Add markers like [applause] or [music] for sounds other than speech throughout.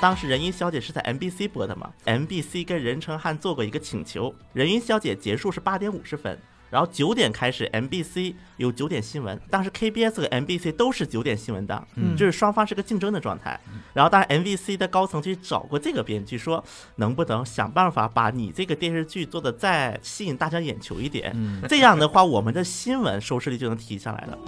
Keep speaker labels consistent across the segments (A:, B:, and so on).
A: 当时任音小姐是在 MBC 播的嘛，MBC 跟任成汉做过一个请求，任音小姐结束是八点五十分，然后九点开始 MBC 有九点新闻，当时 KBS 和 MBC 都是九点新闻档，就是双方是个竞争的状态。然后当然 MBC 的高层去找过这个编剧，说能不能想办法把你这个电视剧做的再吸引大家眼球一点，这样的话我们的新闻收视率就能提上来了。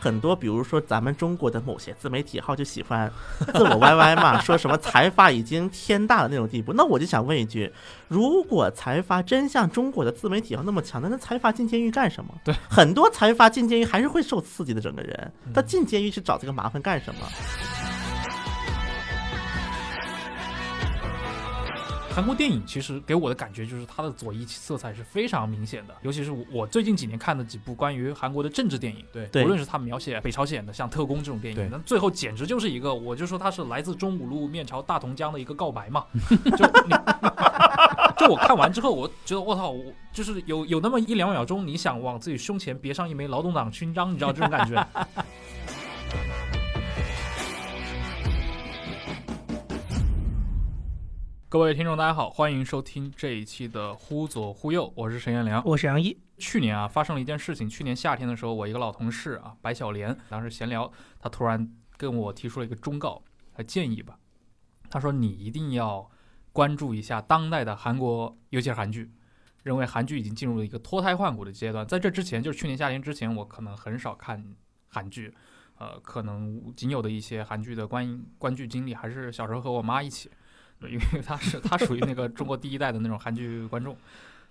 A: 很多，比如说咱们中国的某些自媒体号就喜欢自我 YY 嘛，说什么财阀已经天大的那种地步。那我就想问一句，如果财阀真像中国的自媒体号那么强，那那财阀进监狱干什么？ [laughs]
B: 对，
A: 很多财阀进监狱还是会受刺激的，整个人他进监狱去找这个麻烦干什么？
B: 韩国电影其实给我的感觉就是它的左翼色彩是非常明显的，尤其是我我最近几年看的几部关于韩国的政治电影，
C: 对
A: 对
B: 无论是他描写北朝鲜的像《特工》这种电
C: 对
B: 影，那最后简直就是一个，我就说它是来自中五路面朝大同江的一个告白嘛，就你。就我看完之后，我觉得我操，我就是有有那么一两秒钟，你想往自己胸前别上一枚劳动党勋章，你知道这种感觉？各位听众，大家好，欢迎收听这一期的《忽左忽右》，我是沈彦良。
D: 我是杨一，
B: 去年啊，发生了一件事情。去年夏天的时候，我一个老同事啊，白小莲，当时闲聊，他突然跟我提出了一个忠告和建议吧。他说：“你一定要关注一下当代的韩国，尤其是韩剧，认为韩剧已经进入了一个脱胎换骨的阶段。在这之前，就是去年夏天之前，我可能很少看韩剧，呃，可能仅有的一些韩剧的观观剧经历，还是小时候和我妈一起，因为她是她属于那个中国第一代的那种韩剧观众。”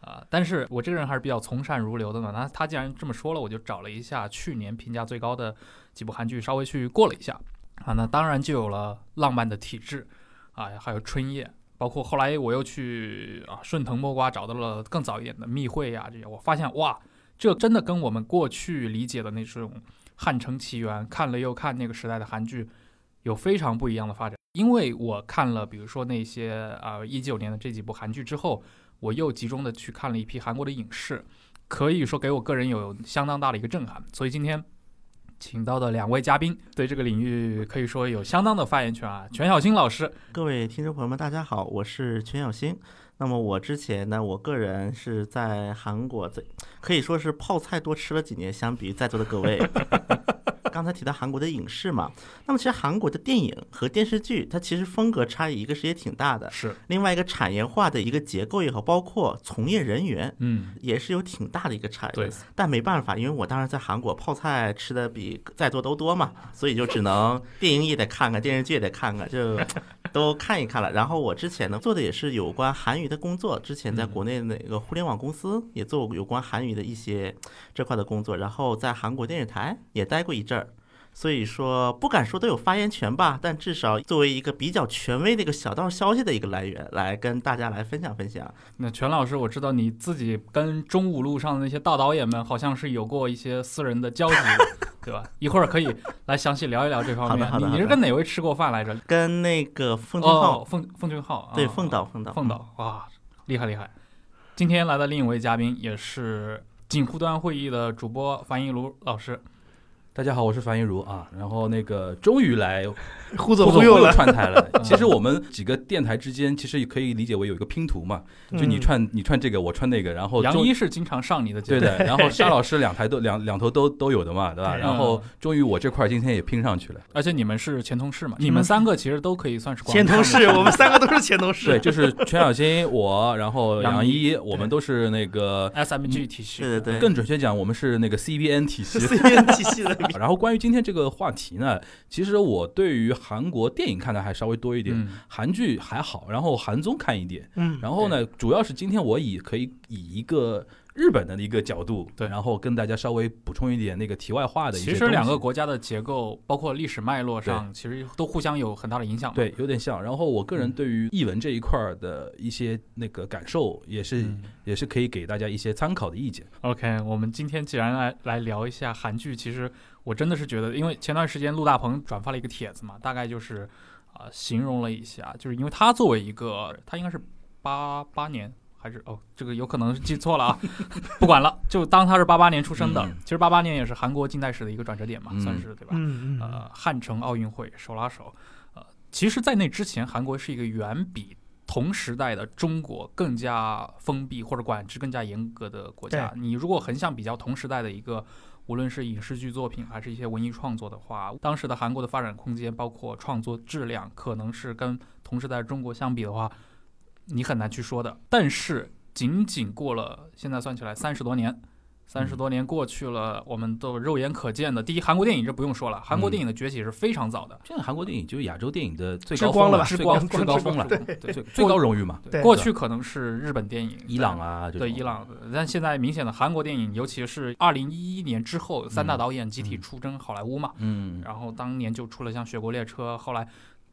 B: 啊、但是我这个人还是比较从善如流的嘛。他他既然这么说了，我就找了一下去年评价最高的几部韩剧，稍微去过了一下啊。那当然就有了《浪漫的体质》啊，还有《春夜》，包括后来我又去啊顺藤摸瓜找到了更早一点的《密会、啊呀这些，我发现哇，这真的跟我们过去理解的那种汉城奇缘看了又看那个时代的韩剧有非常不一样的发展。因为我看了，比如说那些啊一九年的这几部韩剧之后，我又集中的去看了一批韩国的影视，可以说给我个人有相当大的一个震撼。所以今天请到的两位嘉宾对这个领域可以说有相当的发言权啊，全小新老师，
A: 各位听众朋友们，大家好，我是全小星。那么我之前呢，我个人是在韩国，这可以说是泡菜多吃了几年，相比于在座的各位。 [laughs] 刚才提到韩国的影视嘛，那么其实韩国的电影和电视剧，它其实风格差异，一个是也挺大的，
B: 是，
A: 另外一个产业化的一个结构也好，包括从业人员
B: 嗯，
A: 也是有挺大的一个差异
B: 对。
A: 但没办法，因为我当时在韩国泡菜吃的比在座都多嘛，所以就只能电影也得看看，电视剧也得看看，就都看一看了。然后我之前呢做的也是有关韩语的工作，之前在国内那个互联网公司也做过有关韩语的一些这块的工作，然后在韩国电视台也待过一阵儿。所以说，不敢说都有发言权吧，但至少作为一个比较权威的一个小道消息的一个来源，来跟大家来分享分享。
B: 那全老师，我知道你自己跟中五路上的那些大导演们好像是有过一些私人的交集的，
A: [laughs]
B: 对吧？一会儿可以来详细聊一聊这方面。
A: 好
B: 你
A: 的好的
B: 你是
A: 好的
B: 跟哪位吃过饭来着？
A: 跟那个奉俊
B: 哦
A: 昊，，
B: 奉奉俊昊，
A: 对
B: 啊
A: 奉导奉导
B: 凤导，哇，厉害厉害！今天来的另一位嘉宾也是锦湖端会议的主播樊一茹老师，
C: 大家好，我是樊一茹啊，然后那个终于来
B: [laughs]
D: 忽
C: 忽
D: 左忽右了。
C: 串台了
B: 嗯。
C: [laughs] 其实我们几个电台之间，其实也可以理解为有一个拼图嘛，就你
D: 嗯
C: 串你串这个，我串那个，然后
B: 杨
C: 终
B: 一是经常上你的节
C: 对
B: 目，
C: 的，然后沙老师两台都两两头都都有的嘛，对吧？
B: [laughs]
D: 嗯
C: 然后终于我这块儿今天也拼上去了。
B: 而且你们是前同事嘛，
D: 嗯
B: 你们三个其实都可以算是广
D: 前同事，我们三个都是前同
C: 对，
D: 事。
C: 就是全小新我，然后
B: 杨
C: 哦杨一，嗯我们都是那个
B: SMG 体系。
A: 对对对，
C: 更准确讲，我们是那个 CBN 体系
D: 是。C N 体系的。
C: 然后关于今天这个话题呢，其实我对于韩国电影看的还稍微多一点，
B: 嗯，
C: 韩剧还好，然后韩综看一点。
D: 嗯，
C: [laughs] 然后呢，主要是今天我以可以以一个日本的一个角度，
B: 对
C: 然后跟大家稍微补充一点那个题外话的一些
B: 其
C: 东
B: 实
C: 西。
B: 两个国家的结构，包括历史脉络上，其实都互相有很大的
A: 啊
B: 影响嘛。
C: 对有点像。然后我
A: 嗯
C: 个人对于译文这一块儿的一些那个感受，也是、
B: 嗯
C: 也是可以给大家一些参考的意见。
B: OK，我们今天既然来来聊一下韩剧，其实我真的是觉得，因为前段时间陆大鹏转发了一个帖子嘛，大概就是啊、呃形容了一下，就是因为他作为一个，他应该是八八年还是哦，这个有可能是记错了啊， [laughs] 不管了，就当他是八八年出生的。
C: 嗯
B: 其实八八年也是韩国近代史的一个转折点嘛，
C: 嗯
B: 算是对吧？
D: 嗯嗯嗯
B: 呃，汉城奥运会手拉手，呃，其实，在那之前，韩国是一个远比同时代的中国更加封闭或者管制更加严格的国家。你如果横向比较同时代的一个，无论是影视剧作品还是一些文艺创作的话，当时的韩国的发展空间，包括创作质量，可能是跟同时代中国相比的话，你很难去说的。但是，仅仅过了现在算起来三十多年，三十
C: 嗯
B: 多年过去了，我们都肉眼可见的。第一，韩国电影这不用
C: 嗯
B: 说了，韩国电影的崛起是非常早的，
C: 现在韩国电影就是亚洲电影的最
D: 之
C: 高
D: 光
C: 峰
D: 了
C: 了，
D: 吧
C: 最
D: 之
C: 高
D: 光
C: 最高
D: 之
C: 峰了，
D: 光
C: 对最最高荣誉嘛。
D: 对
B: 过去可能是日本电影、
C: 伊朗啊，这
B: 对
C: 种
B: 伊朗，但现在明显的韩国电影，尤其是二零一一年之后，三大导演集体出征好莱坞嘛，
C: 嗯，
B: 然后当年就出了像《雪国列车》，后来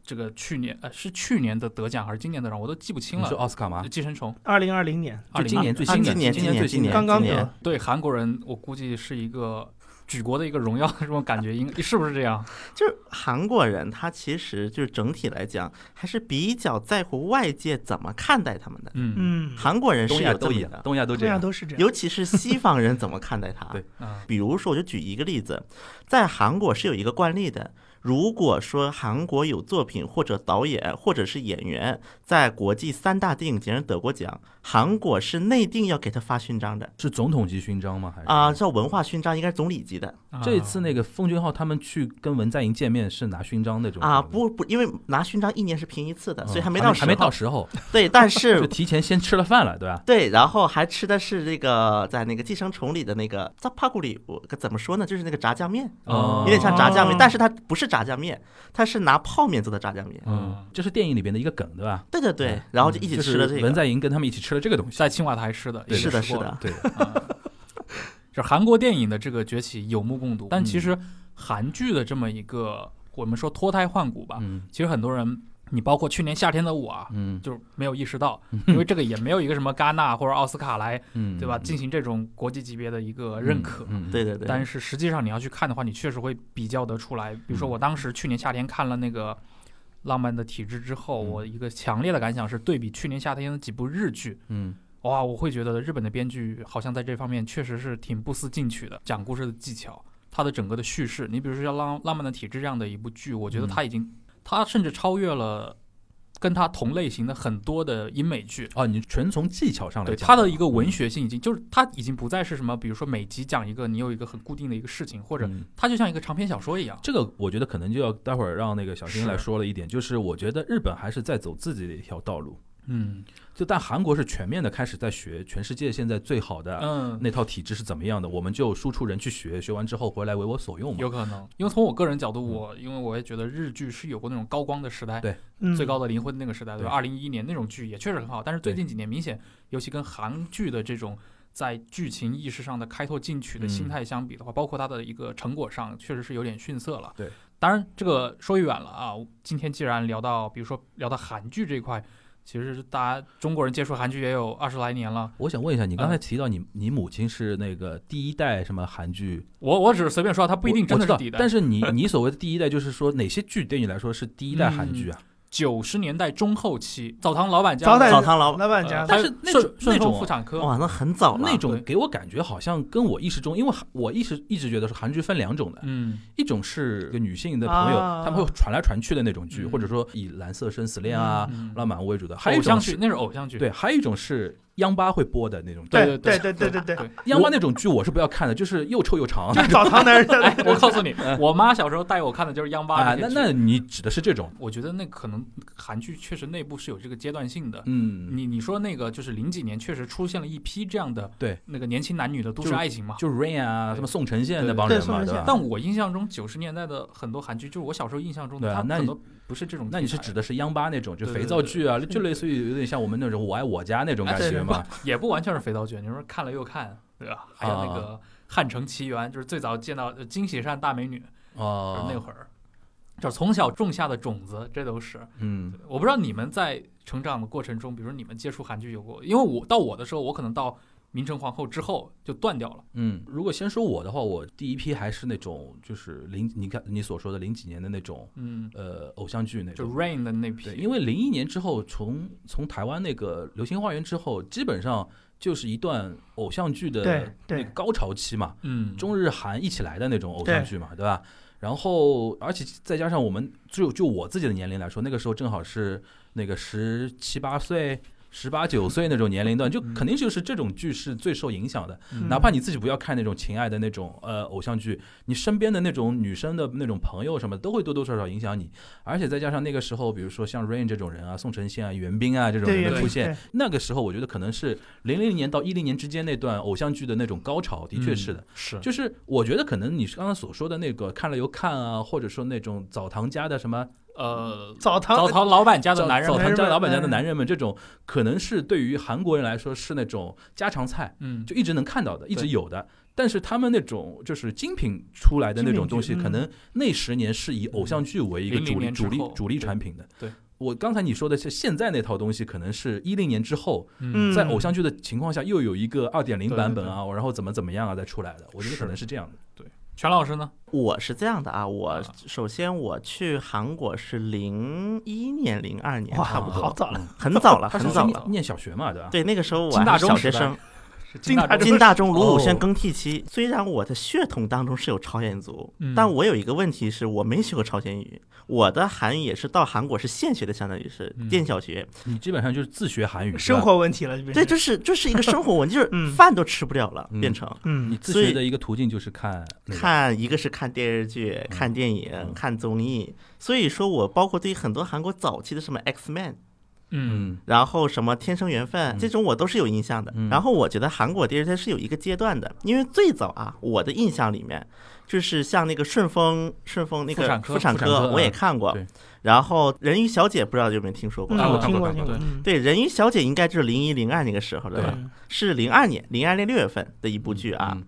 B: 这个去年呃是去年的得奖还是今年得奖，我都记不清
C: 你
B: 了
C: 说。啊奥斯卡吗
B: 就？寄生虫，
D: 二零二零年
C: 就今年最
A: 啊
C: 新的，
A: 今年
C: 今年最
A: 今
C: 新
A: 年
C: 的，
D: 刚刚
A: 今年
D: 得，
B: 对韩国人，我估计是一个举国的一个荣耀的这种感觉，应是不是这样？
A: 就是韩国人，他其实就是整体来讲还是比较在乎外界怎么看待他们的。
B: 嗯
D: 嗯，
A: 韩国人
C: 东
A: 是
C: 亚
A: 有这
C: 都
A: 么
C: 一
A: 一
C: 样，
A: 个，
C: 东亚都这
D: 这样
C: 样。
D: 都是这样。
A: 尤其是西方人怎么看待他。
C: [laughs] 对
B: 啊，
A: 比如说，我就举一个例子，在韩国是有一个惯例的。如果说韩国有作品或者导演或者是演员在国际三大电影节上得过奖，韩国是内定要给他发勋章的
C: 是总统级勋章吗？还是
A: 啊，叫文化勋章，应该是总理级的
B: 啊
C: 这次那个奉俊昊他们去跟文在寅见面是拿勋章那种
A: 啊，
C: 的，
A: 不不，因为拿勋章一年是评一次的，
C: 嗯
A: 所以还没
C: 还
A: 到
C: 没
A: 时
C: 还没到
A: 候。
C: 时候，
A: [laughs] 对，
C: [laughs]
A: 但
C: 就是提前先吃了饭了，对吧？
A: 对，然后还吃的是那个在那个《寄生虫》里的那个扎帕古里，我怎么说呢？就是那个炸酱面，嗯
C: 哦
A: 有点像炸酱面
D: 哦，
A: 但是它不是炸酱面，它是拿泡面做的炸酱面。
C: 嗯，这是电影里边的一个梗，对吧？
A: 对对对，然后就一起
C: 嗯就
A: 吃了这
C: 是文
A: 个。
C: 在寅跟他们一起吃了这个东西，
B: 在青瓦台吃的，
C: 对
A: 是的，
B: 也吃
A: 是
B: 过
A: 的，
C: 对，
B: 就韩国电影的这个崛起有目共睹，但
C: 嗯
B: 其实韩剧的这么一个我们说脱胎换骨吧，
C: 嗯
B: 其实很多人，你包括去年夏天的我啊，
C: 嗯
B: 就没有意识到，因为这个也没有一个什么戛纳或者奥斯卡来，
C: 嗯，
B: 对吧？进行这种国际级别的一个认可。
C: 嗯，嗯，
A: 对对对。
B: 但是实际上你要去看的话，你确实会比较得出来。比
C: 嗯
B: 如说我当时去年夏天看了那个《浪漫的体质》之后，
C: 嗯
B: 我一个强烈的感想是，对比去年夏天的几部日剧，
C: 嗯
B: 哇，我会觉得日本的编剧好像在这方面确实是挺不思进取的，讲故事的技巧，它的整个的叙事，你比如说像《浪浪漫的体质》这样的一部剧，我觉得
C: 嗯
B: 它已经，它甚至超越了跟它同类型的很多的英美剧。
C: 哦，你纯从技巧上来
B: 对
C: 讲，嗯
B: 它的一个文学性已经就是它已经不再是什么，比如说每集讲一个你有一个很固定的一个事情，或
C: 或
B: 者它就像一个长篇小说一样。
C: 这个我觉得可能就要待会儿让那个小新
B: 是
C: 来说了一点，就是我觉得日本还是在走自己的一条道路，
B: 嗯
C: 就但韩国是全面的开始在学全世界现在最好的
B: 嗯，
C: 那套体制是怎么样的，我们就输出人去学，学完之后回来为我所用嘛。嗯
B: 有可能，因为从我个人角度，我因为我也觉得日剧是有过那种高光的时代，
D: 嗯
B: 最高的灵魂那个时代，对吧？二零一一年那种剧也确实很好，但是最
C: 对
B: 近几年明显，尤其跟韩剧的这种在剧情意识上的开拓进取
C: 嗯
B: 的心态相比的话，包括它的一个成果上，确实是有点逊色了。
C: 对，
B: 当然这个说远了啊，今天既然聊到，比如说聊到韩剧这一块，其实大家中国人接触韩剧也有二十来年了，
C: 我想问一下，你刚才提到你你母亲是那个第一代什么韩剧，
B: 我我只是随便说，它不一定
C: 我
B: 真的
C: 我
B: 是
C: [laughs] 知道
B: 底的，
C: 但是你你所谓的第一代，就是说哪些剧对你来说是第一代韩剧啊？
B: 九十年代中后期，澡堂老板家，
D: 早
A: 澡
D: 点
A: 堂老
D: 老板家
B: 呃
C: 但是
B: 还有
C: 那
B: 顺
C: 种
B: 顺
C: 那种哦
B: 丰妇产科，
A: 哇，那很早了
C: 那种
B: 对
C: 给我感觉好像跟我意识中，因为韩我一直一直觉得是韩剧分两种的，
B: 嗯
C: 一种是个女性的朋友，
D: 啊
C: 他们会传来传去的那种剧，
B: 嗯
C: 或者说以蓝色生死恋啊、
B: 嗯
C: 浪漫为主的，还有
B: 偶
C: 一种
B: 像
C: 是
B: 剧，那是偶像剧，
C: 对，还有一种是央八会播的那种剧。
D: 对
B: 对
D: 对对对对，
C: [laughs]
B: 对。
C: 央八那种剧我是不要看的，就是又臭又长。
D: 就是澡堂男
B: [laughs]
D: 人的
B: 哎，我告诉
C: [laughs]
B: 你，我妈小时候带我看的就是央八
C: 啊，
B: 这
C: 那
B: 些剧
C: 那你指的是这种？
B: 我觉得那可能韩剧确实内部是有这个阶段性的。
C: 嗯，
B: 你你说那个就是零几年确实出现了一批这样的
C: 对
B: 那个年轻男女的都市
C: 就
B: 爱情嘛。
C: 就是 Rain 啊，
B: 对
C: 什么宋承宪那
B: 对
C: 帮
D: 对
C: 人
D: 宋
C: 嘛，
D: 承
C: 对吧
D: 宪？
B: 但我印象中九十年代的很多韩剧，就是我小时候印象中的，
C: 对啊
B: 它
C: 那
B: 很
C: 你
B: 多不是这种题材。
C: 那你是指的是央八那种，就
B: 对
C: 肥
B: 对
C: 皂
B: 对
C: 剧啊，就类似于有点像我们那种《我爱我家》那种
B: 哎
C: 感
B: 对
C: 觉
B: 对
C: 嘛？
B: 也不完全是肥皂剧，你说看了又看，对吧？还有
C: 啊
B: 那个《汉城奇缘》，就是最早见到呃金喜善大美女，就是
C: 哦，
B: 那会儿，就是从小种下的种子，这都是。
C: 嗯，
B: 我不知道你们在成长的过程中，比如说你们接触韩剧有过，因为我到我的时候，我可能到《明成皇后》之后就断掉了。
C: 嗯，如果先说我的话，我第一批还是那种就是零，你看你所说的零几年的那种
B: 嗯，
C: 呃偶像剧那
B: 就
C: 种。
B: Rain 的那批，
C: 对，因为零一年之后，从从台湾那个《流星花园》之后，基本上就是一段偶像剧
D: 对
C: 的那
D: 对
C: 个高潮期嘛，
B: 嗯，
C: 中日韩一起来的那种偶像剧嘛，对吧？然后，而且再加上我们就就我自己的年龄来说，那个时候正好是那个十七八岁、十八九岁那种年龄段，就
B: 嗯
C: 肯定就是这种剧是最受影响的。
B: 嗯
C: 哪怕你自己不要看那种情爱的那种呃偶像剧，你身边的那种女生的那种朋友什么，都会多多少少影响你。而且再加上那个时候，比如说像 Rain 这种人啊，宋承宪啊、袁冰啊这种
D: 对
C: 人的
D: 对
C: 出
D: 对
C: 现，那个时候我觉得可能是零零年到一零年之间那段偶像剧的那种高潮，的确是的。
B: 嗯是
C: 就是我觉得可能你刚刚所说的那个看了又看啊，或者说那种澡堂家的什么
B: 呃，
D: 澡堂
B: 澡堂老板家的
C: 澡
B: 男人
C: 澡
B: 们，
C: 堂家老板家的
D: 男人们
C: 男人们，这种可能是对于韩国人来说是那种家常菜。
B: 嗯，
C: 就一直能看到的，一直
B: 对
C: 有的。但是他们那种就是精品出来的那种东西，
D: 精品剧
C: 可能那十年是以偶像剧为一个
B: 嗯00
C: 主力、
B: 年之
C: 主
B: 后
C: 力、主力
B: 对
C: 产品的。
B: 对
C: 我刚才你说的，是现在那套东西，可能是一零年之后，
B: 嗯
C: 在偶像剧的情况下又有一个二点零
B: 对对
C: 版本啊，然后怎么怎么样啊再出来的。我觉
B: 是
C: 得可能是这样的。
B: 全老师呢？
A: 我是这样的啊，我
B: 啊
A: 首先我去韩国是零一年、零二年，
D: 哇，
A: 差不
D: 好
A: 多，
D: 早
A: 嗯
D: 了，
A: 很早了，
C: [laughs] 他
A: 很
C: 是
A: 早
C: 念
A: 了。
C: 念小学嘛，对吧？
A: 对，那个时候我
B: 金大
A: 还是
B: 中
A: 小
B: 时
A: 学
B: 代
A: 生，
B: 是
D: 金大
B: 大
D: 中
B: 中，
A: 金大中卢武
C: 哦
A: 铉更替期。虽然我的血统当中是有朝鲜族
B: 嗯，
A: 但我有一个问题是我没学过朝鲜语，我的韩语也是到韩国是现学的，相当于是
B: 嗯
A: 念小学。
C: 你基本上就是自学韩语，
D: 生
C: 对吧
D: 活问题了，这边
A: 对，就是就是一个生活文，就是
D: 嗯
A: 饭都吃不了了，
C: 嗯
A: 变成。
C: 你
D: 嗯，
C: 自
A: 所以
C: 学的一个途径就是看那个嗯
A: 看一个是看电视剧、看电影、看综艺，所以说我包括对于很多韩国早期的什么 X Man，
B: 嗯
C: 嗯
A: 然后什么天生缘分、这种我都是有印象的。
C: 嗯
A: 然后我觉得韩国电视台是有一个阶段的，因为最早啊，我的印象里面就是像那个顺丰顺丰那个
B: 妇产科
A: 妇产
C: 妇产科嗯
A: 我也看过
C: 对，
A: 然后人鱼小姐不知道有没有听说过？
D: 嗯
B: 啊
D: 我
B: 我看
D: 听过
B: 过
D: 听
B: 看过
D: 过，嗯
A: 对，人鱼小姐应该就是零一零二那个时候的
C: 对
A: 吧，是零二年零二年六月份的一部剧啊。
C: 嗯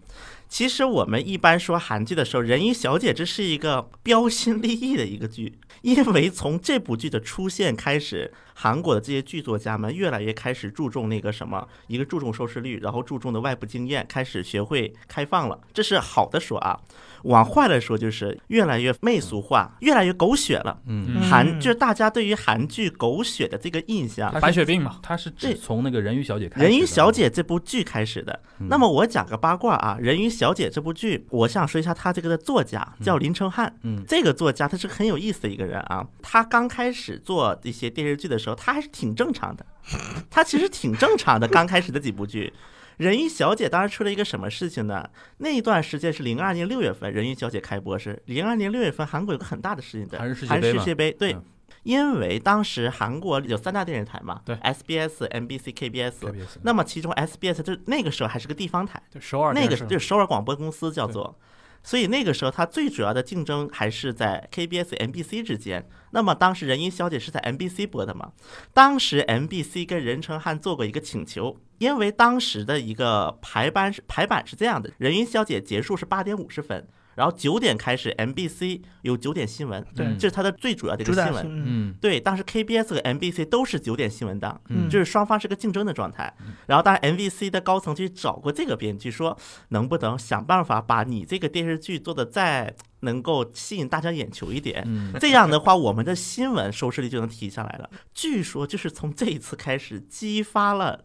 A: 其实我们一般说韩剧的时候，《人鱼小姐》这是一个标新立异的一个剧， [laughs] 因为从这部剧的出现开始，韩国的这些剧作家们越来越开始注重那个什么，一个注重收视率，然后注重的外部经验，开始学会开放了，这是好的说啊。往坏了说，就是越来越媚俗化，越来越狗血了。
C: 嗯，
B: 嗯
A: 韩就是大家对于韩剧狗血的这个印象，
C: 他是
B: 白血病嘛，
C: 他是
A: 这
C: 只从那个人鱼小姐
A: 《
C: 开始的，
A: 人鱼小姐》这部剧开始的。
C: 嗯
A: 那么我讲个八卦啊，《人鱼小姐》这部剧，我想说一下她这个的作家叫林承汉。
C: 嗯
A: 这个作家他是个很有意思的一个人啊。他刚开始做一些电视剧的时候，他还是挺正常的，他其实挺正常的。刚开始的几部剧。人鱼小姐当时出了一个什么事情呢？那一段时间是零二年六月份，人鱼小姐开播是零二年六月份，韩国有个很大的事情的
C: 韩日世界
A: 韩
C: 杯
A: 世
C: 嘛
A: 界杯，对
C: 嗯，
A: 因为当时韩国有三大电视台嘛，
B: 对
A: ，SBS、MBC、KBS，
C: KBS
A: 那么其中 SBS 就是那个时候还是个地方台，
B: 就首尔
A: 那
B: 电
A: 个
B: 视
A: 就是首尔广播公司叫做，所以那个时候它最主要的竞争还是在 KBS、MBC 之间。那么当时人鱼小姐是在 MBC 播的嘛？当时 MBC 跟任成汉做过一个请求，因为当时的一个排班是排版是这样的，人鱼小姐结束是八点五十分。然后九点开始 MBC 有九点新闻，
D: 对
A: 这是它的最主要的一个
D: 主打
A: 新
D: 新
A: 闻。
D: 闻，
C: 嗯
A: 对，当时 KBS 和 MBC 都是九点新闻档，
D: 嗯
A: 就是双方是个竞争的状态。然后，当然 MVC 的高层去找过这个编剧，说能不能想办法把你这个电视剧做的再能够吸引大家眼球一点。
C: 嗯，
A: 这样的话，我们的新闻收视率就能提上来了。据说就是从这一次开始，激发了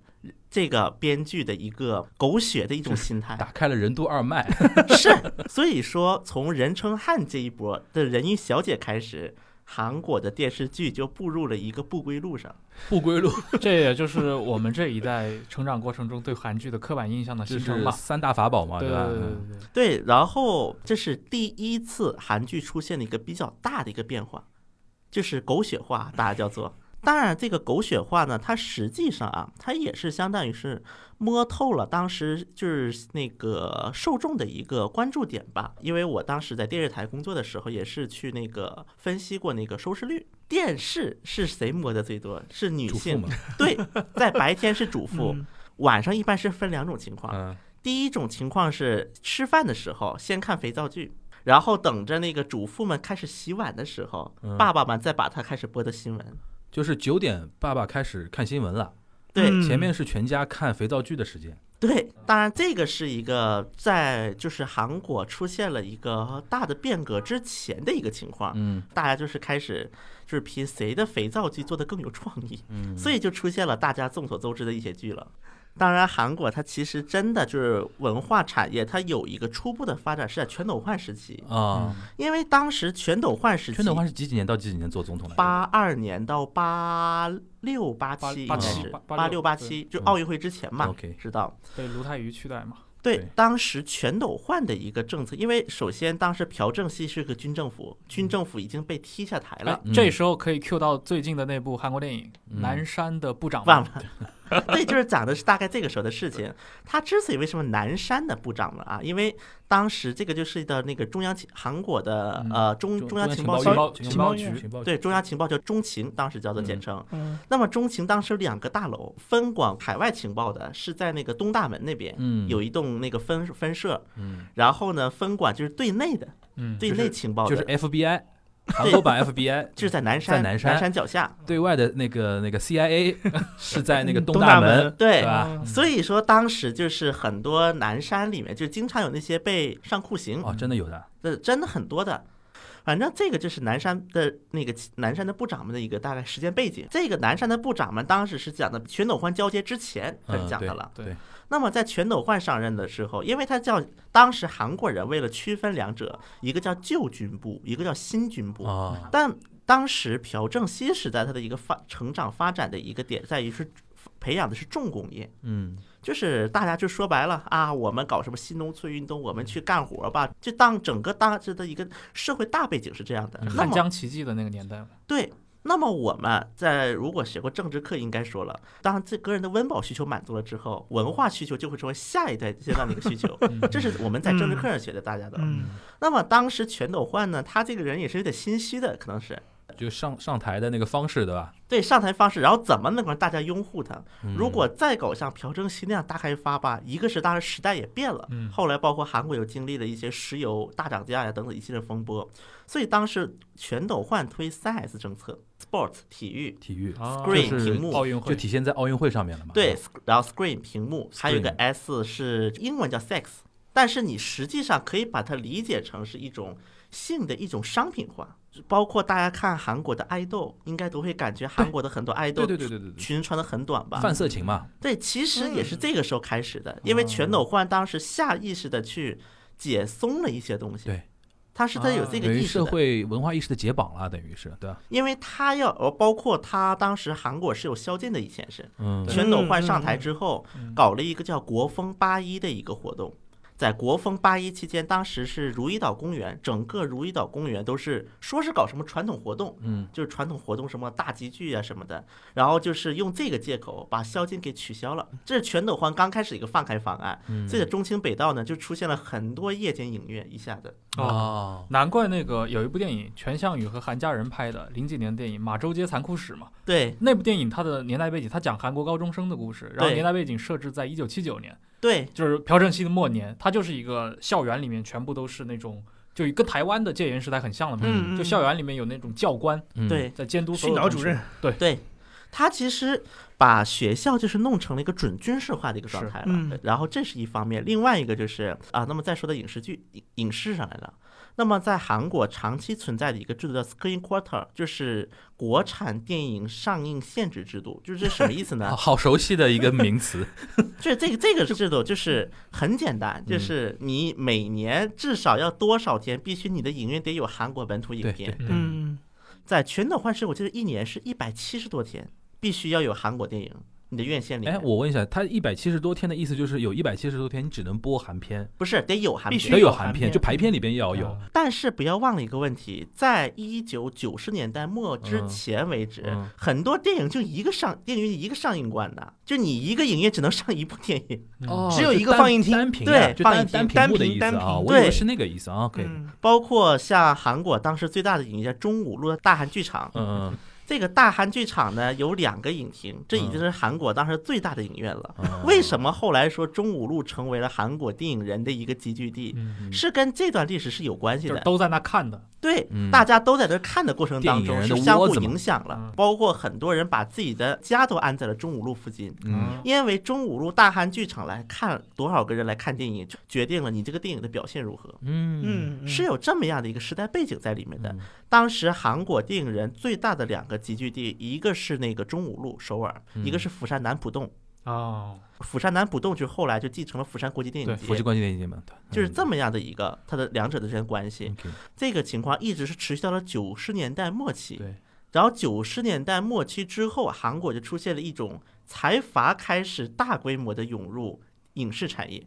A: 这个编剧的一个狗血的一种心态。
C: 打开了任督二脉，
A: 是，所以说从任称汉这一波的人鱼小姐开始，韩国的电视剧就步入了一个不归路上。
C: 不归路，
B: [laughs] 这也就是我们这一代成长过程中对韩剧的刻板印象的
C: 就
B: 形成
C: 是
B: 吧。
C: 三大法宝嘛，
B: 对
C: 吧？
B: 对
C: 嗯
B: 对对，
A: 对，然后这是第一次韩剧出现的一个比较大的一个变化，就是狗血化，大家叫做。 [laughs] 当然，这个狗血化呢，它实际上啊，它也是相当于是摸透了当时就是那个受众的一个关注点吧。因为我当时在电视台工作的时候，也是去那个分析过那个收视率。电视是谁摸的最多？是女
C: 主妇
A: 性
C: 嘛，，
A: 对，在白天是主
C: [laughs]
A: 妇，
D: 嗯
A: 晚上一般是分两种情况。
C: 嗯，
A: 第一种情况是吃饭的时候先看肥皂剧，然后等着那个主妇们开始洗碗的时候，
C: 嗯
A: 爸爸们再把它开始播的新闻。
C: 就是九点爸爸开始看新闻了，
A: 对
D: 嗯
C: 前面是全家看肥皂剧的时间，
A: 对，当然这个是一个在就是韩国出现了一个大的变革之前的一个情况，
C: 嗯
A: 大家就是开始就是凭谁的肥皂剧做的更有创意，
C: 嗯
A: 所
C: 以
A: 以就出现了大家众所周知的一些剧了。当然，韩国它其实真的就是文化产业，它有一个初步的发展是在全斗焕时期，
C: 啊，
A: 因为当时全斗焕时期，
C: 全斗焕是几几年到几几年做总统来着？
A: 八二年到八六八七
B: 八
C: 八七
B: 八
A: 八
B: 六
A: 六八七，就
C: 嗯
A: 奥运会之前嘛
C: OK，
A: 知道。
B: 被卢泰愚取代嘛。
A: 对
C: 对，
A: 当时全斗焕的一个政策，因为首先当时朴正熙是个军政府，军政府已经被踢下台
B: 哎
A: 了，
C: 嗯
B: 这时候可以 Q 到最近的那部韩国电影《
C: 嗯
B: 南山的部长》
A: 忘了。 [laughs] 对，就是讲的是大概这个时候的事情。他之所以为什么南山的部长了啊，因为当时这个就是到那个中央情韩国的
B: 嗯
A: 呃中中央情报
C: 局
A: 局，
C: 情
D: 报
C: 局
D: 局
C: 情报局
A: 对中央情报叫中情，当时叫做简
C: 嗯
A: 称。
D: 嗯
A: 那么中情当时有两个大楼，分管海外情报的是在那个东大门那边，
C: 嗯
A: 有一栋那个分分社，
C: 嗯
A: 然后呢分管就是对内的，
B: 嗯，
A: 对内情报的，
C: 就是 FBI 韩国版 FBI
A: [laughs] 就是在南山，
C: 在南山
A: 脚下。
C: 对外的那个那个
A: [laughs]
C: CIA 是在那个
D: 嗯
C: 东
D: 东
C: 大
D: 大门
C: 门，
A: 对
C: 对吧？
D: 嗯
A: 所以说当时就是很多南山里面就经常有那些被上酷刑，
C: 哦，真的有的，
A: 这真的很多的。反正这个就是南山的那个南山的部长们的一个大概时间背景。这个南山的部长们当时是讲的全斗焕交接之前开始
C: 嗯
A: 讲
C: 对
A: 的了。
C: 对，
A: 那么在全斗焕上任的时候，因为他叫当时韩国人为了区分两者，一个叫旧军部，一个叫新军部。
C: 哦，
A: 但当时朴正熙时代他的一个发成长发展的一个点在于是培养的是重工业，
C: 嗯，
A: 就是大家就说白了啊，我们搞什么新农村运动，我们去干活吧，就当整个大致的一个社会大背景是这样的。那
B: 汉
A: 么
B: 嗯江奇迹的那个年
C: [laughs]
B: 代嘛。
A: 对，那么我们在如果学过政治课，应该说了，当这个人的温饱需求满足了之后，文化需求就会成为下一代阶段的一个需求
B: 嗯，
A: 这是我们在政治课上学的大家的。
D: 嗯
A: 那么当时全斗焕呢，他这个人也是有点心虚的，可能是。
C: 就上上台的那个方式，对吧？
A: 对上台方式，然后怎么能够让大家拥护他？
C: 嗯
A: 如果再搞像朴正熙那样大开发吧，一个是当时时代也变了，
B: 嗯
A: 后来包括韩国有经历了一些石油大涨价呀等等一系列风波，所以当时全斗焕推三 S 政策，sport 体育，
C: 体育
B: 啊
A: 对
C: 就是
A: 屏幕
B: 奥运
C: 就
B: 会
C: 体现在奥运会上面了嘛？
A: 对，然后 screen 屏幕，还有一个
C: Screen
A: S 是英文叫 sex，但是你实际上可以把它理解成是一种性的一种商品化。包括大家看韩国的爱豆，应该都会感觉韩国的很多爱豆
C: 对对对对对对，
A: 裙穿的很短吧？
C: 泛色情嘛，
A: 对，其实也是这个时候开始的，因为全斗焕当时下意识的去解松了一些东西。
C: 对，啊
A: 他是他有这
C: 等
A: 个
C: 于
A: 意识
C: 社
A: 的，
C: 会文化意识的解绑了，等于是对吧？
A: 因为他要，呃包括他当时韩国是有宵禁的以前是，
C: 嗯
A: 全斗焕上台之后
B: 嗯
A: 搞了一个叫国风八一的一个活动。在国风八一期间，当时是如意岛公园，整个如意岛公园都是说是搞什么传统活动，
C: 嗯，
A: 就是传统活动什么大集聚啊什么的，然后就是用这个借口把宵禁给取消了。这是全斗焕刚开始一个放开方案，
C: 嗯
A: 所以在中清北道呢就出现了很多夜间影院，一下子
B: 啊。
C: 哦，
B: 难怪那个有一部电影，全相宇和韩佳人拍的，零几年的电影《马周街残酷史》嘛。
A: 对
B: 那部电影它的年代背景，它讲韩国高中生的故事，然后
A: 对
B: 年代背景设置在一九七九年，
A: 对
B: 就是朴正熙的末年。它就是一个校园里面全部都是那种就跟台湾的戒严时代很像了嘛。
D: 嗯，嗯
B: 就校园里面有那种教官
C: 嗯，
A: 对
B: 在监督所
D: 训
B: 有
D: 导
B: 同
D: 主
B: 学
D: 任，
A: 对，他其实把学校就是弄成了一个准军事化的一个状
B: 是
A: 态了。
D: 嗯
A: 然后这是一方面，另外一个就是啊，那么再说到影视剧影影视上来了。那么在韩国长期存在的一个制度叫 Screen Quarter，就是国产电影上映限制制度，就是这什么意思呢
C: [laughs] 好？好熟悉的一个名词，
A: 就是这个这个制度就是很简
C: 嗯
A: 单，就是你每年至少要多少天，必须你的影院得有韩国本土影
C: 对
A: 片。
B: 嗯
D: 嗯，
A: 在全斗焕时，我记得一年是一百七十多天，必须要有韩国电影，你的院线里面。
C: 哎，我问一下，他一百七十多天的意思就是有一百七十多天你只能播韩片，
A: 不是得有韩
D: 必
A: 片，
D: 须
C: 得有
D: 有
C: 韩
D: 韩
C: 片，
D: 片
C: 就排片里边也要有
B: 啊。
A: 但是不要忘了一个问题，在一九九十年代末之前为止，
C: 嗯嗯
A: 很多电影就一个上电影院一个上映馆的，就你一个影院只能上一部电影，
B: 嗯
C: 哦，
D: 只有
C: 就
D: 一个
C: 单
D: 放映厅
C: 单屏
A: 对
C: 啊就
A: 放
C: 单
A: 映厅
C: 单屏
D: 单
C: 幕的
D: 屏
C: 意思
D: 单
C: 啊，
D: 屏
C: 我以为
A: 对
C: 是那个意思啊。OK，嗯
D: 嗯
A: 包括像韩国当时最大的影业叫中五路的大韩剧场，
C: 嗯
A: 这个大韩剧场呢有两个影厅，这已经是韩国当时最大的影院了。
C: 嗯，
A: 为什么后来说中五路成为了韩国电影人的一个集聚地？
B: 嗯，
C: 嗯
A: 是跟这段历史是有关系
B: 就是
A: 的，
B: 都在那看的，
A: 对，
C: 嗯
A: 大家都在这看的过程当
C: 电影
A: 中
C: 人
A: 是
C: 的
A: 相
C: 窝
A: 互
C: 子嘛
A: 影响
B: 嗯
A: 了，包括很多人把自己的家都安在了中五路附近，
C: 嗯，
B: 啊
A: 因为中五路大韩剧场来看多少个人来看电影，就决定了你这个电影的表现如何。
C: 嗯
D: 嗯，嗯
A: 是有这么样的一个时代背景在里面的
C: 嗯。
A: 当时韩国电影人最大的两个集聚地，一个是那个中五路首尔，
C: 嗯
A: 一个是釜山南浦洞。
B: 哦，
A: 釜山南浦洞就后来就继承了釜山国际电
C: 对，
A: 影
C: 国际
A: 节，
C: 关系电影节嘛，对
A: 就是这么样的一个它的两者之间的关系。
C: 嗯嗯，OK，
A: 这个情况一直是持续到了九十年代末期。
C: 对，
A: 然后九十年代末期之后，啊韩国就出现了一种财阀开始大规模的涌入影视产业，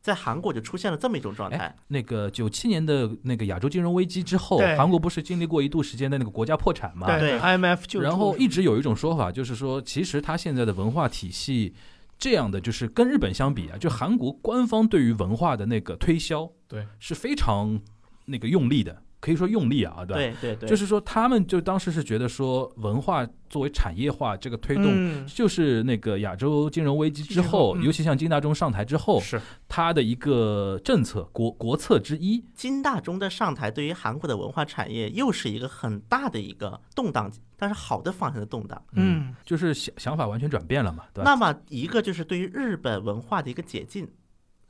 A: 在韩国就出现了这么一种状态。
C: 那个九七年的那个亚洲金融危机之后，
D: 对
C: 韩国不是经历过一度时间的那个国家破产嘛？
D: 对
A: 对
D: IMF 就
C: 然后
D: 出
C: 一直有一种说法，就是说，其实它现在的文化体系这样的，就是跟日本相比啊，就韩国官方对于文化的那个推销，
B: 对，
C: 是非常那个用力的，可以说用力啊，对吧？
A: 对对对，
C: 就是说，他们就当时是觉得说，文化作为产业化这个推动，
D: 嗯
C: 就是那个亚洲金融危机之后，
D: 嗯
C: 尤其像金大中上台之后，
B: 是
C: 他的一个政策国国策之一，
A: 金大中的上台对于韩国的文化产业又是一个很大的一个动荡，但是好的方向的动荡。
D: 嗯
C: 就是想想法完全转变了嘛，对吧？
A: 那么一个就是对于日本文化的一个解禁，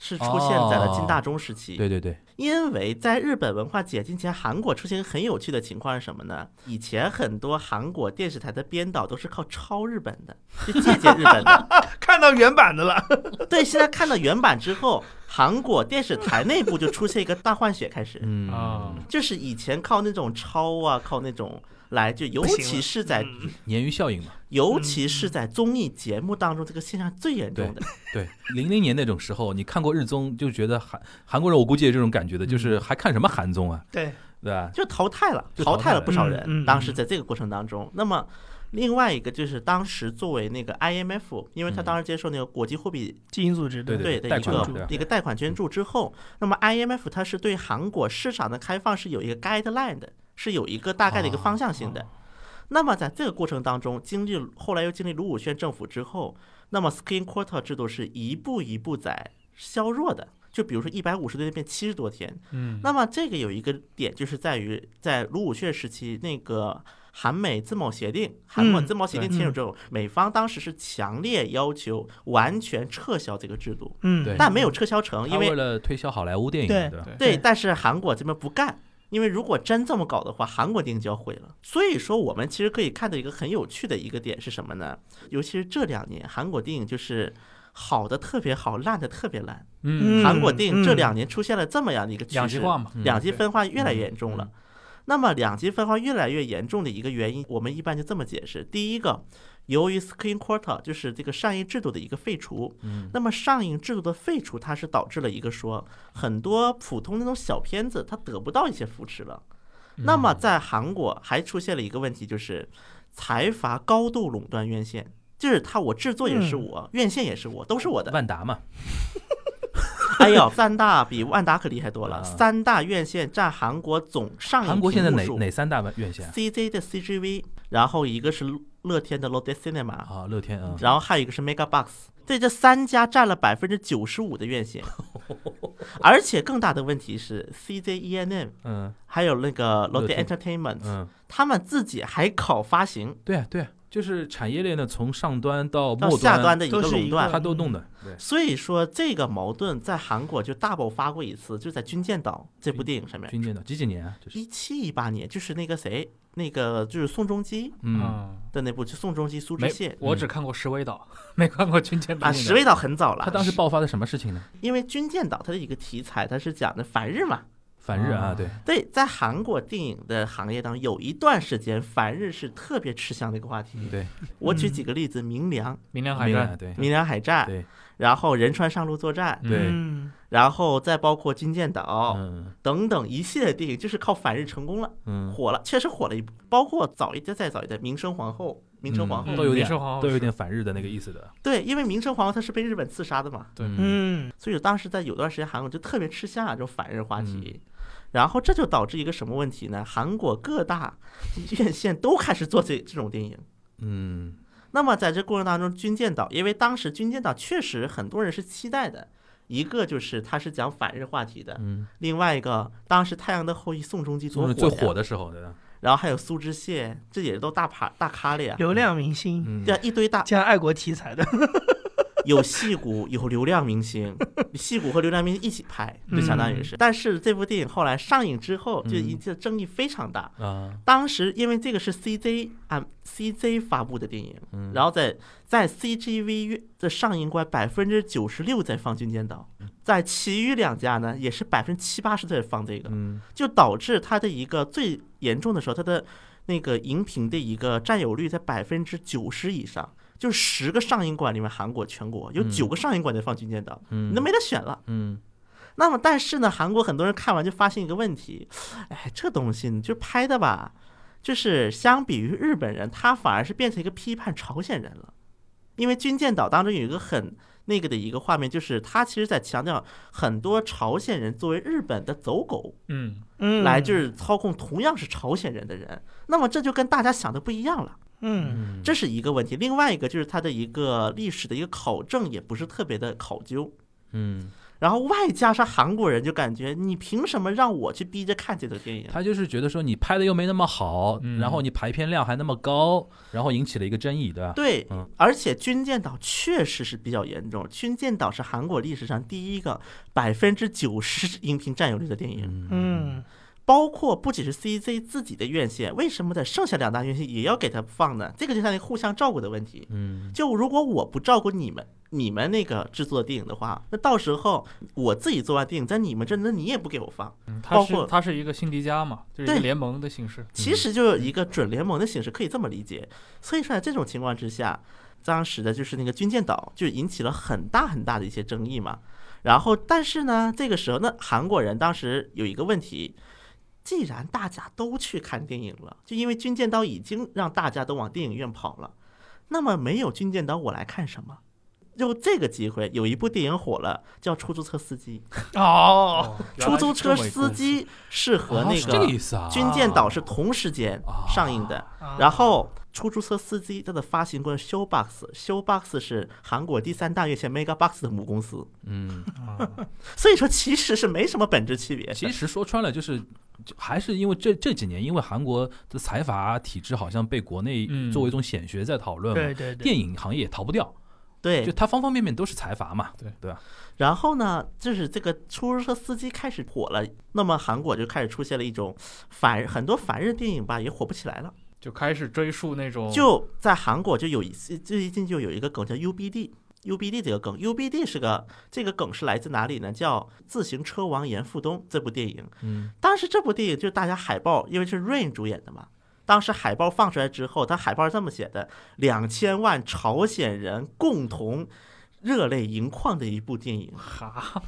A: 是出现在了金大中时期。
C: 哦对对对，
A: 因为在日本文化解禁前，韩国出现一个很有趣的情况是什么呢？以前很多韩国电视台的编导都是靠抄日本的，就借鉴日本
D: [laughs]
A: 的。
D: 看到原版的了，
A: 对，现在看到原版之后，韩国电视台内部就出现一个大换血开始，
C: 嗯
B: 啊，
A: 就是以前靠那种抄啊，靠那种来，就尤
D: 不行
A: 其
D: 了
A: 是在
D: 嗯
C: 鲶鱼效应嘛，
A: 尤其是在综艺节目当中，这个现象最严重的。
C: 对，零零年那种时候，你看过日综，就觉得韩韩国人，我估计也这种感觉的，就是还看什么韩综啊，
D: 对，
C: 对吧？
A: 就淘汰了，
C: 就
A: 淘
C: 淘汰
A: 汰了
C: 了
A: 不
D: 嗯
A: 少
D: 嗯
A: 人。当时在这个过程当中，那么另外一个就是当时作为那个 IMF，因为他
C: 嗯
A: 当时接受那个国际货币
D: 基因组织
C: 对
A: 对
C: 对
A: 的一
C: 贷款
A: 个
C: 嘛对吧嗯
A: 一个贷款捐助之后，那么 IMF 它是对韩国市场的开放是有一个 guideline 的，是有一个大概的一
C: 哦
A: 个方向性的。那么在这个过程当中，经历后来又经历卢武铉政府之后，那么 skin quota 制度是一步一步在削弱的。就比如说一百五十天变七十多天，
B: 嗯，
A: 那么这个有一个点，就是在于在卢武铉时期，那个韩美自贸协定，韩墨
D: 嗯
A: 自贸协定
D: 对
A: 签署之后，美方当时是强烈要求完全撤销这个制度，
D: 嗯，
C: 对
A: 但没有撤销成，
C: 他
A: 因
C: 为
A: 为
C: 了推销好莱坞电影嘛，对吧？
B: 对
A: 对，但是韩国这边不干。因为如果真这么搞的话，韩国电影就要毁了。所以说，我们其实可以看到一个很有趣的一个点是什么呢？尤其是这两年，韩国电影就是好的特别好，烂的特别烂。
B: 嗯，
A: 韩国电影这
D: 嗯
A: 两年出现了这么样的一个趋势，
B: 两极化嘛，
C: 嗯
A: 两极
B: 对
A: 分化越来越严重了。那么两极分化越来越严重的一个原因，我们一般就这么解释：第一个，由于 screen quota 就是这个上映制度的一个废除，
C: 嗯
A: 那么上映制度的废除，它是导致了一个说很多普通那种小片子它得不到一些扶持了。
C: 嗯
A: 那么在韩国还出现了一个问题，就是财阀高度垄断院线，就是它我制作也是
D: 嗯
A: 我，院线也是我，都是我的。
C: 万达嘛，
A: 哎呦，三大比万达可厉害多
C: 啊
A: 了。三大院线占韩国总上映
C: 韩国现在哪
A: 屏幕数
C: 哪三大院线啊
A: CJ 的 CGV，然后一个是乐天的 Lotte Cinema，
C: 啊？乐天啊，
A: 然后还有一个是 Mega Box。对，这三家占了百分之九十五的院线， [laughs] 而且更大的问题是，CJ ENM
C: 嗯
A: 还有那个 l o t t
C: 乐
A: e
C: 天
A: Entertainment，、
C: 嗯，
A: 他们自己还搞发行
C: 对啊对啊，就是产业链的从上端到
A: 到
C: 末
A: 下端
C: 端，
A: 的一
D: 都
A: 个
D: 是一
A: 垄
D: 个
A: 断，
C: 它都弄的。对，
A: 所以说这个矛盾在韩国就大爆发过一次，就在《军舰岛》这部电影上面，
C: 军舰的几几年啊？这是
A: 一七一八年，就是那个谁，那个就是宋仲基
C: 嗯，
A: 的那部，就宋仲基、苏志
B: 没
A: 燮，
B: 啊
A: 嗯
B: 我只看过石尾岛， [laughs] 没看过军舰岛
A: 啊，《十味岛》很早了。
C: 他当时爆发的什么事情呢？
A: 因为《军舰岛》它的一个题材，它是讲的反日嘛。
C: 反日啊，
B: 啊
C: 对，
A: 对，在韩国电影的行业当中，有一段时间反日是特别吃香的一个话题。
C: 嗯对，
A: 我举几个例子：明良、
B: 明亮海
C: 明
B: 战，
C: 白，对，嗯
A: 明良海战，
C: 对，
A: 然后仁川上路作战，
C: 对
D: 嗯
A: 然后再包括《军舰岛》
C: 嗯
A: 等等一系列电影，就是靠反日成功了，
C: 嗯，
A: 火了，确实火了一部。包括早一代再早一代《明生皇后》，明成皇后
C: 嗯，都有
B: 明
C: 点
B: 治皇后
C: 都有
B: 是
C: 点反日的那个意思的。
A: 对，因为明成皇后她是被日本刺杀的嘛，
B: 对
C: 嗯
D: 嗯
A: 所以当时在有段时间韩国就特别吃香啊这种反日话题。然后这就导致一个什么问题呢？韩国各大 [laughs] 院线都开始做这这种电影。
C: 嗯
A: 那么在这过程当中，《军舰岛》因为当时《军舰岛》确实很多人是期待的，一个就是它是讲反日话题的，
C: 嗯，
A: 另外一个当时《太阳的后裔》宋仲基多
C: 就是
A: 火
C: 最
A: 的，
C: 火的时候，对吧？
A: 然后还有苏志燮，这也都大牌大咖了呀。
D: 流量明星
C: 嗯
A: 对，啊，一堆大
D: 加爱国题材
C: [laughs]
D: 的，
A: 有戏骨，有流量明星，戏骨和流量明星一起拍，就相当于
C: 嗯
A: 是。但是这部电影后来上映之后，就引起了争议非常大。
C: 啊，
A: 当时因为这个是 CJ 啊 CJ 发布的电影，
C: 嗯
A: 然后在在 CGV 院的上映官百分之九十六在放《军舰岛》，
C: 嗯
A: 在其余两家呢也是百分之七八十在放这个，
C: 嗯
A: 就导致它的一个最严重的时候，它的那个荧屏的一个占有率在百分之九十以上，就是十个上映馆里面，韩国全国有
C: 嗯
A: 九个上映馆在放《军舰岛》，
C: 嗯，
A: 你都没得选了。
C: 嗯
A: 那么，但是呢，韩国很多人看完就发现一个问题，哎，这东西你就拍的吧，就是相比于日本人，他反而是变成一个批判朝鲜人了，因为《军舰岛》当中有一个很那个的一个画面，就是他其实在强调很多朝鲜人作为日本的走狗，
B: 嗯，
D: 嗯，
A: 来就是操控同样是朝鲜人的人，那么这就跟大家想的不一样了，
D: 嗯
C: 嗯，
A: 这是一个问题。另外一个就是它的一个历史的一个考证也不是特别的考究，
C: 嗯，
A: 然后外加上韩国人就感觉你凭什么让我去逼着看这个电影？
C: 他就是觉得说你拍的又没那么好，
B: 嗯
C: 然后你排片量还那么高，然后引起了一个争议，对吧？
A: 对
C: 嗯，
A: 而且军舰岛确实是比较严重，军舰岛是韩国历史上第一个百分之九十荧屏占有率的电影，
D: 嗯
A: 包括不仅是 CJ 自己的院线，为什么在剩下两大院线也要给它放呢？这个就像一个互相照顾的问题。
C: 嗯
A: 就如果我不照顾你们，你们那个制作的电影的话，那到时候我自己做完电影，在你们这，那你也不给我放。
B: 嗯它
A: 包括
B: 是它是一个辛迪加嘛，就是一
A: 对
B: 个联盟的形式。
A: 其实
C: 嗯
A: 就是一个准联盟的形式，可以这么理解。所以说，在这种情况之下，当时的就是那个军舰岛就引起了很大很大的一些争议嘛。然后，但是呢，这个时候呢，韩国人当时有一个问题。既然大家都去看电影了，就因为《军舰岛》已经让大家都往电影院跑了，那么没有《军舰岛》，我来看什么？就这个机会，有一部电影火了，叫《出租车司机》。
D: 哦，
A: 出租车司机是和
C: 啊
A: 那
C: 是这个意思啊，
A: 军舰岛是同时间上映的，
D: 啊
A: 然后出租车司机它的发行官 Showbox，Showbox 是韩国第三大院线 Megabox 的母公司， [laughs]
C: 嗯，
B: 啊
A: 所以说其实是没什么本质区别的。
C: 其实说穿了就是。就还是因为这这几年，因为韩国的财阀体制好像被国内
B: 嗯
C: 作为一种显学在讨论嘛，
D: 对对对，
C: 电影行业也逃不掉，就
A: 对，
C: 它方方面面都是财阀嘛，
B: 对
C: 对吧？
A: 然后呢，就是这个出租车司机开始火了，那么韩国就开始出现了一种反很多反日电影吧也火不起来了，
B: 就开始追溯那种
A: 就在韩国就有一次最近就有一个梗叫 UBD。UBD 这个梗，UBD 是个这个梗是来自哪里呢？叫《自行车王严复东》这部电影，
C: 嗯
A: 当时这部电影就是大家海报，因为是 Rain 主演的嘛。当时海报放出来之后，它海报是这么写的：两千万朝鲜人共同热泪盈眶的一部电影。
B: 哈，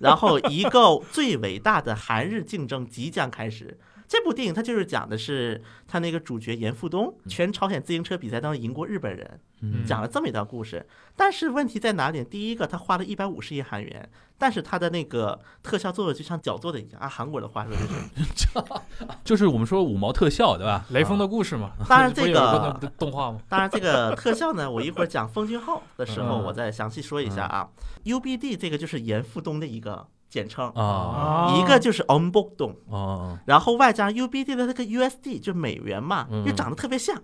A: 然后，一个最伟大的韩日竞争即将开始。这部电影它就是讲的是他那个主角严复东，全朝鲜自行车比赛当中赢过日本人。
C: 嗯
A: 讲了这么一段故事。但是问题在哪里？第一个，他花了一百五十亿韩元，但是他的那个特效做的就像脚做的一样，按韩国的话说就是，
C: 就是我们说五毛特效，对吧？
B: 雷锋
C: 的
B: 的故事嘛。
A: 啊当
B: [laughs]
A: 然
B: 不是
A: 这
B: 有
A: 个
B: 一动动画嘛，
A: 当然这个特效呢，我一会儿讲奉俊昊的时
B: 嗯
A: 候，
C: 嗯
A: 我再详细说一下啊。UBD 这个就是严复东的一个简称，
C: 啊
D: 哦
A: 一个就是 o n b o k d o n
C: 啊
A: 然后外加 UBD 的那个 USD 就美元嘛，
C: 嗯
A: 又长得特别像，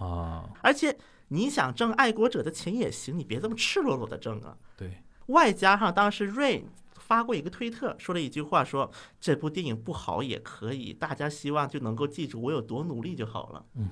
C: 啊！
A: 而且你想挣爱国者的钱也行，你别这么赤裸裸的挣啊。
C: 对，
A: 外加上当时 Rain 发过一个推特，说了一句话说，这部电影不好也可以，大家希望就能够记住我有多努力就好了。
C: 嗯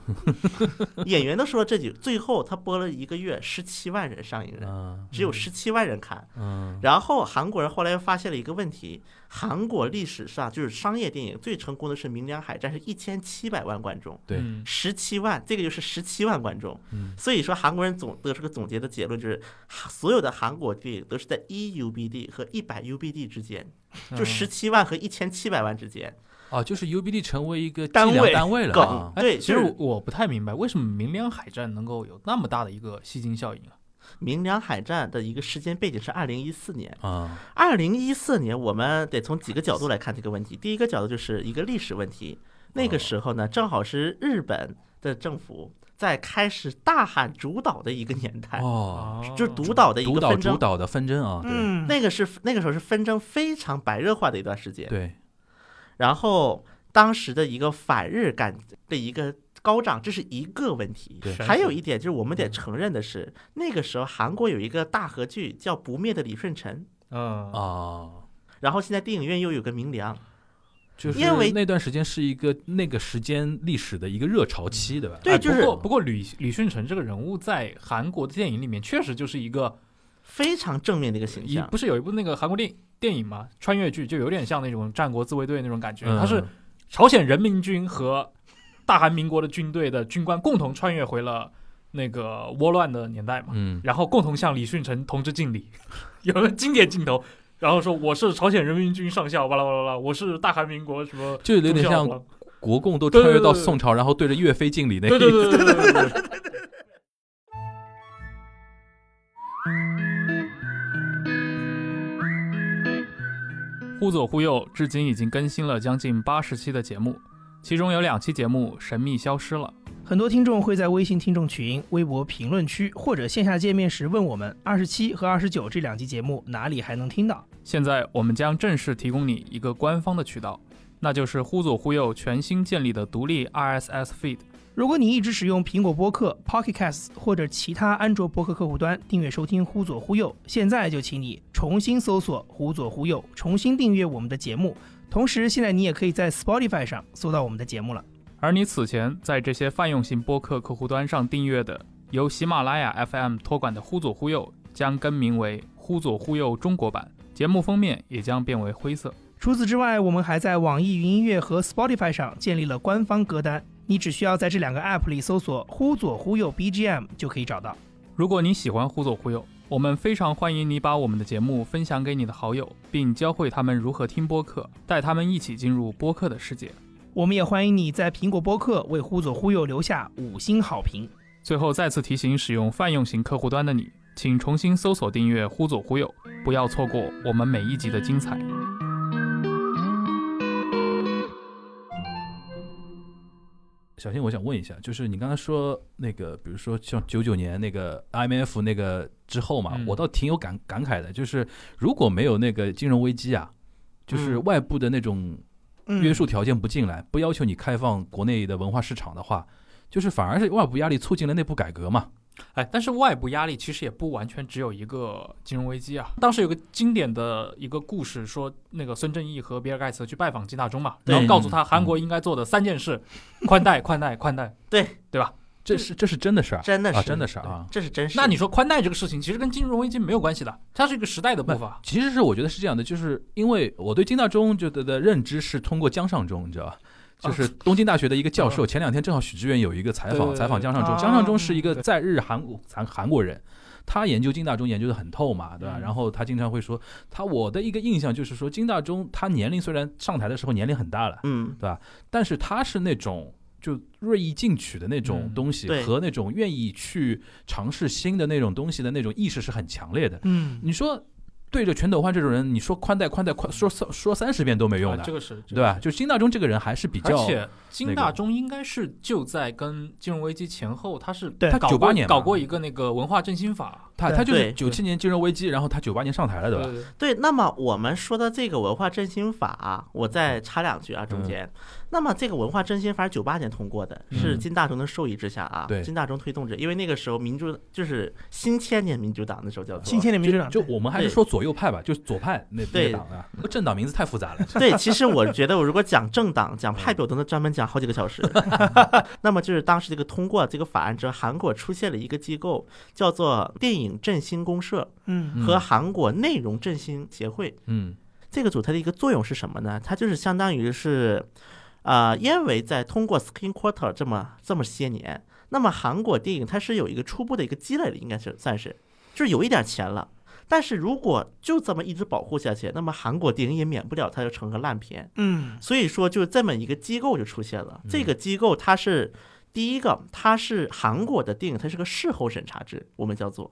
A: 演员都说了这句，最后他播了一个月，十七万人上映人，
C: 嗯
A: 只有十七万人看。
C: 嗯
A: 然后韩国人后来发现了一个问题：韩国历史上就是商业电影最成功的是《明良海战》，是一千七百万观众，
C: 对
B: 嗯
A: 十七万，这个就是十七万观众。
C: 嗯
A: 所以说韩国人总得出个总结的结论就是，哈所有的韩国电影都是在一 UBD 和一百 UBD 之间，就十七万和一千七百万之间。
C: 啊，就是 UBD 成为一个计
A: 单
C: 量
A: 位
C: 单位了啊
A: 梗，
B: 哎
A: 对，
B: 其
A: 就
B: 实我
A: 是
B: 我不太明白为什么明良海战能够有那么大的一个吸金效应啊？
A: 明良海战的一个时间背景是二零一四年。
C: 啊
A: 二零一四年，我们得从几个角度来看这个问题。第一个角度就是一个历史问题，那
C: 哦
A: 个时候呢，正好是日本的政府在开始大喊主导的一个年代，
C: 哦，
A: 啊就是独岛的一
C: 主
A: 个
C: 导
A: 纷
C: 主
A: 争。
C: 导的纷争啊，对
D: 嗯，
A: 那个是那个时候是纷争非常白热化的一段时间。
C: 对，
A: 然后当时的一个反日感的一个高涨，这是一个问题
C: 对。
A: 还有一点就是我们得承认的是，那个时候韩国有一个大合剧叫《不灭的李舜臣
B: 嗯
C: 啊，》，
A: 然后现在电影院又有个明良。
C: 就是
A: 因为
C: 那段时间是一个那个时间历史的一个热潮期，对吧？
A: 对
B: 哎
A: 就是
B: 不过不过吕吕迅成这个人物在韩国的电影里面确实就是一个
A: 非常正面的一个形
B: 一
A: 象，
B: 不是有一部那个韩国电电影嘛，穿越剧就有点像那种战国自卫队那种感觉，
C: 嗯
B: 它是朝鲜人民军和大韩民国的军队的军官共同穿越回了那个倭乱的年代嘛，
C: 嗯
B: 然后共同向李舜臣同志敬礼， [laughs] 有了经典镜头。然后说我是朝鲜人民军上校，巴拉巴拉巴拉，我是大韩民国什么
C: 就有
B: 中
C: 点
B: 校
C: 像
B: 巴拉
C: 国共都穿越
B: 对
C: 到
B: 对对对
C: 宋朝，然后对着岳飞敬礼那
B: 对
C: 个
B: 对对对对对对对。 [laughs] 忽左忽右，至今已经更新了将近八十期的节目，其中有两期节目神秘消失了。
D: 很多听众会在微信听众群、微博评论区或者线下见面时问我们，二十七和二十九这两期节目哪里还能听到？
B: 现在我们将正式提供你一个官方的渠道，那就是忽左忽右全新建立的独立 RSS feed。
D: 如果你一直使用苹果播客、Pocket Casts 或者其他安卓播客客户端订阅收听《忽左忽右》，现在就请你重新搜索“忽左忽右”，重新订阅我们的节目。同时，现在你也可以在 Spotify 上搜到我们的节目了。
B: 而你此前在这些泛用型播客客户端上订阅的由喜马拉雅 FM 托管的《忽左忽右》将更名为《忽左忽右中国版》，节目封面也将变为灰色。
D: 除此之外，我们还在网易云音乐和 Spotify 上建立了官方歌单，你只需要在这两个 App 里搜索“忽左忽右 BGM” 就可以找到。
B: 如果你喜欢《忽左忽右》，我们非常欢迎你把我们的节目分享给你的好友，并教会他们如何听播客，带他们一起进入播客的世界。
D: 我们也欢迎你在苹果播客为“忽左忽右”留下五星好评。
B: 最后再次提醒使用泛用型客户端的你，请重新搜索订阅《忽左忽右》，不要错过我们每一集的精彩。
C: 小新，我想问一下，就是你刚才说那个，比如说像九九年那个 IMF 那个之后嘛，
B: 嗯
C: 我倒挺有感感慨的，就是如果没有那个金融危机啊，就是
A: 嗯
C: 外部的那种
D: 嗯
C: 约束条件不进来，不要求你开放国内的文化市场的话，就是反而是外部压力促进了内部改革嘛。
B: 哎，但是外部压力其实也不完全只有一个金融危机啊。当时有个经典的一个故事，说那个孙正义和比尔盖茨去拜访金大中嘛，然后
A: 对
B: 告诉他
C: 嗯
B: 韩国应该做的三件事：宽带、宽带、宽带。
A: 对
B: 对吧？
C: 这是这是真的事儿
A: 真的
C: 啊，
A: 是
C: 真的，事儿啊。
A: 这是真实。
B: 那你说宽带这个事情，其实跟金融危机没有关系的，它是一个时代的步伐。
C: 其实是我觉得是这样的，就是因为我对金大中就的的认知是通过江尚中，你知道吧？就是东京大学的一个教授，前两天正好许知远有一个采
B: 啊嗯对对
C: 访，
B: 对
C: 采访江尚中。
D: 啊
C: 江尚中是一个
B: 对
C: 在日韩国韩韩国人，他研究金大中研究的很透嘛，对吧？
B: 嗯
C: 然后他经常会说，他我的一个印象就是说，金大中他年龄虽然上台的时候年龄很大了，
A: 嗯，
C: 但是他是那种就锐意进取的那种
B: 嗯
C: 东西
A: 对
C: 和那种愿意去尝试新的那种东西的那种意识是很强烈的。
D: 嗯，
C: 你说对着全斗焕这种人，你说宽带宽带宽说说说三十遍都没用
B: 啊
C: 的，
B: 这个是
C: 对吧？？就金大中这个人还是比
B: 这个
C: 较
B: 是而且金
C: 那
B: 大
C: 个
B: 中应该是就在跟金融危机前后，他是
D: 对
B: 搞
C: 他
B: 过
C: 98年嘛
B: 搞过一个那个文化振兴法，
C: 他
D: 对
C: 他就是
A: 对
C: 九七年金融危机，然后他九八年上台了，对吧？
B: 对
A: 对，那么我们说到这个文化振兴法，我再插两句啊，中间。那么这个文化振兴法九八年通过的，是
C: 嗯
A: 金大中的授意之下啊，
C: 对
A: 金大中推动者，因为那个时候民主就是新千年民主党那时候叫做
D: 新千年民主党
C: 就我们还是
A: 对
C: 说左右派吧，就是左派那那个
A: 对
C: 党啊，政党名字太复杂了。 [laughs]
A: 对，其实我觉得，我如果讲政党、讲派别，我都能专门讲好几个小时。那么就是当时这个通过这个法案之后，韩国出现了一个机构，叫做电影振兴公社
D: 嗯
A: 和韩国内容振兴协会。
C: 嗯
A: 这个组它的一个作用是什么呢？它就是相当于是，呃，因为在通过 Skin Quarter 这么这么些年，那么韩国电影它是有一个初步的一个积累的，应该是算是，就是有一点钱了。但是如果就这么一直保护下去，那么韩国电影也免不了它就成个烂片。
D: 嗯
A: 所以说，就这么一个机构就出现了。这
C: 嗯
A: 个机构它是第一个，它是韩国的电影，它是个事后审查制，我们叫做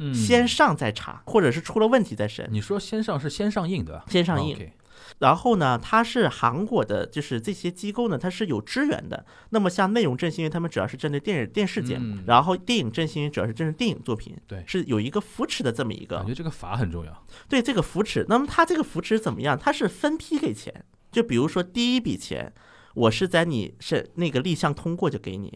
C: 嗯，
A: 先上再查，或者是出了问题再审，
C: 你说先上是先上映对吧？
A: 先上映。
C: OK，
A: 然后呢，它是韩国的，就是这些机构呢，它是有支援的。那么像内容振兴，因为他们主要是针对电影电视节目
C: 嗯，
A: 然后电影振兴主要是针对电影作品，
C: 对
A: 是有一个扶持的这么一个
C: 感觉这个法很重要。
A: 对这个扶持。那么它这个扶持怎么样？它是分批给钱，就比如说第一笔钱，我是在你是那个立项通过就给你；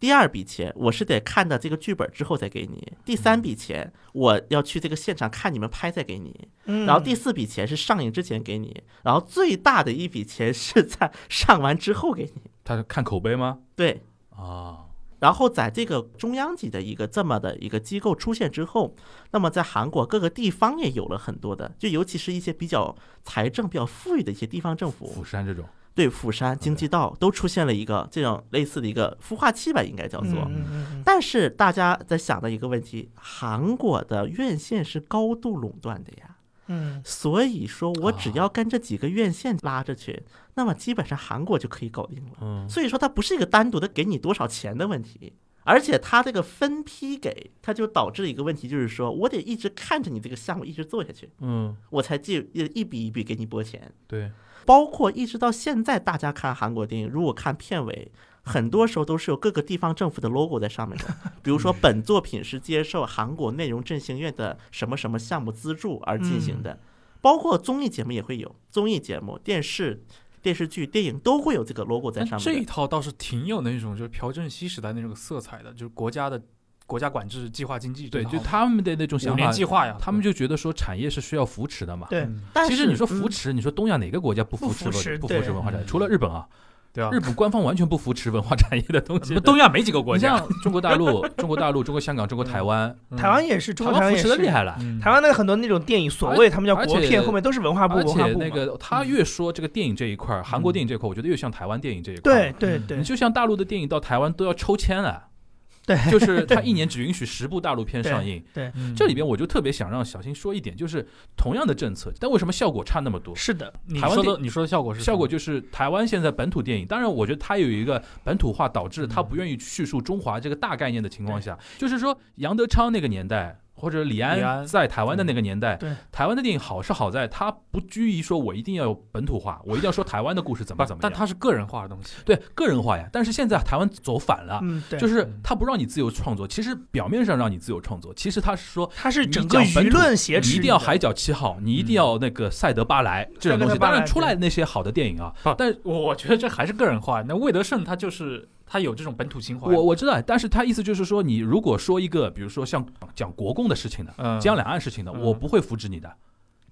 A: 第二笔钱，我是得看到这个剧本之后再给你；第三笔钱，我要去这个现场看你们拍再给你；
D: 嗯
A: 然后第四笔钱是上映之前给你，然后最大的一笔钱是在 [laughs] 上完之后给你。
C: 他看口碑吗？
A: 对，
C: 啊，
A: 然后在这个中央级的一个这么的一个机构出现之后，那么在韩国各个地方也有了很多的，就尤其是一些比较财政比较富裕的一些地方政府
C: 釜，山这种，
A: 对釜山、京畿道都出现了一个这种类似的一个孵化器吧，应该叫
D: 嗯
A: 做。
D: 嗯嗯
A: 但是大家在想的一个问题，韩国的院线是高度垄断的呀，
D: 嗯
A: 所以说我
C: 啊
A: 只要跟这几个院线拉着去，那么基本上韩国就可以搞定了。
C: 嗯，
A: 所以说它不是一个单独的给你多少钱的问题，而且它这个分批给，它就导致了一个问题，就是说我得一直看着你这个项目一直做下去，
C: 嗯，
A: 我才记一笔一笔给你拨钱。
C: 对，
A: 包括一直到现在，大家看韩国电影，如果看片尾。很多时候都是有各个地方政府的 logo 在上面的，比
C: [laughs]
A: 如说
C: 嗯
A: 本作品是接受韩国内容振兴院的什么什么项目资助而进行的，包括综艺节目也会有，综艺节目、电视、电视剧、电影都会有这个 logo 在
B: 但
A: 上面的。
B: 这一套倒是挺有那种就是朴正熙时代那种色彩的，就是国家的国家管制计划经济这
C: 对，
B: 套
C: 就他们的那种
B: 五
C: 想
B: 年
C: 法，
B: 计划呀，
C: 他们就觉得说产业是需要扶持的嘛。
D: 对
B: 嗯
A: 但
C: 其
A: 是
C: 实你说
D: 嗯
C: 扶持，你说东亚哪个国家不扶
D: 不
C: 持
D: 扶持
C: 文不
D: 对
C: 扶持文化产业？
B: 嗯
C: 除了日本啊，
B: 对啊
C: 日，本官方完全不扶持文化产业的东西
B: 不。东亚没几个国
C: 你
B: 家，
C: 像中国大陆、 [laughs] 中国大陆、中国香港、中国台湾，
B: 嗯
D: 台湾也是， [laughs] 中
C: 台
D: 国台
C: 湾
D: 湾
C: 扶
D: 也
C: 持
D: 是
C: 的厉害了。
B: 嗯
D: 台湾的很多那种电影，所谓他们叫国
C: 而且
D: 片，后面都是文化部
C: 而
D: 文化
C: 且
D: 部
C: 那
D: 嘛。嗯
C: 个他越说这个电影这一块儿，韩国电影这一块儿，我觉得越像台湾电影这一块儿
D: 对。对对
C: 啊嗯你，就像大陆的电影到台湾都要抽签了，
D: [laughs] 对，
C: 就是他一年只允许十部大陆片上
D: [laughs]
C: 映。
B: 嗯
C: 这里边我就特别想让小新说一点，就是同样的政策，但为什么效果差那么多？
D: 是的，
B: 你
C: 台湾
B: 说
C: 电
B: 的你说的效果是
C: 效果
B: 就
C: 就是台湾现在本土电影，当然我觉得它有一个本土化导致它
D: 嗯
C: 不愿意叙述中华这个大概念的情况下，就是说杨德昌那个年代。或者李
B: 李
C: 安
B: 安
C: 在台湾的那个年代，
D: 对
C: 台湾的电影好是好在它不拘于说我一定要有本土化，我一定要说台湾的故事怎么怎么
B: 但
C: 样，
B: 它是个人化的东西，
C: 对个人化呀。但是现在台湾走反了，
D: 嗯，对，
C: 就是是它不让你自由创作，其实表面上让你自由创作，其实它是说
D: 它是
C: 你
D: 整个
C: 讲本
D: 舆
C: 土
D: 论挟
C: 你
D: 持你
C: 一
D: 的，嗯
C: 定要海角七号，你一定要那个赛德巴莱这种东
D: 赛
C: 西。
D: 德巴
C: 当
D: 莱
C: 然出来那些 [laughs] 好的电影啊，但是
B: 我我觉得这还是个人化。那魏德胜他就是他有这种本土情怀，
C: 我我知道，但是他意思就是说，你如果说一个，比如说像讲国共的事情的，
B: 嗯
C: 讲两岸事情的，
B: 嗯
C: 我不会扶持你的，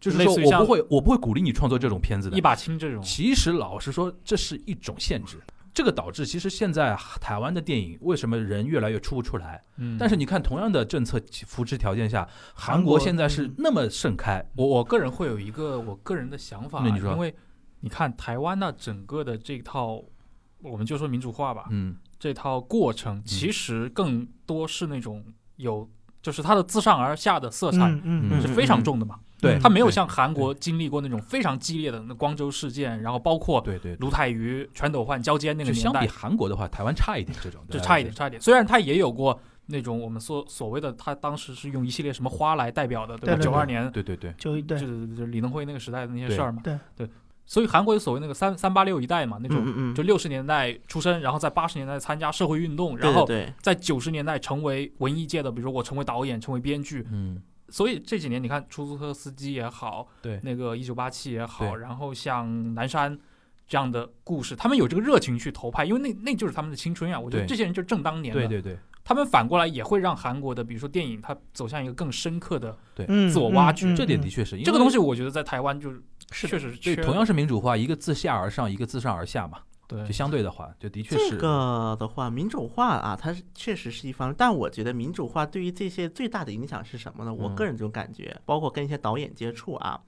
C: 就是
B: 类
C: 说
B: 似于
C: 我
B: 像
C: 不会，我不会鼓励你创作这种片子的
B: 一。把青这种，
C: 其实老实说，这是一种限制。这个导致其实现在台湾的电影为什么人越来越出不出来？
B: 嗯
C: 但是你看，同样的政策扶持条件下，韩
D: 国
C: 国现在是
D: 嗯
C: 那么盛开，
B: 我我个人会有一个我个人的想法，
C: 那你说
B: 因为你看台湾呢整个的这套，我们就说民主化吧，
C: 嗯，
B: 这套过程其实更多是那种有，就是它的自上而下的色彩
D: 嗯嗯
C: 嗯
B: 是非常重的嘛，
C: 对，
B: 它没有
C: 对
B: 像韩国经历过那种非常激烈的那光州事件，然后包括
C: 对对
B: 卢泰愚、全斗焕交接那个
C: 就
B: 年
C: 相
B: 代
C: 比，韩国的话，台湾差一点这种，
B: 就
C: 对吧
B: 差一点，。差一点。虽然他也有过那种我们所所谓的，他当时是用一系列什么花来代表的，对吧？
D: 对对
B: 九
D: 对
B: 二年，
C: 对对对，
D: 就
B: 就
D: 对
B: 是就是李登辉那个时代的那些
C: 对
B: 事儿嘛。
D: 对
B: 对，所以韩国有所谓那个三三八六一代嘛，那种
A: 嗯嗯嗯，
B: 就六十年代出生，然后在八十年代参加社会运动，
A: 对
B: 然
A: 对
B: 后
A: 对，
B: 在九十年代成为文艺界的，比如说我成为导演，成为编剧。
C: 嗯，
B: 所以这几年你看出租车司机也好，
C: 对
B: 那个一九八七也好，
C: 对
B: 然后像南山这样的故事，他们有这个热情去投拍，因为那那就是他们的青春呀、我觉得
C: 对
B: 这些人就是正当年的，
C: 对对对，
B: 他们反过来也会让韩国的，比如说电影，它走向一个更深刻的。
D: 嗯，
B: 自我挖
D: 嗯
B: 掘
D: 嗯
C: 这点
D: 嗯
C: 的确是因为
B: 这个东西，我觉得在台湾就是
D: 是
B: 确实是
C: 对
B: 缺
C: 同样是民主化，一个自下而上，一个自上而下嘛，
B: 对
C: 就相对的话，就的确
A: 这
C: 是
A: 个的话，民主化啊，它是确实是一方面，但我觉得民主化对于这些最大的影响是什么呢？我
C: 嗯
A: 个人这种感觉，包括跟一些导演接触啊，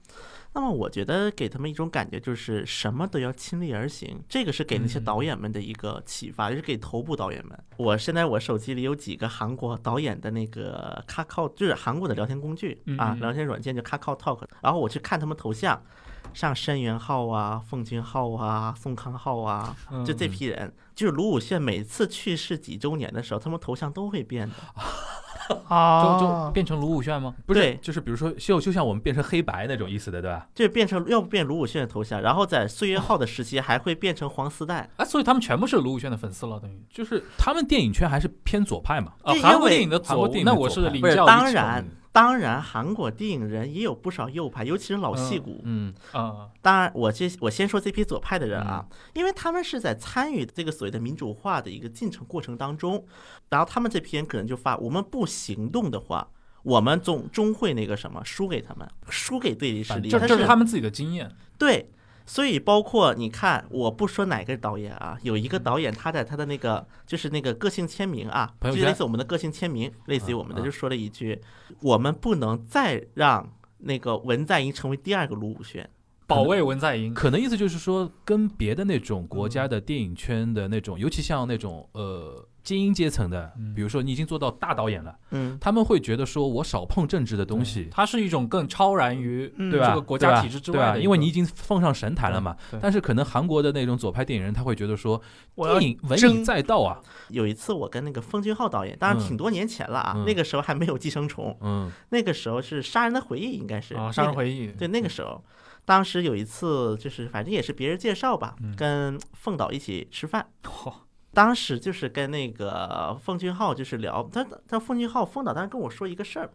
A: 那么我觉得给他们一种感觉就是什么都要亲力而行，这个是给那些
B: 嗯
A: 导演们的一个启发，就是给头部导演们。我现在我手机里有几个韩国导演的那个 k a k o 就是韩国的聊天工具
B: 嗯
A: 啊
B: 嗯，
A: 聊天软件就 k a k o Talk，然后我去看他们头像。像申元浩啊、奉俊昊啊、宋康昊啊，就
B: 嗯
A: 这批人，就是卢武铉每次去世几周年的时候，他们头像都
B: [laughs]
A: 会变的。
B: 就
D: 啊，
B: 就变成卢武铉吗？
C: 不是
A: 对
C: 就是比如说就就像我们变成黑白那种意思的，对吧？
A: 就变成要不变卢武铉的头像，然后在岁月号的时期还会变成黄丝带。
B: 哎，所以他们全部是卢武铉的粉丝了，等于
C: 就是他们电影圈还是偏左派嘛，
B: 啊，
A: 对
B: 韩
A: 因
B: 国
A: 为
B: 电影的
C: 韩国
B: 左
C: 电，影
B: 那
C: 的
B: 我
C: 左
B: 是
C: 派
B: 领
A: 不是，
B: 教一
A: 当
B: 球
A: 然，当然，韩国电影人也有不少右派，尤其是老戏骨。
C: 嗯，
B: 啊，
A: 当然，我这我先说这批左派的人啊，
B: 嗯
A: 因为他们是在参与这个所谓的民主化的一个进程过程当中，然后他们这批人可能就发，我们不行动的话，我们总终会那个什么输给他们，输给对立势
C: 反
A: 力。
B: 这
A: 但
B: 这是他们自己的经
C: 嗯
B: 验，
A: 对，所以包括你看，我不说哪个导演啊，有一个导演他在他的那个就是那个个性签名啊，
C: 朋
A: 就
C: 友
A: 是类
C: 圈
A: 似我们的个性签名，类似于我们的
C: 啊
A: 就说了一句，我们不能再让那个文在寅成为第二个卢武铉。
B: 保卫文在寅。
C: 可能意思就是说，跟别的那种国家的电影圈的那种，尤其像那种呃精英阶层的
B: 嗯，
C: 比如说你已经做到大导演了，
A: 嗯，
C: 他们会觉得说我少碰政治的东西，
B: 它是一种更超然于
D: 嗯
C: 对吧？
B: 这个国家体嗯制之外的
C: 对吧
B: 一个
C: 对吧因为你已经奉上神坛了嘛
B: 对。
C: 但是可能韩国的那种左派电影人，他会觉得说，
D: 我要
C: 电影文
D: 争
C: 以载道啊，
A: 有一次我跟那个奉俊昊导演，当然
C: 嗯
A: 挺多年前了啊，
C: 嗯
A: 那个时候还没有《寄生虫》，
C: 嗯
A: 那个时候是《杀人的回忆》，应该是
B: 啊，杀人
A: 那个
B: 回忆，
A: 对，那个时候，当时有一次就是反正也是别人介绍吧，
B: 嗯
A: 跟凤导一起吃饭。
B: 哦
A: 当时就是跟那个奉俊昊就是聊，他他奉俊昊凤导当时跟我说一个事儿，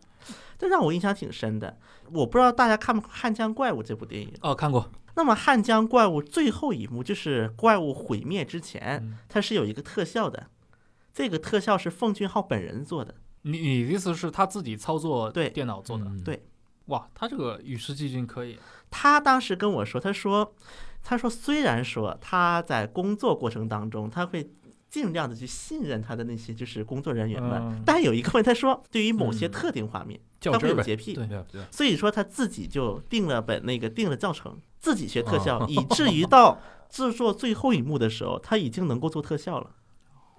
A: 这让我印象挺深的。我不知道大家看不看《汉江怪物》这部电影。
B: 哦，看过，
A: 那么《汉江怪物》最后一幕就是怪物毁灭之前，
B: 嗯
A: 它是有一个特效的，这个特效是奉俊昊本人做的。
B: 你你的意思是他自己操作
A: 对
B: 电脑做的？
C: 嗯
A: 对
B: 哇，他这个与时俱进可以，
A: 他当时跟我说，他说，他说虽然说他在工作过程当中，他会尽量的去信任他的那些就是工作人员们，
B: 嗯
A: 但有一个问题，他说对于某些
C: 嗯
A: 特定画面，
C: 较
A: 他会
C: 真儿
A: 有
C: 呗，
A: 洁癖，
B: 对
C: 对对，
A: 所以说他自己就定了本那个定了教程，自己学特效，
C: 哦
A: 以至于到制作最后一幕的时候，他已经能够做特效了。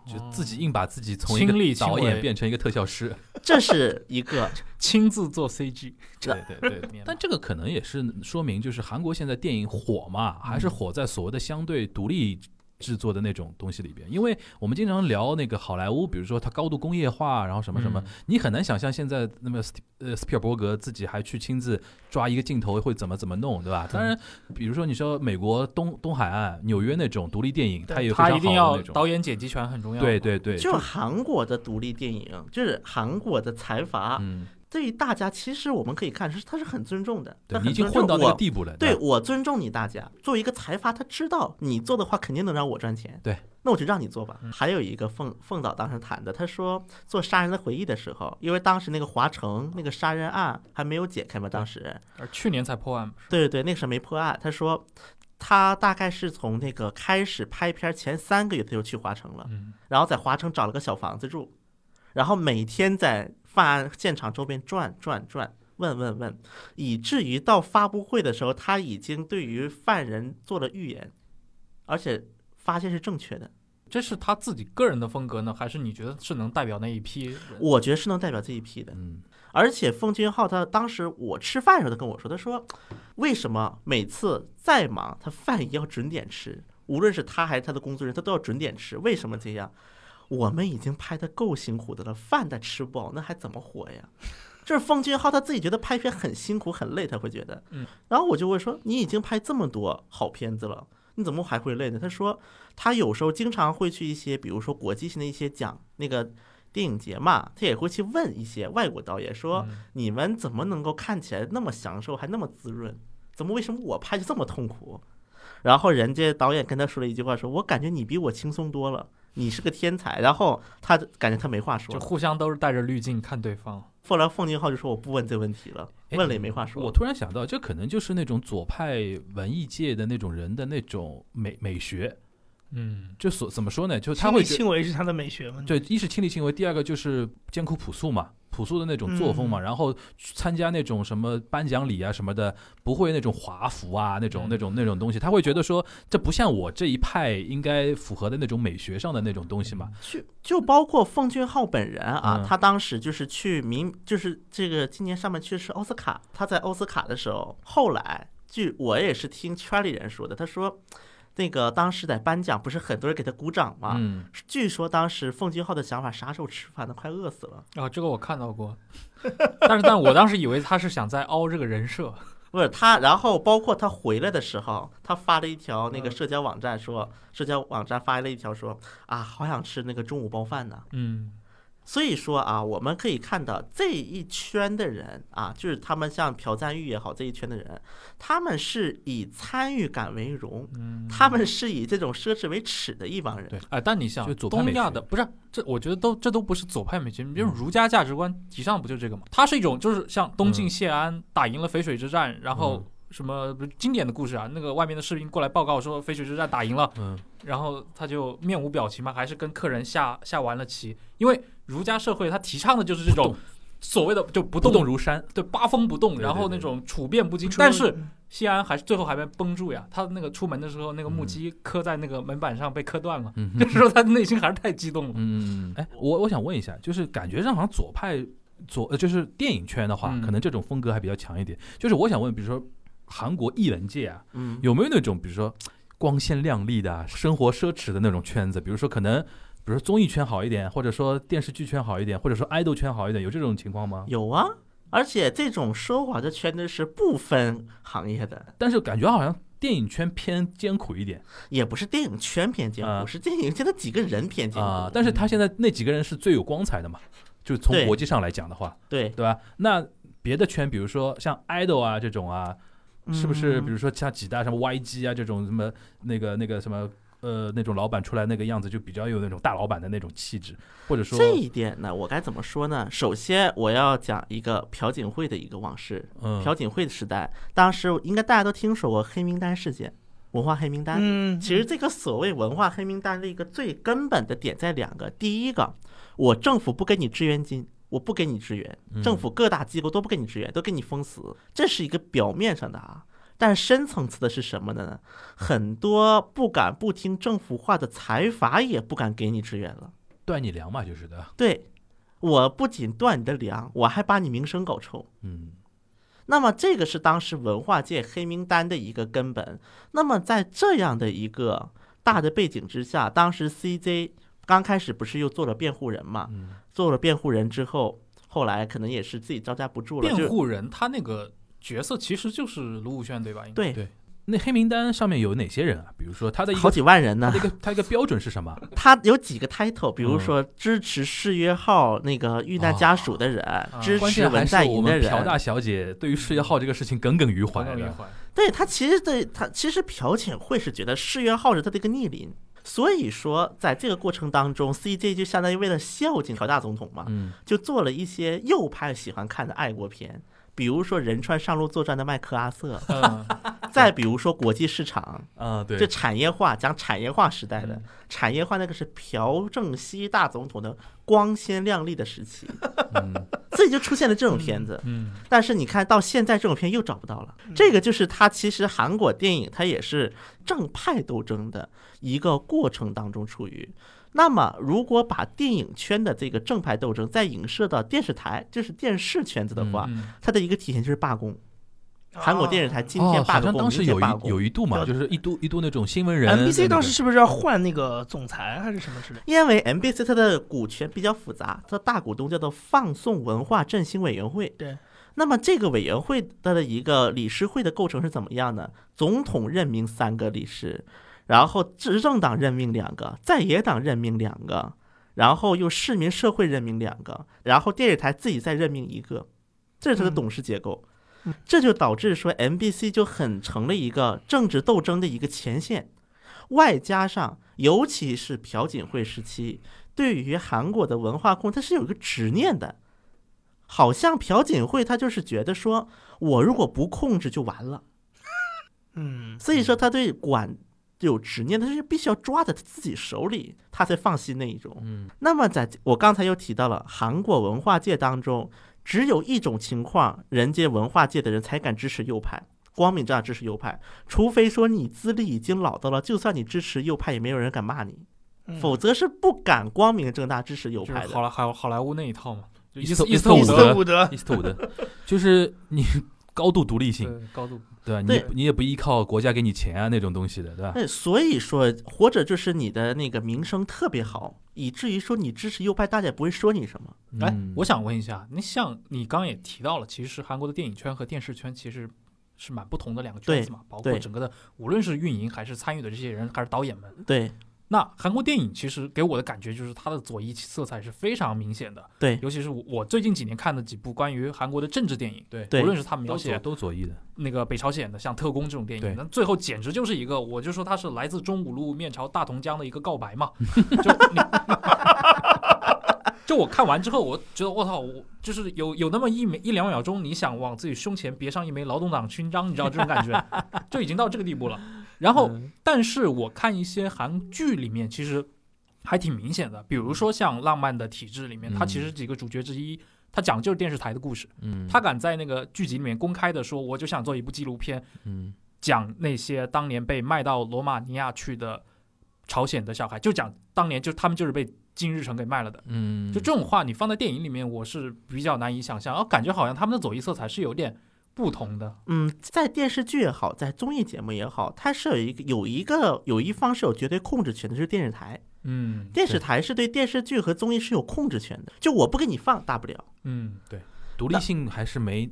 C: 就自己硬把自己从一
B: 哦亲力
C: 个
B: 亲
C: 导
B: 为
C: 演变成一个特效师，
A: 这是一个，
B: 亲自做 CG，
C: [laughs] 对对对。
B: [laughs]
C: 但这个可能也是说明，就是韩国现在电影火嘛，还
B: 嗯
C: 是火在所谓的相对独立制作的那种东西里边。因为我们经常聊那个好莱坞，比如说它高度工业化，然后什么什
B: 嗯
C: 么，你很难想象现在那么斯呃斯皮尔伯格自己还去亲自抓一个镜头会怎么怎么弄，对吧？当然，
B: 嗯
C: 比如说你说美国东东海岸纽约那种独立电影，它也有非
B: 他
C: 常
B: 一定
C: 好
B: 要
C: 的那种。
B: 导演剪辑权很重要，
C: 对， [laughs] 对对，
A: [laughs] 就韩国的独立电影，就是韩国的财阀，
C: 嗯，
A: 对于大家其实我们可以看是他是很尊重的，
C: 对
A: 他
C: 你
A: 很
C: 已经
A: 尊
C: 混
A: 重
C: 到那
A: 我
C: 个地步了，
A: 对
C: 吧
A: 我尊重你大家，作为一个财阀，他知道你做的话肯定能让我赚钱，
C: 对，
A: 那我就让你做吧。还有一个凤凤导当时谈的，他说做《杀人的回忆》的时候，因为当时那个华城那个杀人案还没有解开嘛，当时，
B: 而去年才破案嘛，
A: 对对对，那个时候没破案。他说他大概是从那个开始拍片儿前三个月他就去华城了，
B: 嗯，
A: 然后在华城找了个小房子住，然后每天在犯案现场周边转转转，问问问，以至于到发布会的时候，他已经对于犯人做了预言，而且发现是正确的。
B: 这是他自己个人的风格呢，还是你觉得是能代表那一批人？
A: 我觉得是能代表这一批的。
C: 嗯，
A: 而且奉俊昊他当时我吃饭的时候，他跟我说，他说为什么每次再忙，他饭也要准点吃，无论是他还是他的工作人员，他都要准点吃，为什么这样？我们已经拍的够辛苦的了，饭再吃不饱，那还怎么活呀？这是奉俊昊他自己觉得拍片很辛苦很累，他会觉得。
B: 嗯。
A: 然后我就会说，你已经拍这么多好片子了，你怎么还会累呢？他说，他有时候经常会去一些，比如说国际性的一些奖那个电影节嘛，他也会去问一些外国导演说，
B: 嗯
A: 你们怎么能够看起来那么享受，还那么滋润？怎么为什么我拍就这么痛苦？然后人家导演跟他说了一句话说，我感觉你比我轻松多了，你是个天才。然后他感觉他没话说
B: 就
A: 了。
B: 互相都是带着滤镜看对方。
A: 后来奉俊昊就说我不问这问题了，
C: 哎
A: 问了也没话说。
C: 我突然想到，这可能就是那种左派文艺界的那种人的那种美美学，
B: 嗯，
C: 就所怎么说呢？就他
D: 亲
C: 会
D: 力
C: 觉
D: 亲为是他的美学嘛？
C: 对，一是亲力亲为，第二个就是艰苦朴素嘛，朴素的那种作风嘛。然后去参加那种什么颁奖礼啊什么的，不会那种华服啊那种
B: 嗯
C: 那种那种东西，他会觉得说这不像我这一派应该符合的那种美学上的那种东西嘛。
A: 就就包括奉俊昊本人啊，
C: 嗯
A: 他当时就是去明，就是这个今年上半区是奥斯卡，他在奥斯卡的时候，后来据我也是听圈里人说的，他说那个当时在颁奖，不是很多人给他鼓掌吗？
C: 嗯，
A: 据说当时奉俊昊的想法，啥时候吃饭呢？快饿死了。
B: 啊，这个我看到过，但是但我当时以为他是想在凹这个人设，
A: 不是他，然后包括他回来的时候，他发了一条那个
B: 嗯
A: 社交网站说，社交网站发了一条说啊，好想吃那个中午包饭呢。
B: 嗯
A: 所以说啊，我们可以看到这一圈的人啊，就是他们像朴赞玉也好，这一圈的人，他们是以参与感为荣，
B: 嗯，
A: 他们是以这种奢侈为耻的一帮人。
C: 对
B: 哎，但你想
C: 就，左派
B: 东
C: 美
B: 亚
C: 学嗯
B: 的不是啊这，我觉得都这都不是左派美学，比如儒家价值观提倡不就这个吗？它是一种就是像东晋
C: 嗯
B: 谢安打赢了淝水之战，然后
C: 嗯
B: 什么不是经典的故事啊，那个外面的士兵过来报告说淝水之战打赢了，
C: 嗯，
B: 然后他就面无表情嘛，还是跟客人下下完了棋，因为儒家社会它提倡的就是这
C: 不
B: 种
C: 动
B: 所谓的就不
C: 不动
B: 动
C: 如山。
B: 对八风不动，
C: 对
B: 然
C: 对
B: 后
C: 对
B: 那种处变不惊，
D: 出门
B: 但是。谢安还是最后还被绷住呀，他那个出门的时候，那个木
C: 嗯
B: 屐磕在那个门板上被磕断了，
C: 嗯哼
B: [laughs] 这时候他内心还是太激动了。
C: 嗯，哎，我我想问一下，就是感觉上好像左派左呃，就是电影圈的话，
B: 嗯
C: 可能这种风格还比较强一点。就是我想问，比如说韩国艺人界啊，
A: 嗯，
C: 有没有那种比如说光鲜亮丽的啊、生活奢侈的那种圈子？比如说可能，比如说综艺圈好一点，或者说电视剧圈好一点，或者说爱豆圈好一点，有这种情况吗？
A: 有啊，而且这种奢华的圈子是不分行业的，
C: 但是感觉好像电影圈偏艰苦一点
A: 也不是电影圈偏见，
C: 啊
A: 不是电影界的几个人偏见
C: 啊、但是他现在那几个人是最有光彩的嘛，就从
A: 对
C: 国际上来讲的话，
A: 对，
C: 对吧？那别的圈，比如说像 idol 啊这种啊，是不
A: 嗯
C: 是？比如说像几大什么 YG 啊这种什么那个那个什么呃那种老板出来那个样子，就比较有那种大老板的那种气质，或者说
A: 这一点呢，我该怎么说呢？首先，我要讲一个朴槿惠的一个往事。
C: 嗯
A: 朴槿惠的时代，当时应该大家都听说过黑名单事件，文化黑名单。
D: 嗯，
A: 其实这个所谓文化黑名单的一个最根本的点在两个，第一个，我政府不给你支援金。我不给你支援，
C: 嗯
A: 政府各大机构都不给你支援，都给你封死，这是一个表面上的啊。但深层次的是什么呢？很多不敢不听政府话的财阀也不敢给你支援了。
C: 断你粮嘛，就是的，
A: 对，我不仅断你的粮，我还把你名声搞臭。
C: 嗯
A: 那么这个是当时文化界黑名单的一个根本。那么在这样的一个大的背景之下，当时 CJ 刚开始不是又做了辩护人嘛？
C: 嗯，
A: 做了辩护人之后，后来可能也是自己招架不住了，
B: 辩
A: 就
B: 护人他那个角色其实就是卢武铉对吧？应该
A: 对
C: 对那黑名单上面有哪些人啊？比如说他的一
A: 好
C: 个
A: 几万人
C: 他
A: 呢
C: 的。一个他一个标准是什么？
A: [laughs] 他有几个 title，比如
C: 嗯
A: 说支持世越号那个遇难家属的人，支
C: 啊关
A: 持
C: 键还
A: 文
C: 是
A: 在
C: 我
A: 寅的
C: 们
A: 人，
C: 朴大小姐对于世越号这个事情耿耿于
B: 耿
C: 怀
B: 耿于
C: 的，
B: 怀。
A: 对他其实对他其实朴槿惠是觉得世越号是他的一个逆鳞，所以说在这个过程当中，CJ 就相当于为了孝敬朴大总统嘛，
C: 嗯
A: 就做了一些右派喜欢看的爱国片。比如说仁川上路作战的麦克阿瑟，
B: 嗯，
A: 再比如说国际市场，
C: 啊对
A: 这，产业化讲产业化时代的
B: 嗯
A: 产业化，那个是朴正熙大总统的光鲜亮丽的时期，
C: [laughs] 嗯
A: 所以就出现了这种片子。
B: 嗯，
A: 但是你看到现在这种片又找不到了，这个就是它其实韩国电影它也是正派斗争的一个过程当中处于。那么，如果把电影圈的这个正派斗争再影射到电视台，就是电视圈子的话，
B: 嗯
A: 它的一个体现就是罢工。韩国电视台今天
C: 哦，
A: 罢
C: 好
A: 工，
C: 像当时有一有
A: 一，
C: 一度嘛，
D: 对
C: 就是一度一度那种新闻人在
D: NBC
C: 那
D: 当
C: 边
D: 时是不是要换那个总裁还是什么之类的？
A: 因为 MBC 它的股权比较复杂，它大股东叫做放送文化振兴委员会。
D: 对。
A: 那么这个委员会它的一个理事会的构成是怎么样呢？总统任命三个理事，然后执政党任命两个，在野党任命两个，然后又市民社会任命两个，然后电视台自己再任命一个，这是它的
D: 嗯
A: 董事结构。
D: 嗯
A: 这就导致说 MBC 就很成了一个政治斗争的一个前线，外加上尤其是朴槿惠时期，对于韩国的文化控它是有一个执念的，好像朴槿惠她就是觉得说，我如果不控制就完了，
D: 嗯，
A: 所以说她对管有执念，她是必须要抓在她自己手里，她才放心那一种。
C: 嗯，
A: 那么在我刚才又提到了韩国文化界当中，只有一种情况，人家文化界的人才敢支持右派。光明正大支持右派，除非说你资历已经老到了，就算你支持右派，也没有人敢骂你，
D: 嗯
A: 否则是不敢光明正大支持右
B: 就
A: 派
B: 是
A: 的
B: 好。莱好好莱坞那一套嘛，就
C: 伊
B: 伊
C: 斯
B: 伊斯
C: 伊
B: 伍
C: 斯
B: 德
C: 伍德
D: 伍德，
C: 伊斯特伍德，就是你高度独立性，
B: 对高度
C: 对吧？你
A: 对
C: 也不你也不依靠国家给你钱啊那种东西的，对吧？
A: 那哎所以说，或者就是你的那个名声特别好，以至于说你支持右派，大家也不会说你什么。
B: 哎
C: 嗯，
B: 我想问一下，那像你刚刚也提到了，其实韩国的电影圈和电视圈其实是蛮不同的两个圈子嘛，包括
A: 对
B: 整个的，无论是运营还是参与的这些人，还是导演们。
A: 对
C: 嗯
B: 那韩国电影其实给我的感觉就是它的左翼色彩是非常明显的，
A: 对
B: 尤其是我我最近几年看的几部关于韩国的政治电影，
C: 对
A: 对
B: 无论是他描
C: 都左
B: 写
C: 都左翼的，
B: 那个北朝鲜的像特工这种电影
C: 对，
B: 那最后简直就是一个，我就说它是来自中五路面朝大同江的一个告
A: [laughs]
B: 白嘛。就你，就我看完之后，我觉得我操，我就是有有那么一秒一两秒钟，你想往自己胸前别上一枚劳动党勋章，你知道这种感觉，就已经到这个地步了。然后，但是我看一些韩剧里面，其实还挺明显的，比如说像《浪漫的体制》里面，它其实几个主角之一，它讲究电视台的故事。
C: 嗯，
B: 他敢在那个剧集里面公开的说，我就想做一部纪录片，
C: 嗯
B: 讲那些当年被卖到罗马尼亚去的朝鲜的小孩，就讲当年就他们就是被金日成给卖了的。
C: 嗯，
B: 就这种话，你放在电影里面，我是比较难以想象，哦，感觉好像他们的左翼色彩是有点不同的。
A: 嗯，在电视剧也好，在综艺节目也好，它是有一个有一个有一方是有绝对控制权的，就是电视台。
B: 嗯
A: 电视台是对电视剧和综艺是有控制权的，就我不给你放，大不了。
B: 嗯，
C: 独立性还是没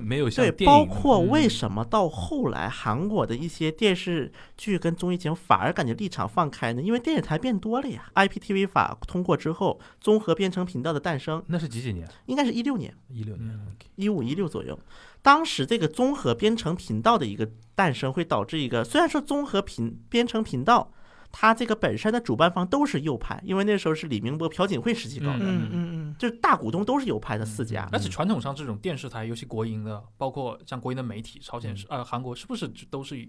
C: 没有像
A: 对，
C: 电
A: 包
C: 影
A: 括
B: 嗯
A: 为什么到后来韩国的一些电视剧跟综艺节目反而感觉立场放开呢？因为电视台变多了呀。IPTV 法通过之后，综合编程频道的诞生，
C: 那是几几年？
A: 应该是一六年。
C: 一六年
B: 嗯
C: ，OK，
A: 一五一六左右，当时这个综合编程频道的一个诞生，会导致一个虽然说综合频编程频道，它这个本身的主办方都是右派，因为那时候是李明博、朴槿惠时期搞的，
D: 嗯嗯
A: 就是大股东都是右派的四家。
B: 而
C: 嗯
B: 且嗯传统上这种电视台，尤其国营的，包括像国营的媒体，朝鲜
C: 嗯
B: 是、呃韩国是不是都是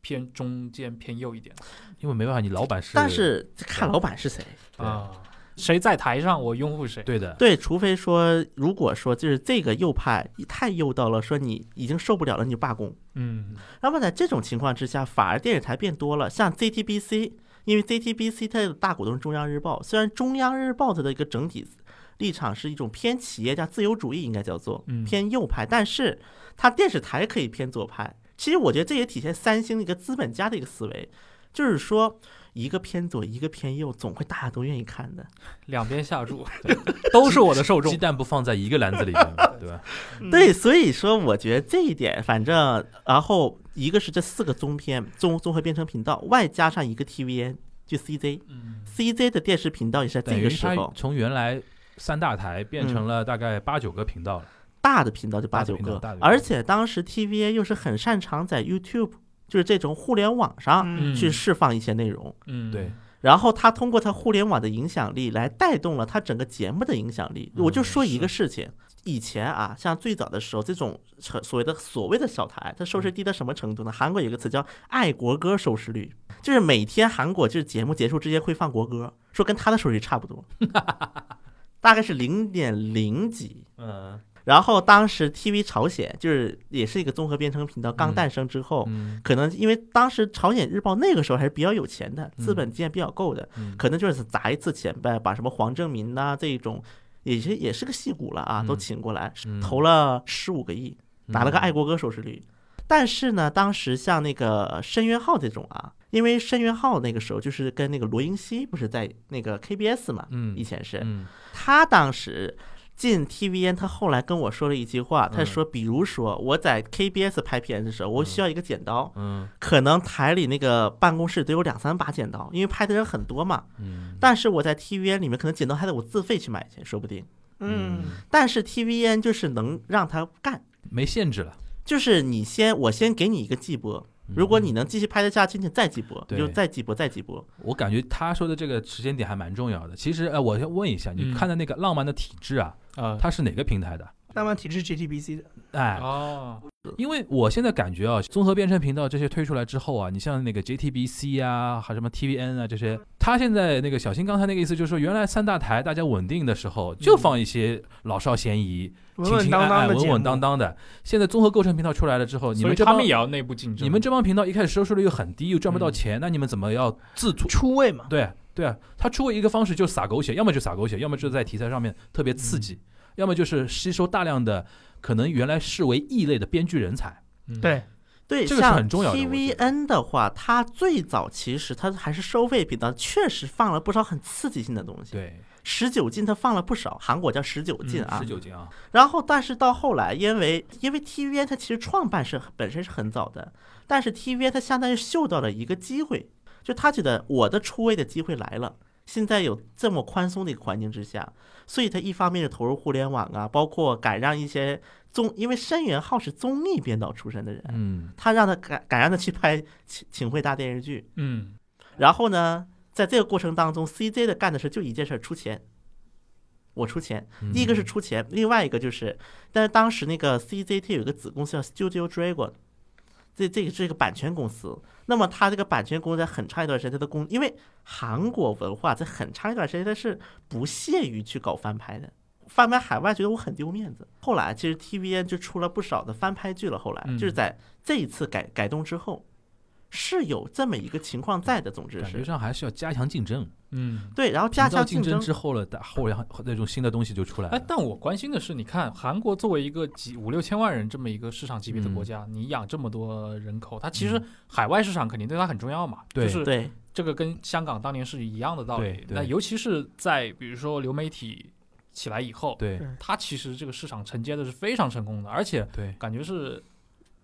B: 偏中间偏右一点
C: 因为没办法，你老板是，
A: 但是看老板是谁，
C: 对
B: 啊？谁在台上，我拥护谁。
C: 对的，
A: 对，除非说如果说就是这个右派太右到了，说你已经受不了了，你就罢工。
B: 嗯
A: 那么在这种情况之下，反而电视台变多了，像 ZTBC，因为 ZTBC 它的大股东是中央日报，虽然中央日报它的一个整体立场是一种偏企业家自由主义，应该叫做
B: 嗯
A: 偏右派，但是它电视台可以偏左派。其实我觉得这也体现三星的一个资本家的一个思维，就是说一个偏左，一个偏右，总会大家都愿意看的。
B: 两边下注，都是我的受众
C: 鸡。蛋不放在一个篮子里面嘛，对吧？
D: 嗯，
A: 对，所以说我觉得这一点，反正然后一个是这四个综片综综合编程频道，外加上一个 TVN 就 CJ，
B: 嗯
A: CJ 的电视频道也是在
C: 等
A: 这
C: 于
A: 个时
C: 它
A: 候，
C: 从原来三大台变成了大概八九个频道了，
A: 大的频道就八
C: 大的
A: 九
C: 频道
A: 个
C: 大的，频道
A: 而且当时 TVA 又是很擅长在 YouTube，就是这种互联网
C: 啊
A: 上
D: 嗯
A: 去释放一些内容，
B: 嗯，
C: 对，
A: 然后他通过他互联网的影响力来带动了他整个节目的影响力。
C: 嗯
A: 我就说一
C: 是
A: 个事情。以前啊，像最早的时候，这种所所谓的所谓的小台，它收
C: 嗯
A: 视低到什么程度呢？韩国有一个词叫“爱国歌收视率”，就是每天韩国就是节目结束之前会放国歌，说跟他的收视率差不
C: [laughs]
A: 多，大概是零点零几，
C: 嗯
A: 然后当时 TV 朝鲜就是也是一个综合编程频道，刚
C: 嗯
A: 诞生之后，
C: 嗯
A: 可能因为当时朝鲜日报那个时候还是比较有钱的，
C: 嗯
A: 资本积淀比较够的，
C: 嗯
A: 可能就是砸一次钱呗，把什么黄正民呐、这种。也是也是个戏骨了啊，
C: 嗯
A: 都请过来，
C: 嗯
A: 投了十五个亿，拿了个爱国歌收视率。但是呢，当时像那个申元浩这种啊，因为申元浩那个时候就是跟那个罗英熙不是在那个 KBS 嘛，
C: 嗯
A: 以前是，
C: 嗯
A: 他当时进 TVN，他后来跟我说了一句话，
C: 嗯
A: 他说，比如说我在 KBS 拍片的时候，我需要一个剪刀，
C: 嗯
A: 可能台里那个办公室得有两三把剪刀，因为拍的人很多嘛。
C: 嗯
A: 但是我在 TVN 里面，可能剪刀还得我自费去买去，说不定。
D: 嗯，
A: 但是 TVN 就是能让他干，
C: 没限制了，嗯
A: 就是你先我先给你一个季播，如果你能继续拍得下去，你再季播，你
C: 对
A: 就再季播再季播。
C: 我感觉他说的这个时间点还蛮重要的。其实，呃，我先问一下，你
B: 嗯
C: 看的那个《浪漫的体质》啊，
B: 啊，
C: 它是哪个平台的？
D: 那么体制 GTBC 的，
C: 哎，
B: 哦，
C: 因为我现在感觉啊，综合编程频道这些推出来之后啊，你像那个 JTBC 啊，还有什么 TVN 啊这些，他现在那个小新刚才那个意思就是说，原来三大台大家稳定的时候就放一些老少咸宜、
D: 嗯稳
C: 清
D: 稳
C: 清
D: 当
C: 淡
D: 当
C: 淡、
D: 的
C: 稳
D: 节
C: 稳
D: 目，
C: 当当的。现在综合构成频道出来了之后，你
B: 所以
C: 们这
B: 他
C: 帮
B: 们也要内部竞争，
C: 你们这帮频道一开始收视率又很低，又赚
D: 嗯
C: 不到钱，那你们怎么要自突？
D: 出位嘛，
C: 对对啊，他出过一个方式，就是撒狗血，要么就撒狗血，要么就在题材上面特别刺激，要么就是吸收大量的可能原来视为异类的编剧人才。
B: 嗯
D: 对，
A: 对，
C: 这个是很重要的
A: 像
C: 我觉
A: TVN 的话，它最早其实它还是收费频道，确实放了不少很刺激性的东西。
C: 对，
A: 十九禁它放了不少，韩国叫十九禁啊。
C: 十九斤啊，
A: 然后，但是到后来，因为因为 TVN 它其实创办是本身是很早的，但是 TVN 它相当于嗅到了一个机会，就他觉得我的出位的机会来了。现在有这么宽松的一个环境之下，所以他一方面是投入互联网啊，包括敢让一些综，因为申元浩是综艺编导出身的人，
C: 嗯，
A: 他让他敢敢让他去拍请请回答电视剧，
B: 嗯，
A: 然后呢，在这个过程当中，CJ 的干的事就一件事儿，出钱。我出钱，第一个是出钱，另外一个就是，但是当时那个 CJ 它有一个子公司叫 Studio Dragon，这这个是一个版权公司。那么它这个版权公司在很长一段时间，它的公，因为韩国文化在很长一段时间它是不屑于去搞翻拍的，翻拍海外觉得我很丢面子。后来其实 TVN 就出了不少的翻拍剧了，后来
B: 嗯
A: 就是在这一次改改动之后，是有这么一个情况在的。总之
C: 感觉
A: 是
C: 上还是要加强竞争，
B: 嗯。
A: 对，然后加
C: 频道
A: 强
C: 竞
A: 争
C: 争之后了，大后来那种新的东西就出来
B: 哎
C: 了，。
B: 但我关心的是，你看韩国作为一个几五六千万人这么一个市场级别的国家，你养这么多人口，它其实
C: 嗯
B: 海外市场肯定对它很重要嘛，
C: 对
B: 就是
A: 对
B: 这个跟香港当年是一样的道理
C: 对。对
B: 那尤其是在比如说流媒体起来以后，
C: 对
D: 是
B: 它其实这个市场承接的是非常成功的，而且
C: 对，
B: 感觉是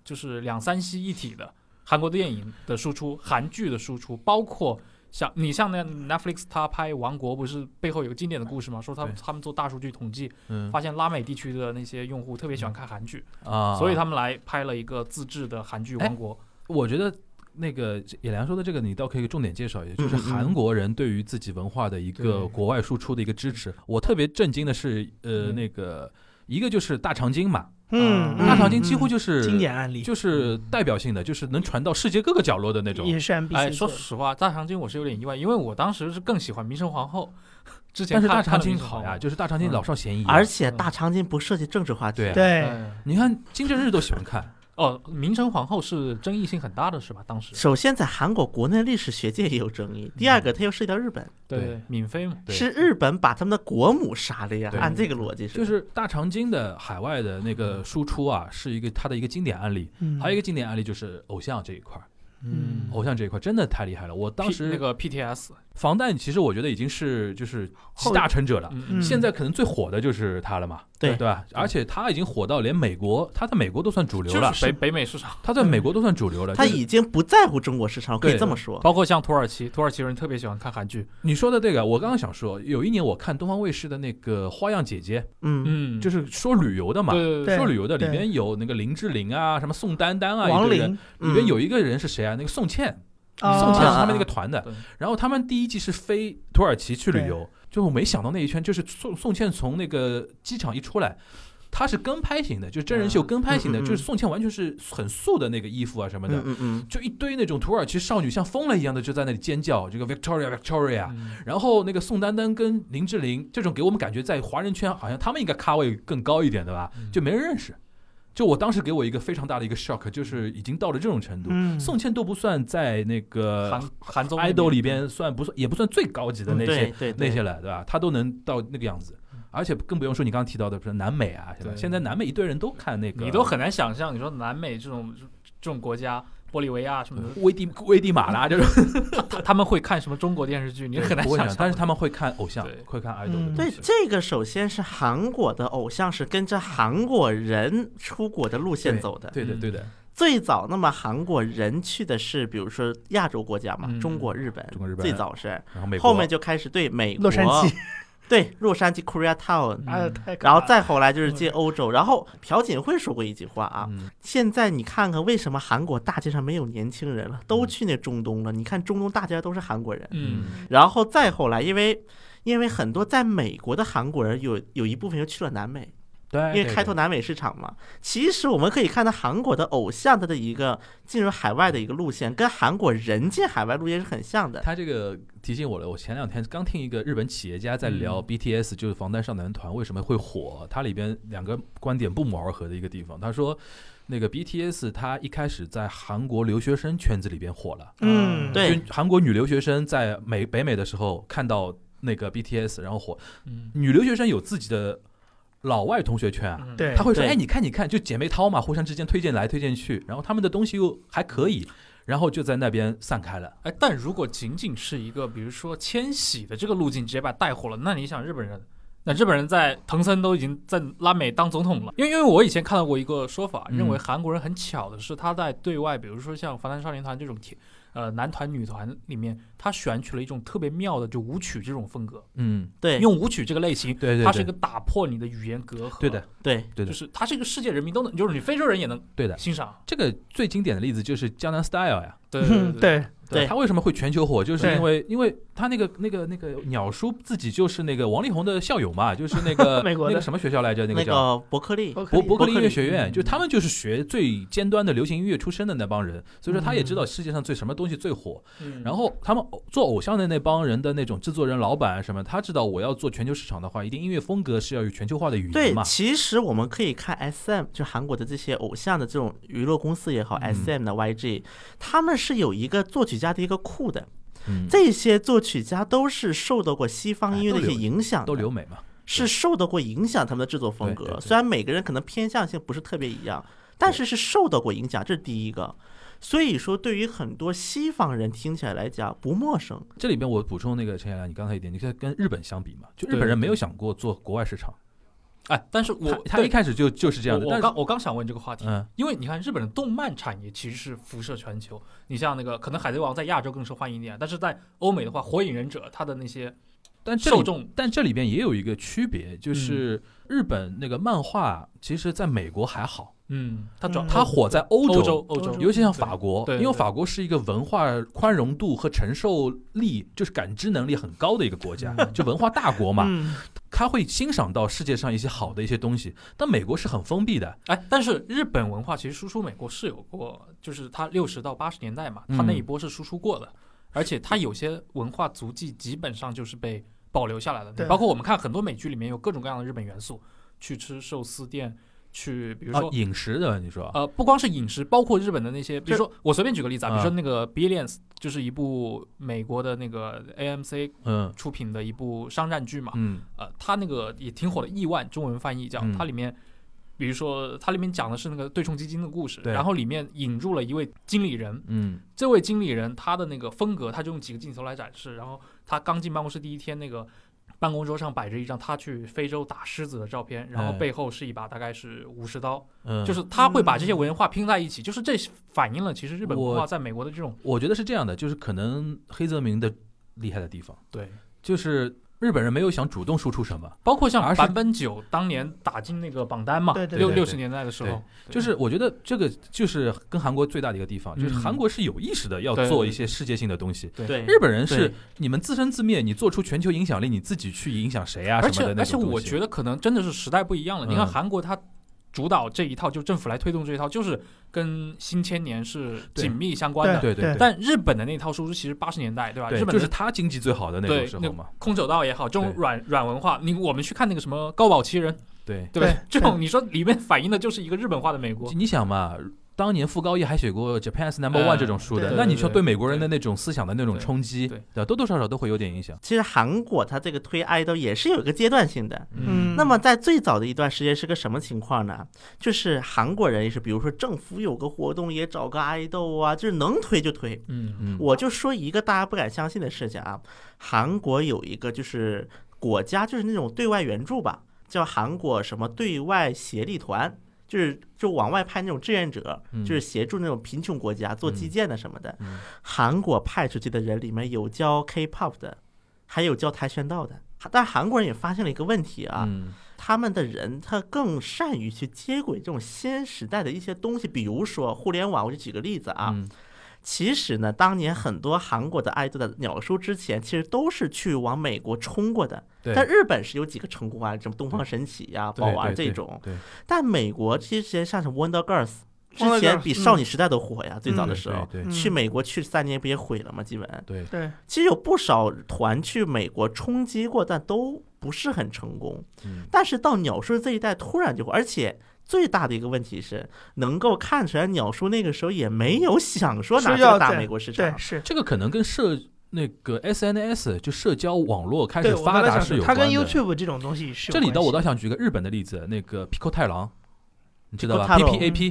B: 就是两三栖一体的。韩国电影的输出、韩剧的输出，包括像你像那 Netflix，它拍《王国》不是背后有个经典的故事吗？说他们
C: 对
B: 他们做大数据统计，
C: 嗯
B: 发现拉美地区的那些用户特别喜欢看韩剧，
C: 啊，哎
B: 所以他们来拍了一个自制的韩剧《王国》。
C: 我觉得。那个野良说的这个，你倒可以重点介绍一下，就是韩国人对于自己文化的一个
B: 对
C: 国外输出的一个支持。我特别震惊的是，呃，
B: 嗯
C: 那个一个就是大长今嘛，
D: 嗯，
C: 大长今
A: 嗯
C: 几乎就是
D: 经典案例，
C: 就是代表性的，就是能传到世界各个角落的那种。
D: 也是 MBC
B: 哎，说
D: 做的
B: 实话，大长今我是有点意外，因为我当时是更喜欢《明神皇后》， [laughs] 之前
C: 但是
B: 看
C: 大长今
B: 看了
C: 好
B: 明神
C: 呀，
B: 皇后
C: 就是大长今老少咸宜啊，
A: 而且大长今不涉及政治话题，
C: 对啊
D: 对，
B: 哎
C: 你看金正日都喜欢看，
B: 哦，《明神皇后》是争议性很大的是吧？当时
A: 首先在韩国国内历史学界也有争议，第二个它又涉及到日本，
C: 对
B: 免费嘛，
C: 嗯对
A: 是日本把他们的国母杀了呀，
C: 对
A: 按这个逻辑是，
C: 就是大长今的海外的那个输出啊，是一个它的一个经典案例。
D: 嗯
C: 还有一个经典案例就是偶像这一块儿，
D: 嗯
C: 偶像这一块儿真的太厉害了。我当
B: 哦 P- 啊
C: 时
B: 那个 PTS，
C: 防弹，其实我觉得已经是就是集大成者了。
B: 嗯
D: 嗯
C: 现在可能最火的就是他了嘛，
A: 对
C: 对吧？而且他已经火到连美国，他在美国都算主流了，
B: 北北美市场，
C: 他在美国都算主流了。
A: 他
C: 就是
A: 已经不在乎中国市场，可以
C: 对
A: 这么说。
B: 包括像土耳其，土耳其人特别喜欢看韩剧，
C: 你说的这个，我刚刚想说，有一年我看东方卫视的那个《花样姐姐
A: 嗯，
B: 嗯》，
C: 就是是说旅游的嘛，
B: 对
D: 对
C: 说旅游的里
D: 对
C: 边有那个林志玲啊，什么宋丹丹啊，
D: 王
C: 一堆人
D: 林，
C: 里边有一个人是谁啊？那个宋茜，
D: 啊
C: 宋茜是他
A: 嗯啊
C: 们那个团的
B: 对。
C: 然后他们第一季是飞土耳其去旅游，就我没想到那一圈就是宋宋茜从那个机场一出来。她是跟拍型的，就是真人秀
B: 嗯
C: 跟拍型的，
A: 嗯嗯嗯
C: 就是宋茜完全是很素的那个衣服啊什么的，
A: 嗯嗯嗯，
C: 就一堆那种土耳其少女像疯了一样的就在那里尖叫，这个 Victoria Victoria，、
B: 嗯
C: 然后那个宋丹丹跟林志玲这种给我们感觉在华人圈好像他们应该咖位更高一点的吧，
B: 嗯
C: 就没人认识。就我当时给我一个非常大的一个 shock，就是已经到了这种程度。
D: 嗯
C: 宋茜都不算在那个
B: 韩韩综嗯
C: idol 里边算不算也不算最高级的那
A: 嗯对
C: 些
A: 对对
C: 那些了，对吧？她都能到那个样子，而且更不用说你刚刚提到的，比如说南美啊，现在
B: 对
C: 现在南美一堆人都看那个，
B: 你都很难想象，你说南美这种这种国家，玻利维亚什么的，
C: 危地危地马拉这种，
B: 他他们会看什么中国电视剧，嗯你很难
C: 不会
B: 想
C: 想，
B: 象。
C: 但是他们会看偶像
B: 对，
C: 会看 idol 的
D: 嗯
C: 东
A: 对，
C: 西。
A: 这个首先是韩国的偶像是跟着韩国人出国的路线走的。
C: 对的，
B: 嗯
C: 对的，
A: 最早，那么韩国人去的是，比如说亚洲国家嘛，
B: 嗯
A: 中国、日本，
C: 中国日本
A: 最早是，
C: 然后美国
A: 后面就开始对美国，
D: 洛杉矶，
A: 对洛杉矶 Korea Town，、
B: 哎呀
D: 太
A: 然后再后来就是进欧洲。然后朴槿惠说过一句话啊，
C: 嗯
A: 现在你看看为什么韩国大街上没有年轻人了，都去那中东了。你看中东大街上都是韩国人。
B: 嗯，
A: 然后再后来，因为因为很多在美国的韩国人有有一部分又去了南美，
C: 哎对，
B: 哎
A: 因为开拓
C: 的
A: 南美市场嘛。其实我们可以看到韩国的偶像他的一个进入海外的一个路线，跟韩国人进海外路线是很像的。
C: 他这个提醒我了，我前两天刚听一个日本企业家在聊 BTS，就是防弹少年团为什么会火，它里边两个观点不谋而合的一个地方。他说，那个 BTS 它一开始在韩国留学生圈子里边火了，
D: 嗯，
A: 对
C: 就韩国女留学生在美北美的时候看到那个 BTS，然后火。
B: 嗯
C: 女留学生有自己的老外同学圈啊，
B: 嗯
D: 对，
C: 她会说：“
A: 对
C: 哎，你看，你看，就姐妹淘嘛，互相之间推荐来推荐去，然后他们的东西又还可以，然后就在那边散开了。
B: 哎，但如果仅仅是一个，比如说千玺的这个路径直接把带火了，那你想日本人，那日本人在藤森都已经在拉美当总统了。因为因为我以前看到过一个说法，
C: 嗯
B: 认为韩国人很巧的是，他在对外，比如说像防弹少年团这种铁呃男团女团里面，他选取了一种特别妙的就舞曲这种风格，”
C: 嗯，
A: 对
B: 用舞曲这个类型，
C: 对对，
B: 它是一
C: 对
B: 个打破你的语言隔阂，
C: 对的，，
A: 对
C: 对
B: 就
C: 的，
B: 是它是一个世界人民都能，就是你非洲人也能
C: 对的。
B: 欣赏，
C: 这个最经典的例子就是《江南 Style》呀，
B: 对
D: 嗯
B: 对，
D: [laughs] 对，
A: 对
C: 他为什么会全球火，就是
D: 对
C: 因为因为他那个那个那个鸟叔自己就是那个王力宏的校友嘛， [laughs] 就是那个
D: 美国的
C: 那个什么学校来着，那
A: 那
C: 个叫哦
A: 个伯克利，
C: 伯伯
D: 伯
A: 伯
C: 克
A: 克
C: 利音乐
A: 利
C: 学院，
B: 嗯
C: 就他们就是学最尖端的流行音乐出身的那帮人，所以说他也知道世界上最什么东西最火。
B: 嗯
C: 然后他们偶做偶像的那帮人的那种制作人、老板什么，他知道我要做全球市场的话，一定音乐风格是要有全球化的语言
A: 对
C: 嘛，。
A: 其实我们可以看 S M，就韩国的这些偶像的这种娱乐公司也好
C: 嗯
A: ，S M 的 Y G，他们是有一个作曲家的一个库的。
C: 嗯，
A: 这些作曲家都是受到过西方音乐的一些影响的，
C: 哎都留美嘛。
A: 是受到过影响他们的制作风
C: 对对
A: 格。
C: 对
A: 虽然每个人可能偏向性不是特别一样，但是是受到过影响，这是第一个。所以说，对于很多西方人听起来来讲不陌生，
C: 这里边我补充那个陈彦良，你刚才一点，你看跟日本相比嘛，就日
B: 对
C: 本人没有
B: 对
C: 想过做国外市场，
B: 哎，但是我
C: 他他
B: 对
C: 一开始就就是这样的。
B: 我我
C: 但是
B: 刚我刚想问这个话题，
C: 嗯，
B: 因为你看日本的动漫产业其实是辐射全球，你像那个可能海贼王在亚洲更受欢迎一点，但是在欧美的话，火影忍者它的那些
C: 但这
B: 受
C: 里
B: 众，嗯
C: 但这里边也有一个区别，就是日本那个漫画，其实在美国还好，
B: 嗯，它主要
D: 嗯
C: 它火在欧洲，
B: 欧洲欧洲
C: 尤其像法国，
B: 对对
C: 因为
B: 对
C: 法国是一个文化宽容度和承受力，就是感知能力很高的一个国家，
B: 嗯
C: 就文化大国嘛，
D: 嗯，
C: 他会欣赏到世界上一些好的一些东西。但美国是很封闭的，
B: 哎，但是日本文化其实输出美国是有过，就是它六十到八十年代嘛，它
C: 嗯
B: 那一波是输出过的，而且它有些文化足迹基本上就是被保留下来的，
D: 对
B: 包括我们看很多美剧里面有各种各样的日本元素，去吃寿司店，去比如
C: 啊
B: 说，
C: 饮食的你说，
B: 呃，不光是饮食，包括日本的那些，比如说我随便举个例子啊，比如
C: 啊
B: 说那个《Billions》，就是一部美国的那个 AMC
C: 嗯
B: 出品的一部商战剧嘛，
C: 嗯
B: 呃，它那个也挺火的，《亿万》中文翻译叫
C: 嗯
B: 它里面。比如说，它里面讲的是那个对冲基金的故事，
C: 对
B: 然后里面引入了一位经理人，
C: 嗯
B: 这位经理人他的那个风格，他就用几个镜头来展示。然后他刚进办公室第一天，那个办公桌上摆着一张他去非洲打狮子的照片，然后
C: 哎
B: 背后是一把大概是武士刀，
C: 嗯，
B: 就是他会把这些文化拼在一起，就是这反映了其实日本文化
C: 我
B: 在美国的这种
C: 我觉得是这样的，就是可能黑泽明的厉害的地方，
B: 对，
C: 就是日本人没有想主动输出什么。
B: 包括像
C: 而是
B: 坂本九当年打进那个榜单嘛，
D: 对对
B: 六
C: 对
B: 六十年代的时候
C: 对，就是我觉得这个就是跟韩国最大的一个地方，就是韩国是有意识的要
B: 嗯对
C: 做
B: 对
C: 一些世界性的东西。
B: 对
A: 对
C: 日本人
A: 对
C: 是你们自生自灭，你做出全球影响力，你自己去影响谁啊
B: 而
C: 什
B: 且
C: 么的那
B: 而且
C: 种
B: 我
C: 东西
B: 觉。得可能真的是时代不一样了。你看
C: 嗯
B: 韩国它主导这一套，就政府来推动这一套，就是跟新千年是
C: 对
B: 紧密相关的。
C: 对
D: 对
C: 对，
B: 但日本的那套输出其实八十年代，对吧？
C: 对
B: 日本
C: 就是
B: 的
C: 他经济最好的那
B: 对
C: 个时候嘛，
B: 空手道也好，这种
C: 对
B: 软软文化，你我们去看那个什么《高保奇人》，
C: 对。
B: 对不对
D: 对
B: 这种你说里面反映的就是一个日本化的美国
C: 就。你想嘛，当年傅高义还写过《Japan's Number One》
B: 哎
C: 这种书的，
A: 对
C: 那你
B: 对
C: 说
B: 对
C: 对美国人的那种思想的那种
B: 对
C: 冲击，
B: 对
C: 吧？多多少少都会有点影响。
A: 其实韩国它这个推 idol 也是有一个阶段性的。
D: 嗯，
A: 那么在最早的一段时间是个什么情况呢？就是韩国人也是，比如说政府有个活动也找个 idol 啊，就是能推就推。
B: 嗯
C: 嗯，
A: 我就说一个大家不敢相信的事情啊，韩国有一个就是国家就是那种对外援助吧，叫韩国什么对外协力团，就是就往外派那种志愿者，
C: 嗯
A: 就是协助那种贫穷国家做基建的什么的。
C: 嗯
A: 韩国派出去的人里面有教 K-pop 的，还有教跆拳道的。但韩国人也发现了一个问题啊，
C: 嗯
A: 他们的人他更善于去接轨这种新时代的一些东西，比如说互联网。我就举个例子啊，
C: 嗯
A: 其实呢，当年很多韩国的爱豆的鸟叔之前，其实都是去往美国冲过的。
C: 对
A: 但日本是有几个成功啊案，什么东方神起呀、
C: 对
A: 宝儿
C: 对对
A: 这种。
C: 对，
A: 但美国这些像什么 Wonder Girls，
D: Wonder
A: 之前
D: Girls，
A: 比
D: 嗯
A: 少女时代都火呀，最早的时候。
C: 对
D: 嗯
C: 对
A: 去美国去三年不也毁了吗？基本
C: 对，对
D: 对，
A: 其实有不少团去美国冲击过，但都不是很成功。
C: 嗯
A: 但是到鸟叔这一代突然就火，而且最大的一个问题是，能够看出来鸟叔那个时候也没有想说拿
D: 是
A: 这个
D: 要
A: 大
D: 在
A: 美国市
D: 对
A: 场，
D: 是。
C: 这个可能跟社那个 SNS 就社交网络开
D: 对，
C: 始
D: 我
C: 发
D: 刚才
C: 达
D: 想
C: 是
D: 说
C: 有
D: 它
C: 关
D: 跟
C: 的。
D: YouTube 这种东西是有
C: 这里
D: 关
C: 倒我
D: 系
C: 倒想举个日本的例子，那个 Pico 太郎，你知道吧
A: Kotaro，
C: ？P P A P。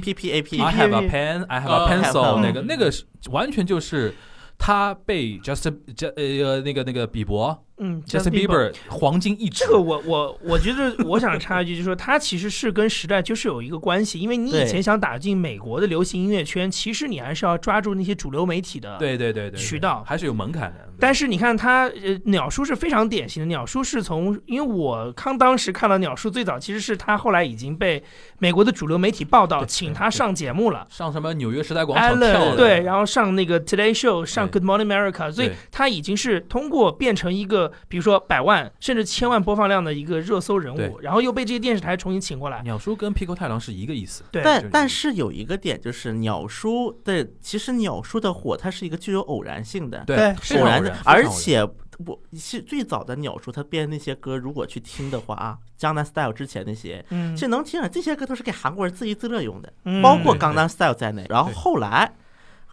A: PPAP
C: I have a pen, I
D: Oh,
C: have
B: 啊
C: a
A: 嗯
C: pencil，那个那个是完全就是他被 Justin 呃那个那个比伯
D: 嗯
C: Justin Bieber 黄金一指
D: 这个我我我觉得我想插一句，就是说它其实是跟时代就是有一个关系，因为你以
A: 对
D: 前想打进美国的流行音乐圈，其实你还是要抓住那些主流媒体的。。
C: 对对对对对
D: 渠道
C: 还是有门槛的。
D: 但
C: 是
D: 是你看它，呃，鸟叔是非常典型的。鸟叔是从，因为我看当时看到鸟叔最早，其实是他后来已经被美国的主流媒体报道，
C: 对
D: 请
C: 对
D: 他
C: 对
D: 上节目了。
C: 上什么纽约时代广场跳
D: Allen
C: 的
D: 对，然后上那个 Today Show，上
C: 对
D: Good Morning America，所以
C: 对
D: 他已经是通过变成一个，比如说百万甚至千万播放量的一个热搜人
C: 对
D: 物，然后又被这些电视台重新请过来。
C: 鸟叔跟 Pico 太郎是一个意思。
D: 对，
A: 但
C: 对
A: 但是有一个点就是鸟叔的，其实鸟叔的火它是一个具有偶然性的，
D: 对
C: 非
A: 偶
C: 常
A: 然
C: 偶
A: 的
C: 然，，
A: 而
C: 非常偶然
A: 且我是最早的鸟叔他编那些歌，如果去听的话啊，《江南 Style》之前那些。
D: 嗯
A: 其实能听啊，这些歌都是给韩国人自娱自乐用的，
D: 嗯
A: 包括《
C: 对
A: 江南 Style》在内。然后后来，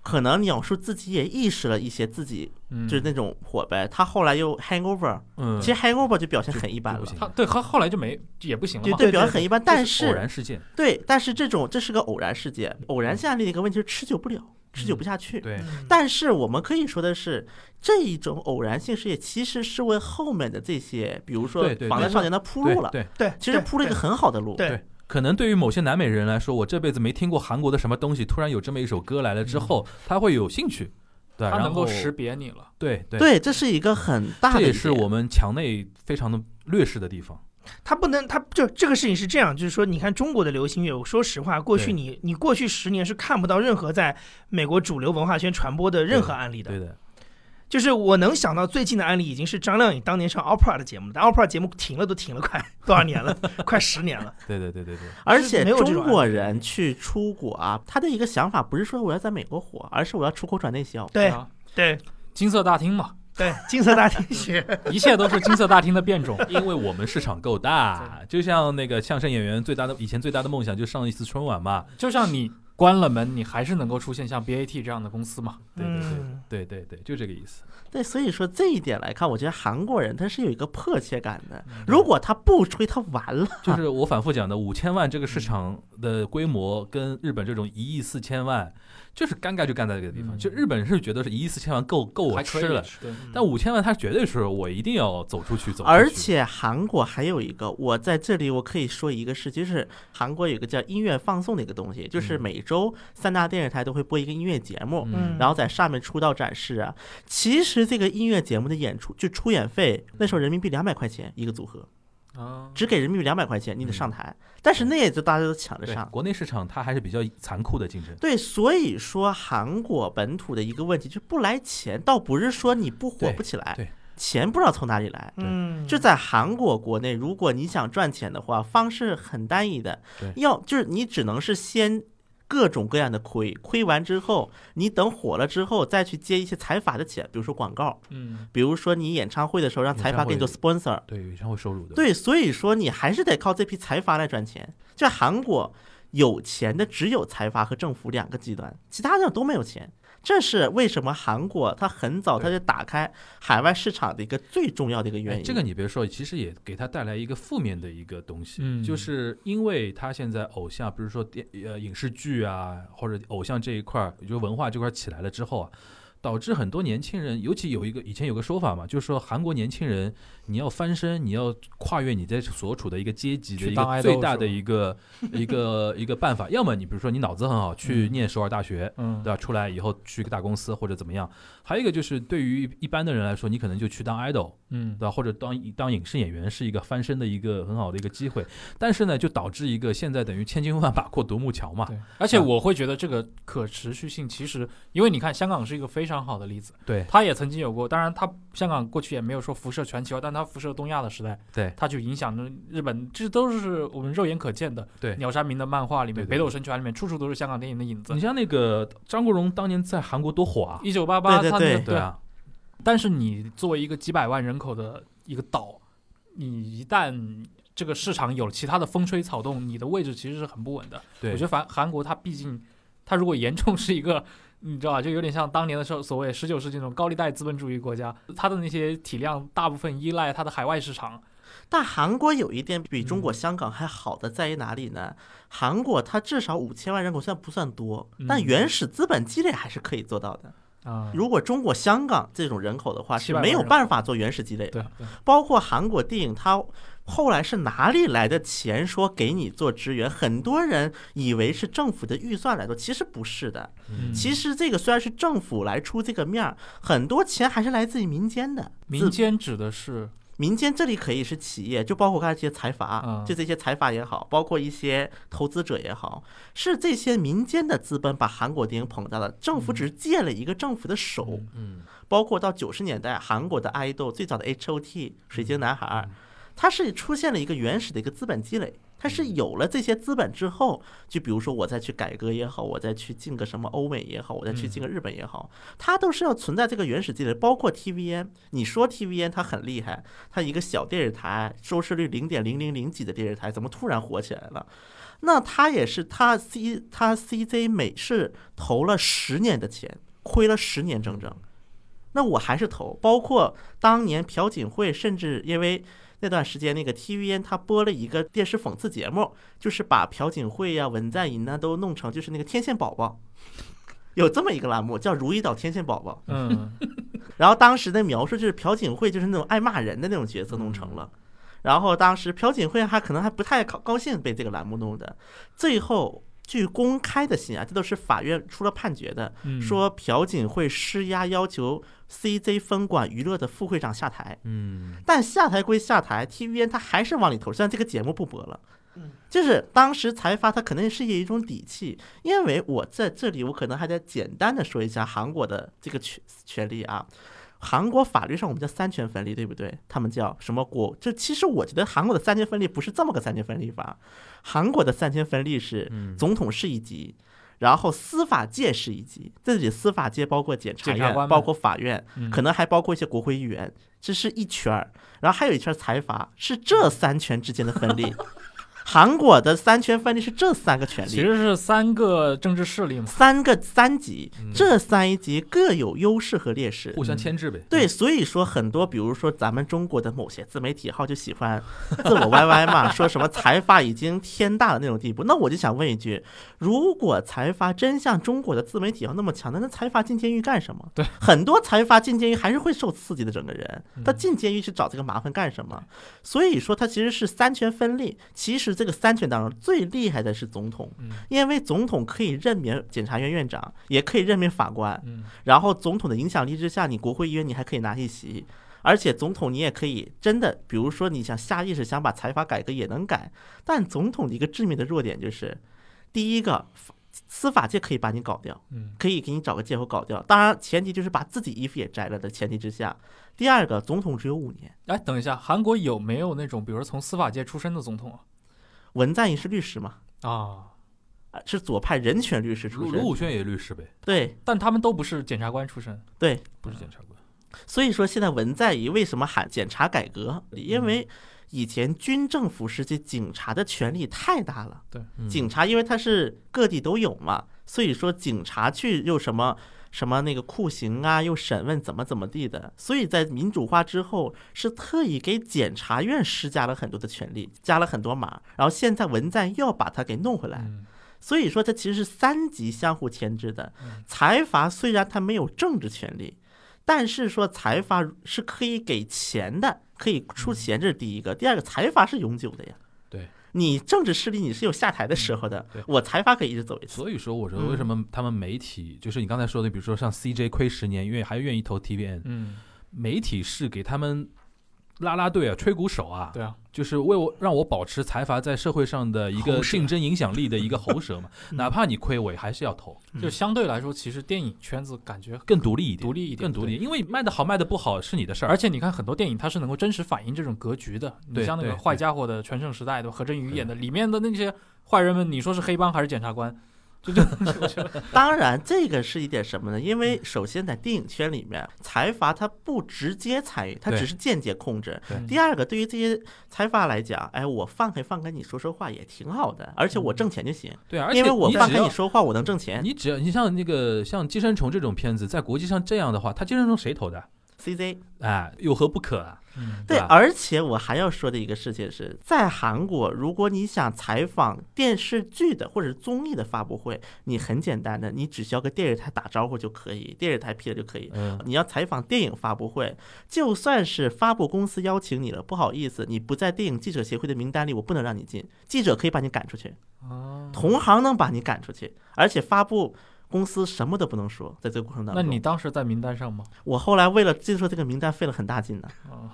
A: 可能鸟叔自己也意识了一些自己
B: 嗯，
A: 就是那种火呗。他后来又《Hangover》，
C: 嗯，
A: 其实《Hangover》就表现很一般
C: 就
A: 了
C: 不，行哦
B: 他对他后来就没也不行了
A: 就
B: 嘛。
A: 对表现很一般。但
C: 偶
A: 是
C: 然事件，
A: 对，但是这种这是个偶然事件，偶然下案例的一个问题是持久不了，持久不下去。
C: 嗯对，
A: 但是我们可以说的是，这一种偶然性事件其实是为后面的这些，比如说
C: 对对
A: 《防弹少年》的铺
C: 对
A: 路了，
C: 对，
D: 对，
A: 其实铺了一个很好的路。
D: 对
C: 对可能对于某些南美人来说，我这辈子没听过韩国的什么东西，突然有这么一首歌来了之后，他会有兴趣，
B: 嗯
C: 对，啊
B: 他
C: 然
B: 能
C: 后
B: 够识别你了，
C: 对对，
A: 对，这是一个很大
C: 这
A: 的一点，
C: 也是我们墙内非常的劣势的地方。
D: 他不能，他就这个事情是这样，就是说，你看中国的流行乐，我说实话，过去
C: 对
D: 你你过去十年是看不到任何在美国主流文化圈传播的任何案例的
C: 对。的，
D: 就是我能想到最近的案例，已经是张靓颖当年上 Opera 的节目了，但 Opera 节目停了都停了快多少
C: [laughs]
D: 年了，快十年了。
C: 对对对对对，
A: 而且
D: 没有这种
A: 中国人去出国啊，他的一个想法不是说我要在美国火，而是我要出口转内销。
D: 对
B: 吧？
D: 对
B: 金色大厅嘛，
D: 对，金色大厅学，
B: 一切都是金色大厅的变种。
C: 因为我们市场够大，就像那个相声演员最大的以前最大的梦想就上一次春晚嘛。
B: 就像你关了门，你还是能够出现像 BAT 这样的公司嘛？
C: 对对对、
D: 嗯
C: 对对对，就这个意思。
A: 对，所以说这一点来看，我觉得韩国人他是有一个迫切感的
B: 嗯。
A: 如果他不吹，他完了。
C: 就是我反复讲的，五千万这个市场的规模跟日本这种一亿四千万，就是尴尬就尴尬这个地方。
B: 嗯
C: 就日本是觉得是一亿四千万够够我
B: 还可以
C: 吃了，，
B: 对，
D: 嗯
C: 但五千万他绝对是我一定要走出去走出去。
A: 而且韩国还有一个，我在这里我可以说一个事，就是韩国有一个叫音乐放送的一个东西，就是
C: 嗯
A: 每周三大电视台都会播一个音乐节目，
C: 嗯，
A: 然后在上面出道展示啊。其实这个音乐节目的演出就出演费，那时候人民币两百块钱一个组合，
B: 啊，
A: 只给人民币两百块钱，你得上台。但是那也就大家都抢着
C: 对，
A: 上。
C: 国内市场它还是比较残酷的竞争。
A: 对，所以说韩国本土的一个问题就不来钱，倒不是说你不火
C: 对
A: 不起来，
C: 对
A: 钱不知道从哪里来。
D: 嗯，
A: 就在韩国国内，如果你想赚钱的话，方式很单一的
C: 对，
A: 要就是你只能是先各种各样的亏，亏完之后，你等火了之后再去接一些财阀的钱，比如说广告，
B: 嗯，
A: 比如说你演唱会的时候让财阀给你做 sponsor，
C: 对，有演唱会收入的。
A: 对，所以说你还是得靠这批财阀来赚钱。就韩国有钱的只有财阀和政府两个极端，其他的都没有钱。这是为什么韩国它很早它就打开海外市场的一个最重要的一个原
C: 哎
A: 因。
C: 这个你别说，其实也给他带来一个负面的一个东西，
B: 嗯
C: 就是因为他现在偶像，比如说电呃影视剧啊，或者偶像这一块儿，也就文化这块儿起来了之后啊，导致很多年轻人，尤其有一个以前有个说法嘛，就是说韩国年轻人，你要翻身，你要跨越你在所处的一个阶级的
B: 去
C: 一
B: 当
C: 个最
B: idol
C: 大
B: 是吧
C: 的一个一个一个办法，要么你比如说你脑子很好，去念首尔大学，
B: 嗯，
C: 对吧？出来以后去个大公司或者怎么样，还有一个就是对于一般的人来说，你可能就去当 idol。
B: 嗯
C: 对，吧？或者当当影视演员是一个翻身的一个很好的一个机会，但是呢，就导致一个现在等于千军万马过独木桥嘛。
B: 对。啊而且我会觉得这个可持续性，其实因为你看香港是一个非常好的例子，
C: 对
B: 它也曾经有过，当然它香港过去也没有说辐射全球，但它辐射东亚的时代，
C: 对
B: 它就影响着日本，这都是我们肉眼可见的。
C: 对
B: 鸟山明的漫画里面，
C: 对对
B: 北斗神拳里面，处处都是香港电影的影子
C: 你。像那个张国荣当年在韩国多火啊，
B: 一九八八，
A: 对对
B: 它
A: 对
B: 那个
C: 对啊，
B: 但是你作为一个几百万人口的一个岛，你一旦这个市场有了其他的风吹草动，你的位置其实是很不稳的。
C: 对，
B: 我觉得韩韩国它毕竟，它如果严重是一个，嗯你知道吧，就有点像当年的时候所谓十九世纪那种高利贷资本主义国家，它的那些体量大部分依赖它的海外市场。
A: 但韩国有一点比中
B: 嗯
A: 国香港还好的在于哪里呢？韩国它至少五千万人口，虽然不算多，但
B: 嗯
A: 原始资本积累还是可以做到的。
B: 啊、
A: 如果中国香港这种人口的话，
B: 700
A: 是
B: 万
A: 没有
B: 人口
A: 办法做原始积累的。
B: 对对
A: 包括韩国电影，它后来是哪里来的钱说给你做支援？很多人以为是政府的预算来做，其实不是的。
B: 嗯
A: 其实这个虽然是政府来出这个面儿，很多钱还是来自于民间的。
B: 民
A: 自
B: 间指的是
A: 民间这里可以是企业，就包括刚才这些财阀
B: 嗯，
A: 就这些财阀也好，包括一些投资者也好，是这些民间的资本把韩国电影捧大了，政府只是借了一个政府的手。
C: 嗯，
A: 包括到九十年代韩国的爱豆最早的 H.O.T. 水晶男孩
C: 嗯，
A: 它是出现了一个原始的一个资本积累。它
C: 嗯
A: 是有了这些资本之后，就比如说我再去改革也好，我再去进个什么欧美也好，我再去进
C: 嗯
A: 个日本也好，它都是要存在这个原始积累。包括 TVN，你说 TVN 它很厉害，它一个小电视台收视率零点零零零几的电视台，怎么突然火起来了？那它也是它 C 它 CJ 美式投了十年的钱，亏了十年整整。那我还是投。包括当年朴槿惠，甚至因为那段时间那个 TVN 他播了一个电视讽刺节目，就是把朴槿惠呀、文在寅呢都弄成就是那个天线宝宝。有这么一个栏目叫《如意岛天线宝宝
B: 嗯》，
A: 然后当时的描述就是朴槿惠就是那种爱骂人的那种角色弄成了，然后当时朴槿惠还可能还不太高高兴被这个栏目弄的，最后据公开的信啊，这都是法院出了判决的，
B: 嗯
A: [laughs] 说朴槿惠施压要求 CJ 分管娱乐的副会长下台，
C: 嗯，
A: 但下台归下台，TVN 他还是往里投，虽然这个节目不播了。就是当时财阀他肯定是有一种底气，因为我在这里我可能还得简单的说一下韩国的这个权权利啊，韩国法律上我们叫三权分立，对不对？他们叫什么国？这其实我觉得韩国的三权分立不是这么个三权分立法，韩国的三权分立是
B: 嗯
A: 总统是一级，然后司法界是一级，这里司法界包括检察
B: 检察
A: 院
B: 官，们
A: 包括法院，
B: 嗯
A: 可能还包括一些国会议员，这是一圈儿，然后还有一圈儿财阀，是
B: 嗯
A: 这三权之间的分立。韩国的三权分立是这三个权利，
B: 其实是三个政治势力嘛。
A: 三个三级
C: 嗯，
A: 这三一级各有优势和劣势。
C: 互相牵制呗。
B: 嗯
A: 对，所以说很多，比如说咱们中国的某些自媒体号就喜欢自
B: [laughs]
A: 我 YY 嘛，说什么财阀已经天大的那种地步。那我就想问一句：如果财阀真像中国的自媒体号那么强，那那财阀进监狱干什么？
B: 对，
A: 很多财阀进监狱还是会受刺激的，整个人
B: 嗯。
A: 他进监狱去找这个麻烦干什么？所以说，他其实是三权分立。其实这个三权当中最厉害的是总统
B: 嗯，
A: 因为总统可以任免检察院院长，也可以任免法官。
B: 嗯，
A: 然后总统的影响力之下，你国会议员你还可以拿一席，而且总统你也可以真的，比如说你想下意识想把财阀改革也能改，但总统的一个致命的弱点就是，第一个法司法界可以把你搞掉，
B: 嗯，
A: 可以给你找个借口搞掉，当然前提就是把自己衣服也摘了的前提之下，第二个总统只有五年，
B: 哎，等一下，韩国有没有那种，比如说从司法界出身的总统啊？
A: 文在寅是律师嘛，
B: 啊，
A: 呃是左派人权律师
C: 卢
A: 出身
C: 卢，武铉也律师呗，
A: 对，
B: 但他们都不是检察官出身。
A: 对，
C: 不是检察官。
A: 所以说，现在文在寅为什么喊检察改革？因为以前军政府时期警察的权力太大了。
B: 对，
C: 嗯
A: 警察因为他是各地都有嘛，所以说警察去又什么什么那个酷刑啊，又审问怎么怎么地的，所以在民主化之后是特意给检察院施加了很多的权利，加了很多码，然后现在文在又要把它给弄回来。
B: 嗯
A: 所以说，它其实是三级相互牵制的
B: 嗯。
A: 财阀虽然它没有政治权利，但是说财阀是可以给钱的，可以出钱，这是第一个。第二个，财阀是永久的呀。
C: 嗯对，嗯
A: 你政治势力你是有下台的时候的
C: 对，
A: 我财阀可以一直走一次。
C: 所以说，我说
A: 嗯
C: 为什么他们媒体，就是你刚才说的，比如说像 CJ 亏十年，愿意还愿意投 TVN，
B: 嗯，
C: 媒体是给他们拉拉队啊、吹鼓手啊，
B: 对啊，
C: 就是为我让我保持财阀在社会上的一
D: 喉
C: 个
D: 舌
C: 竞争影响力的一个喉舌嘛。哪怕你亏，我也还是要投，
B: 就相对来说，其实电影圈子感觉
C: 更独立一点，
B: 独立一点，
C: 更独立，因为卖的好卖的不好是你的事
B: 对。
C: 儿
B: 而。且你看，很多电影它是能够真实反映这种格局的。你
C: 对
B: 像那个
C: 对
B: 坏
C: 对
B: 家伙的《全盛时代》，对吧？何振宇
C: 对
B: 演的，里面的那些坏人们，你说是黑帮还是检察官？就就
C: [laughs]
B: 我觉得
A: 当然，这个是一点什么呢？因
C: 嗯
A: 为首先在电影圈里面，财阀他不直接参与，他
C: 对嗯
A: 只是间接控制。
C: 对
A: 第二个，对于这些财阀来讲，哎，我放开放开你说说话也挺好的，而且我挣钱就行。
C: 对啊，而且
A: 因为我
C: 你
A: 放
C: 只
A: 开
C: 要
A: 你说话，我能挣钱。
C: 你只要你像那个像《寄生虫》这种片子，在国际上这样的话，他《寄生虫》谁投的？
A: CZ
C: 哎，有何不可啊？
B: 嗯
A: 对，
C: 吧
A: 而且我还要说的一个事情是，在韩国，如果你想采访电视剧的或者综艺的发布会，你很简单的，你只需要跟电视台打招呼就可以，电视台批了就可以。
C: 嗯，
A: 你要采访电影发布会，就算是发布公司邀请你了，不好意思，你不在电影记者协会的名单里，我不能让你进。记者可以把你赶出去，
B: 哦
A: 同行能把你赶出去，而且发布公司什么都不能说。在这个过程当
B: 那
A: 中，
B: 你当时在名单上吗？
A: 我后来为了进入这个名单费了很大劲呢。
B: 啊，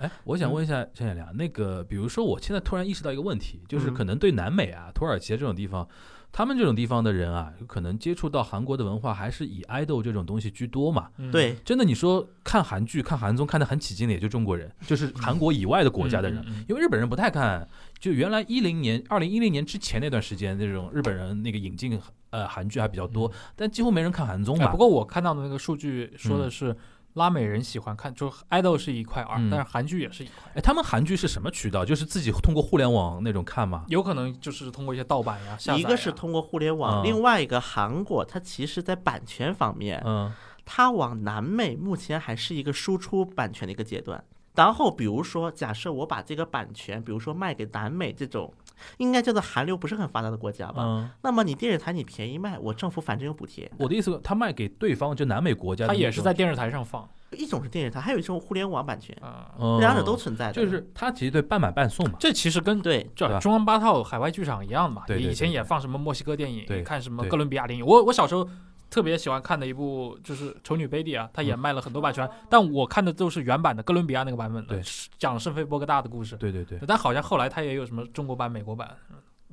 C: 哎，我想问一下陈远良，那个比如说，我现在突然意识到一个问题，就是
A: 嗯
C: 可能对南美啊、土耳其这种地方，他们这种地方的人啊，有可能接触到韩国的文化还是以爱豆这种东西居多嘛。
B: 嗯，
A: 对，
C: 真的，你说看韩剧、看韩综看得很起劲的，也就中国人，就是韩国以外的国家的人
B: 嗯嗯嗯，
C: 因为日本人不太看。就原来一零年、二零一零年之前那段时间，那种日本人那个引进呃韩剧还比较多，但几乎没人看韩综
B: 嗯哎
C: 吧。
B: 不过我看到的那个数据说的是，拉美人喜欢看，就是 idol 是一块二、
C: 嗯
B: 但是韩剧也是一块，
C: 哎，他们韩剧是什么渠道？就是自己通过互联网那种看吗？
B: 有可能就是通过一些盗版呀、下载呀
A: 一个是通过互联网，
C: 嗯
A: 另外一个韩国，它其实在版权方
B: 哎
A: 面，
C: 嗯，
A: 它往南美目前还是一个输出版权的一个阶段。然后比如说，假设我把这个版权，比如说卖给南美这种，应该叫做韩流不是很发达的国家吧？
C: 嗯，
A: 那么你电视台你便宜卖，我政府反正有补贴。
C: 我的意思，他卖给对方就南美国家的
B: 它
C: 那种，
B: 也是在电视台上放
A: 一种是电视台，还有一种互联网版权，
B: 啊、
C: 嗯，
A: 两者都存在的。
C: 就是他其实对半买半送嘛。
B: 这其实跟
A: 对，
B: 这
C: 对吧
B: 中央八套海外剧场一样嘛，
C: 对对
B: 你以
C: 对
B: 前
C: 对
B: 也放什么墨西哥电影，
C: 对
B: 你看什么
C: 对
B: 哥伦比亚电影。我我小时候特别喜欢看的一部就是《丑女贝蒂》啊，它也
C: 嗯
B: 卖了很多版权，但我看的都是原版的哥伦比亚那个版本的
C: 对，
B: 讲圣菲波哥大的故事。
C: 对对对，
B: 但好像后来它也有什么中国版、美国版，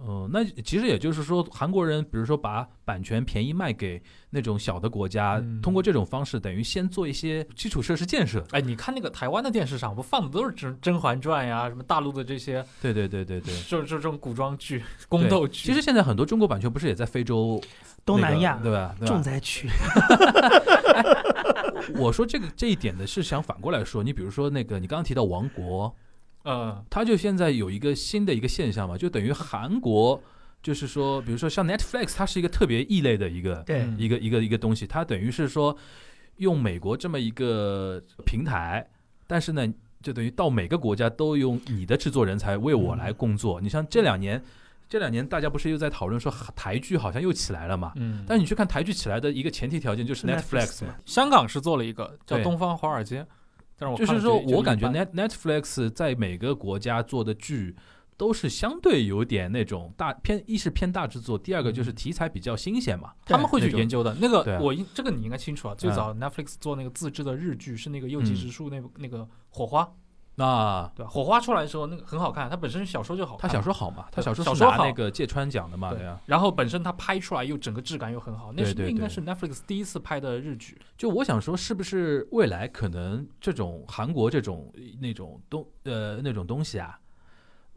C: 嗯，那其实也就是说，韩国人比如说把版权便宜卖给那种小的国家，
B: 嗯
C: 通过这种方式，等于先做一些基础设施建设。
B: 哎，你看那个台湾的电视上不放的都是《甄甄嬛传》呀，什么大陆的这些，
C: 对对对对对。
B: 就是这种古装剧、宫斗剧。
C: 其实现在很多中国版权不是也在非洲、
D: 东
C: 那个
D: 南亚
C: 对吧？对嗯吧
D: 重灾区，
C: 我说这个这一点呢，是想反过来说，你比如说那个你刚刚提到王国，
B: 嗯，
C: 它就现在有一个新的一个现象嘛，就等于韩国，就是说，比如说像 Netflix，它是一个特别异类的一个
D: 对，
B: 嗯
C: 一个一个一个东西，它等于是说用美国这么一个平台，但是呢，就等于到每个国家都用你的制作人才为我来工作。你像这两年，这两年大家不是又在讨论说台剧好像又起来了嘛？
B: 嗯，
C: 但你去看台剧起来的一个前提条件就是 Netflix 嘛，
B: 香港是做了一个叫《
C: 对
B: 东方华尔街》，但是我
C: 就
B: 看
C: 是
B: 了
C: 说
B: 觉得
C: 我感觉
B: 一般
C: Net Netflix 在每个国家做的剧。都是相对有点那种大偏，一是偏大制作，第二个
B: 嗯
C: 就是题材比较新鲜嘛。
B: 他们会去
C: 那种
B: 研究的。那个
C: 对啊
B: 我应这个你应该清楚啊，最早 Netflix 做那个自制的日剧是那个右极
C: 嗯
B: 直树那部那个火花，
C: 那
B: 对吧？火花出来的时候那个很好看，它本身小说就好
C: 他
B: 看，
C: 小说好嘛？他
B: 对
C: 小说
B: 小
C: 是
B: 说
C: 拿
B: 好
C: 那个芥川奖的嘛？
B: 对
C: 对呀、啊
B: 然后本身它拍出来又整个质感又很好，那是
C: 对对
B: 那应该
C: 对
B: 是 Netflix 第一次拍的日剧。
C: 就我想说，是不是未来可能这种韩国这种呃那种东呃那种东西啊，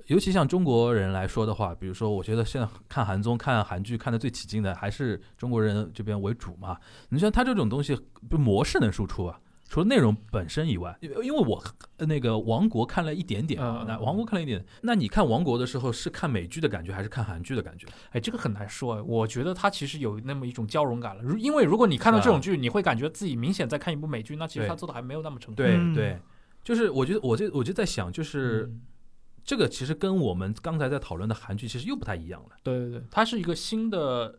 C: 尤其像中国人来说的话，比如说，我觉得现在看韩综、看韩剧看的最起劲的还是中国人这边为主嘛。你像他这种东西，不模式能输出啊，除了内容本身以外，因为因为我呃那个《王国》看了一点点啊
B: 嗯，
C: 那《王国》看了一点，那你看《王国》的时候是看美剧的感觉还是看韩剧的感觉？
B: 哎，这个很难说哎。我觉得它其实有那么一种交融感了，如因为如果你看到这种剧，你会感觉自己明显在看一部美剧，那其实
C: 啊对
B: 它做的还没有那么成功。
C: 对
D: 嗯
C: 对，就是我觉得我这我就在想，就是
B: 嗯
C: 这个其实跟我们刚才在讨论的韩剧其实又不太一样了。
B: 对对对，它是一个新的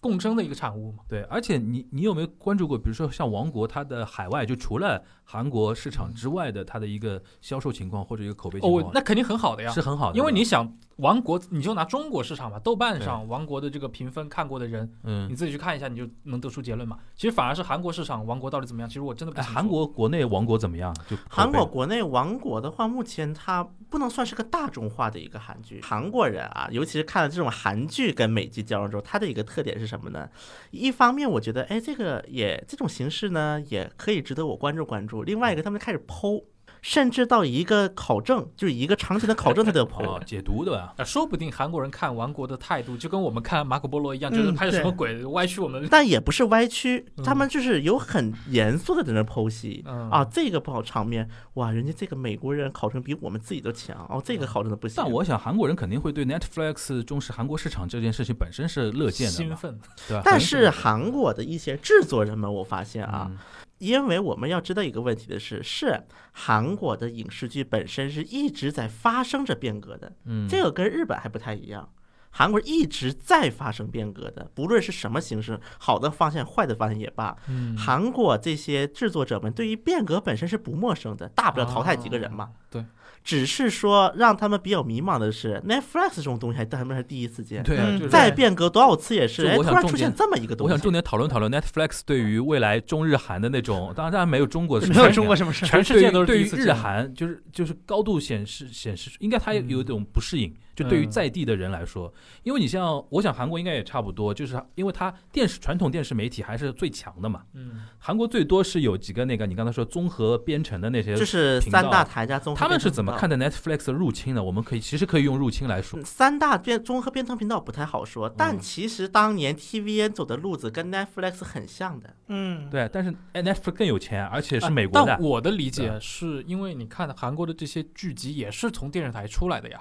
B: 共生的一个产物嘛。
C: 对，而且你你有没有关注过，比如说像王国，它的海外就除了韩国市场之外的它的一个销售情况或者一个口碑情
B: 哦
C: 况，，
B: 那肯定很好的呀
C: 啊是。很好的，
B: 因为
C: 对吧
B: 你想，王国你就拿中国市场吧，豆瓣上王国的这个评分看过的人，你
C: 嗯。
B: 自己去看一下，你就能得出结论嘛。其实反而是韩国市场王国到底怎么样，其实我真的不
C: 哎，
B: 清楚
C: 韩国国内王国怎么样？就口
A: 韩国
C: 碑
A: 国内王国的话，目前它不能算是个大众化的一个韩剧。韩国人啊，尤其是看了这种韩剧跟美剧交融之后，它的一个特点是什么呢？一方面，我觉得哎，这个也这种形式呢，也可以值得我关注关注。另外一个，他们开始剖，甚至到一个考证，就是一个场景的考证，他都有剖
C: 哦，。解读 [laughs] 对吧？
B: 啊，说不定韩国人看王国的态度就跟我们看马可波罗一样，
D: 嗯
B: 觉得拍的什么
D: 对
B: 鬼，歪曲我们。
A: 但也不是歪曲，
B: 嗯
A: 他们就是有很严肃的在那剖析。
B: 嗯
A: 啊，这个不好场面哇！人家这个美国人考证比我们自己都强哦，这个考证的不行。
C: 嗯但我想韩国人肯定会对 Netflix 重视韩国市场这件事情本身是乐见的
B: 兴
C: 嘛，
B: 奋，
C: 对吧？
A: 但
C: 肯定
A: 是韩国的一些制作人们，我发现啊，
C: 嗯
A: 因为我们要知道一个问题的是，是韩国的影视剧本身是一直在发生着变革的，
C: 嗯，
A: 这个跟日本还不太一样。韩国一直在发生变革的，不论是什么形式，好的方向、坏的方向也罢，
B: 嗯，
A: 韩国这些制作者们对于变革本身是不陌生的，大不了淘汰几个人嘛。
B: 对，
A: 只是说让他们比较迷茫的是，Netflix 这种东西还他们是第一次见，
C: 对啊，
D: 嗯
C: 就是
A: 再变革多少次也是，
C: 就
A: 哎，
C: 我
A: 突
C: 想
A: 然
C: 重
A: 出现
C: 点
A: 这么一个东
C: 我
A: 西。
C: 想重点讨论讨论 Netflix 对于未来中日韩的那种，当然当然没有中国的事
D: 没
C: 情啊，
D: 有中国什么事儿。
B: 全世界都是
C: 对
B: 第
C: 于
B: 一次
C: 对于
B: 见
C: 日韩，就是就是高度显示显示，应该它有
B: 嗯
C: 一种不适应。就对于在地的人来说，因为你像我想韩国应该也差不多，就是因为它电视传统电视媒体还是最强的嘛。
B: 嗯，
C: 韩国最多是有几个那个你刚才说综合编程的那些
A: 就，是
C: 频
A: 三
C: 道
A: 大台加综合，
C: 他们是怎么？看待 Netflix 的入侵的？我们可以其实可以用入侵来说
A: 嗯，三大编综合编程频道不太好说，
C: 嗯
A: 但其实当年 TVN 走的路子跟 Netflix 很像的。
D: 嗯，
C: 对，但是哎 Netflix 更有钱，而
A: 啊
C: 且是美国
B: 啊但
C: 的，
B: 我的理
C: 对
B: 解是因为你看韩国的这些剧集也是从电视台出来的呀，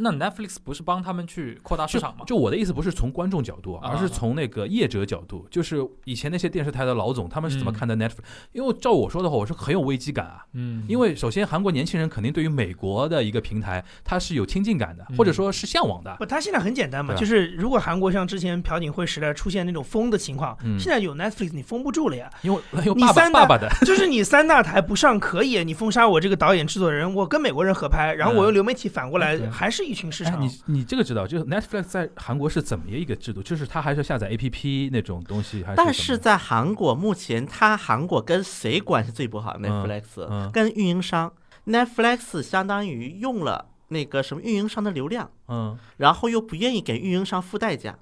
B: 那 Netflix 不是帮他们去扩大市场吗？
C: 就我的意思不是从观众角度，
B: 啊
C: 而是从那个业者角度，就是以前那些电视台的老总他们是怎
B: 嗯
C: 么看待 Netflix？、因为照我说的话，我是很有危机感啊。
B: 嗯
C: 因为首先，韩国年轻人肯定对于美国的一个平台，他是有亲近感的，
B: 嗯
C: 或者说是向往的。
D: 不，它现在很简单嘛，
C: 对吧啊
D: 就是如果韩国像之前朴槿惠时代出现那种封的情况，
C: 嗯
D: 现在有 Netflix 你封不住了呀。
C: 因为因为
D: 你
C: 爸爸
D: 三大
C: 爸爸的，
D: 就是你三大台不上可以，你封杀我这个导演制作人，我跟美国人合拍，然后我用流媒体反过来，
B: 嗯对
D: 还是一群市
C: 哎，
D: 场。
C: 你你这个知道，就是 Netflix 在韩国是怎么一个制度？就是它还是要下载 APP 那种东西，还是
A: 但
C: 是
A: 是在韩国目前，它韩国跟谁关系最不好？Netflix、
C: 嗯
A: 跟运营商，Netflix 相当于用了那个什么运营商的流量，
C: 嗯
A: 然后又不愿意给运营商付代价，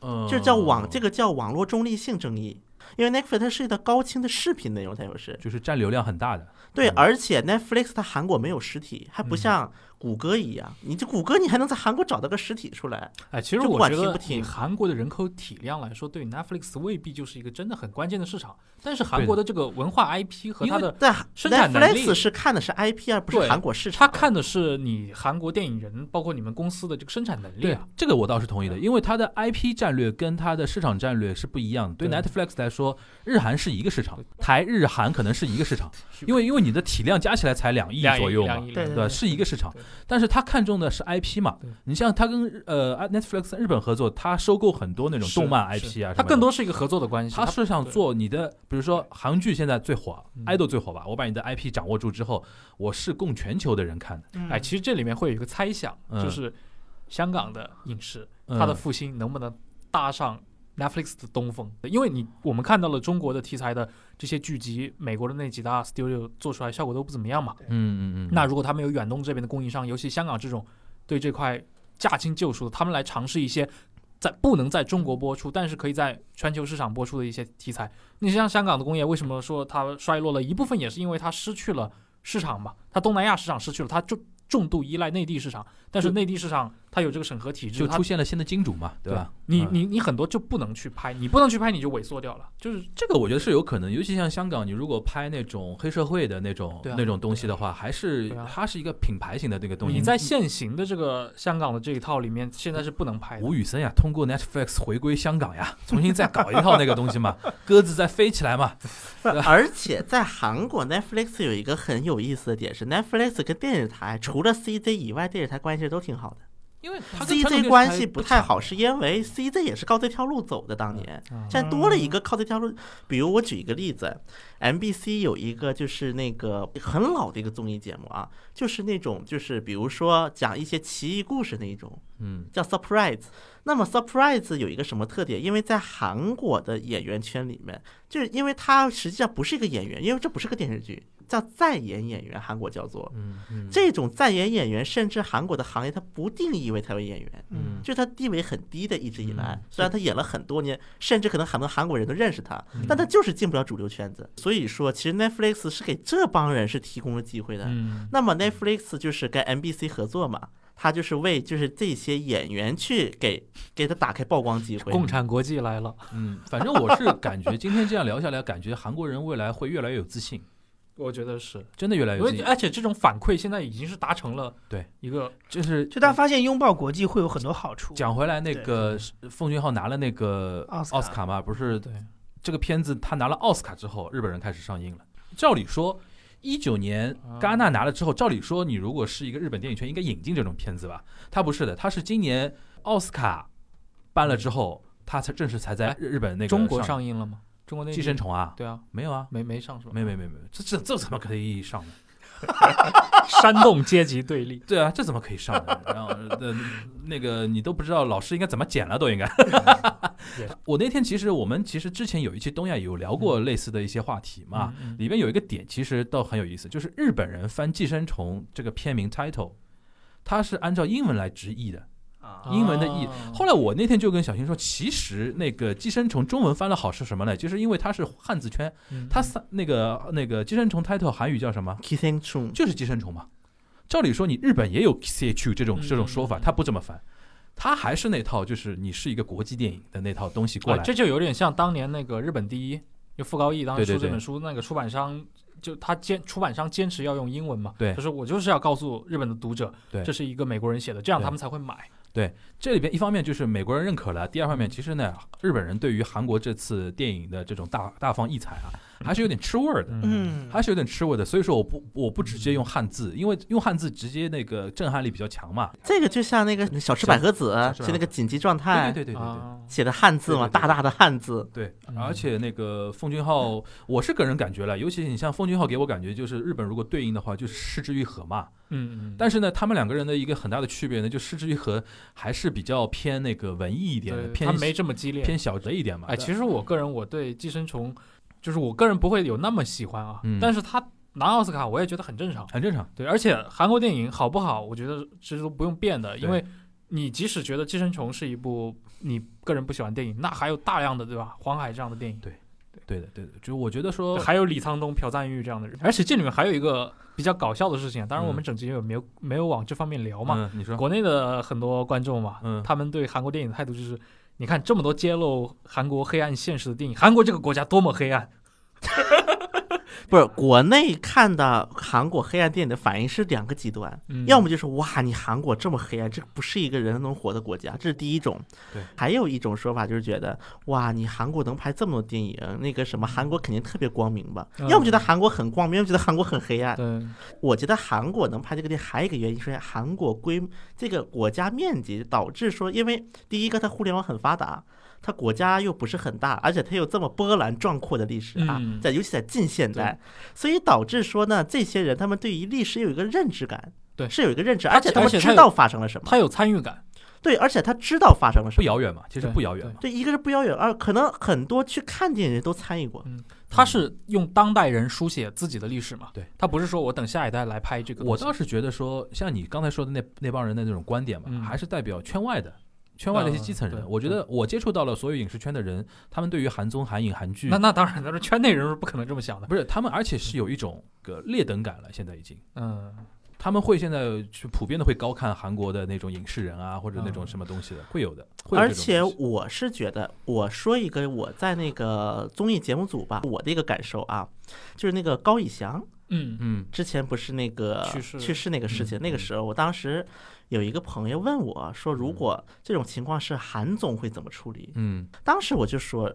C: 嗯，
A: 这叫网这个叫网络中立性争议。因为 Netflix 它涉及到高清的视频内容，它有是
C: 就是占流量很大的。
A: 对，
C: 嗯
A: 而且 Netflix 它韩国没有实体，还
B: 嗯
A: 不像谷歌一样，你这谷歌你还能在韩国找到个实体出来。
B: 哎，其实
A: 就不
B: 我
A: 管
B: 觉
A: 听
B: 得
A: 不听
B: 以韩国的人口体量来说，对 Netflix 未必就是一个真的很关键的市场，但是韩国的这个文化 IP 和
A: 因
B: 它
A: 为
B: 的。
A: 在
B: 生产能力
A: Netflix 是看的是 IP 而不是
B: 对
A: 韩国市
B: 他
A: 场。
B: 看的是你韩国电影人，包括你们公司的这个生产能力
C: 对
B: 啊。，
C: 这个我倒是同意的，因为它的 IP 战略跟它的市场战略是不一样的。对
B: 对
C: Netflix 来说，日韩是一个市场，台日韩可能是一个
B: [laughs]
C: 市场，因为因为你的体量加起来才两亿
B: 两
C: 左右嘛
B: 两，亿
D: 对
B: 两
C: 对
B: 亿
C: 吧？是一个市场
B: 对，
C: 但是它看重的是 IP 嘛
B: 对。
C: 你像它跟日呃 Netflix 日本合作，它收购很多那种动漫
B: 是
C: IP 啊，
B: 它更。多是一个合作的关系。
C: 他
B: 它
C: 是想做你的，比如说韩剧现在最火
B: 嗯
C: ，idol 最火吧，我把你的 IP 掌握住之后，我是供全球的人看的。
D: 嗯
B: 哎，其实这里面会有一个猜想，
C: 嗯
B: 就是香港的影视它的
C: 嗯
B: 复兴能不能搭上 Netflix 的东风？因为你我们看到了中国的题材的这些剧集，美国的那几大 studio 做出来效果都不怎么样嘛。
C: 嗯嗯嗯，
B: 那如果他们有远东这边的供应商，尤其香港这种对这块驾轻就熟的，他们来尝试一些在不能在中国播出，但是可以在全球市场播出的一些题材。你像香港的工业，为什么说它衰落了？一部分也是因为它失去了市场嘛，它东南亚市场失去了，它就重度依赖内地市场。但是内地市场它有这个审核体制，
C: 就
B: 它
C: 出现了新的金主嘛，对吧？
B: 你
C: 嗯
B: 你你很多就不能去拍，你不能去拍你就萎缩掉了，就是
C: 这个我觉得是有可能，尤其像香港，你如果拍那种黑社会的那种、
B: 对啊
C: 那种东西的话，还是、
B: 对啊嗯
C: 它是一个品牌型的那个东西。
B: 你在现行的这个香港的这一套里面，现在是不能拍的
C: 吴。宇森呀，通过 Netflix 回归香港呀，重新再搞一套那个东西嘛，鸽子再飞起来嘛。
A: 而且在韩国 Netflix 有一个很有意思的点是，Netflix 跟电视台除了 CJ 以外，电视台关系都挺好的。
C: 因为它跟传
A: CJ
C: 统电视台
A: 关系不太
C: 强，
A: 好，是因为 CJ 也是靠这条路走的，当年
B: 嗯
A: 现在多了一个靠这条路。比如我举一个例子，MBC 有一个就是那个很老的一个综艺节目啊，就是那种就是比如说讲一些奇异故事那一种，
C: 嗯，
A: 叫 surprise。那么 surprise 有一个什么特点？因为在韩国的演员圈里面，就是因为他实际上不是一个演员，因为这不是个电视剧，叫在演演员，韩国叫做。
C: 嗯嗯
A: 这种在演演员，甚至韩国的行业，他不定义为他为演员，
C: 嗯
A: 就是他地位很低的，一直以来
C: 嗯。
A: 虽然他演了很多年，甚至可能很多韩国人都认识他
C: 嗯，
A: 但他就是进不了主流圈子。所以说，其实 Netflix 是给这帮人是提供了机会的。
B: 嗯，
A: 那么 Netflix 就是跟 NBC 合作嘛，他就是为就是这些演员去给给他打开曝光机会。
B: 共产国际来了，
C: 嗯，反正我是感觉今天这样聊下来，感觉韩国人未来会越来越有自信，
B: 我觉得是，
C: 真的越来越
B: 因
C: 有自
B: 为
C: 信。
B: 而且这种反馈现在已经是达成了
C: 对
B: 一个
C: 就是
D: 就大家发现拥抱国际会有很多好处。
C: 讲回来，那个奉俊昊拿了那个
D: 奥斯卡
C: 奥斯卡嘛，不是
B: 对
C: 这个片子他拿了奥斯卡之后，日本人开始上映了。照理说，一九年
B: 啊
C: 戛纳拿了之后，照理说你如果是一个日本电影圈，应该引进这种片子吧？他不是的，他是今年奥斯卡颁了之后，他才正式才在日本那个
B: 中国
C: 上
B: 上映了吗？中国那
C: 《寄生虫》啊？
B: 对啊，
C: 没有啊，
B: 没没上是吧？
C: 没没没没，这这这怎么可以上呢？
B: 煽动阶级对
C: [laughs]
B: 立，
C: 对啊，这怎么可以上呢？然后呃，那个你都不知道老师应该怎么剪了，都应该。
B: 嗯
C: [laughs] 我那天其实我们其实之前有一期东亚有聊过类似的一些话题嘛，
B: 嗯，嗯
C: 里面有一个点，其实倒很有意思，就是日本人翻《寄生虫》这个片名 title，它是按照英文来直译的，
D: 啊，
C: 英文的译
B: 啊。
C: 后来我那天就跟小新说，其实那个《寄生虫》中文翻了好是什么呢？就是因为它是汉字圈，
B: 嗯
C: 它三那个那个《寄生虫》title 韩语叫什么？
A: Kissing Chung，
C: 就是寄生虫嘛。照理说，你日本也有 CHU 这种这种说法，
B: 嗯
C: 它不这么翻，它还是那套，就是你是一个国际电影的那套东西过来。
B: 啊这就有点像当年那个日本第一，就傅高义当时
C: 对对
B: 出这
C: 对
B: 本书，那个出版商就他坚出版商坚持要用英文嘛，
C: 对
B: 就是我就是要告诉日本的读者，
C: 对
B: 这是一个美国人写的，这样
C: 对
B: 他们才会买。
C: 这里边一方面就是美国人认可了，第二方面其实呢，日本人对于韩国这次电影的这种大大放异彩啊，还是有点吃味儿的，
D: 嗯，
C: 还是有点吃味儿的。所以说，我不我不直接用汉字，因为用汉字直接那个震撼力比较强嘛。
A: 这个就像那个小池百合子
C: 小池百合，子
A: 就那个紧急状态
C: 对对对对对对。
B: 啊
A: 写的汉字嘛，
C: 对对对
A: 大大的汉字。
C: 对
B: 嗯，
C: 而且那个奉俊昊，我是个人感觉了，尤其你像奉俊昊给我感觉就是日本如果对应的话，就是失之愈合嘛。
B: 嗯嗯，
C: 但是呢，他们两个人的一个很大的区别呢，就失之愈合还是比较偏那个文艺一点的，
B: 对
C: 偏
B: 他没这么激烈。
C: 偏小哲一点嘛。
B: 哎，其实我个人我对寄生虫，就是我个人不会有那么喜欢啊，
C: 嗯
B: 但是他拿奥斯卡我也觉得很正常。
C: 很正常。
B: 对，而且韩国电影好不好，我觉得其实都不用变的，因
C: 对
B: 为你即使觉得《寄生虫》是一部你个人不喜欢电影，那还有大量的对吧？黄海这样的电影，
C: 对的，对的，就我觉得说
B: 还有李沧东、朴赞郁这样的人。而且这里面还有一个比较搞笑的事情，啊当然我们
C: 嗯
B: 整集也没有没有往这方面聊嘛。
C: 嗯，你说
B: 国内的很多观众嘛，
C: 嗯
B: 他们对韩国电影的态度就是。你看这么多揭露韩国黑暗现实的电影，韩国这个国家多么黑暗！
A: 不是国内看的韩国黑暗电影的反应是两个极端，
B: 嗯
A: 要么就是哇，你韩国这么黑暗，啊这不是一个人能活的国家，这是第一种。
C: 对，
A: 还有一种说法就是觉得哇，你韩国能拍这么多电影，那个什么韩国肯定特别光明吧？
B: 嗯
A: 要么觉得韩国很光明，要么觉得韩国很黑暗。
B: 对，
A: 我觉得韩国能拍这个电影，还有一个原因是韩国规这个国家面积导致说，因为第一个它互联网很发达。它国家又不是很大，而且它有这么波澜壮阔的历史啊，
B: 嗯
A: 在尤其在近现代，所以导致说呢，这些人他们对于历史有一个认知感，
B: 对
A: 是有一个认知，
B: 而
A: 而
B: 且
A: 且他们
B: 而且他
A: 知
B: 有
A: 道发生了什么
B: 他，有参与感，
A: 对，而且他知道发生了什
C: 不
A: 么，
C: 遥远嘛，其实
B: 对
C: 不遥远嘛。
A: 对，一个是不遥远，二可能很多去看电影的人都参与过，
B: 他是用当代人书写自己的历史嘛？
C: 对，
B: 他不是说我等下一代来拍这个东
C: 我
B: 西。
C: 倒是觉得说，像你刚才说的那那帮人的那种观点
B: 嗯
C: 嘛，还是代表圈外的。圈外的一些基层
B: 嗯对
C: 人，我觉得我接触到了所有影视圈的人，他们对于韩综、韩影、韩剧，
B: 那那当然，但是圈内人是不可能这么想的。
C: 不是他们，而且是有一种个劣等感了，现在已经。
B: 嗯，
C: 他们会现在去普遍的会高看韩国的那种影视人啊，或者那种什么东西的，会有的。会有
A: 而
C: 这种
A: 且
C: 东西
A: 我是觉得，我说一个我在那个综艺节目组吧，我的一个感受啊，就是那个高以翔
B: 嗯
C: 嗯，
A: 之前不是那个
B: 去世
A: 那个事情，
C: 嗯
A: 那个时候我当时有一个朋友问我说，如果这种情况是韩总会怎么处理？
C: 嗯
A: 当时我就说，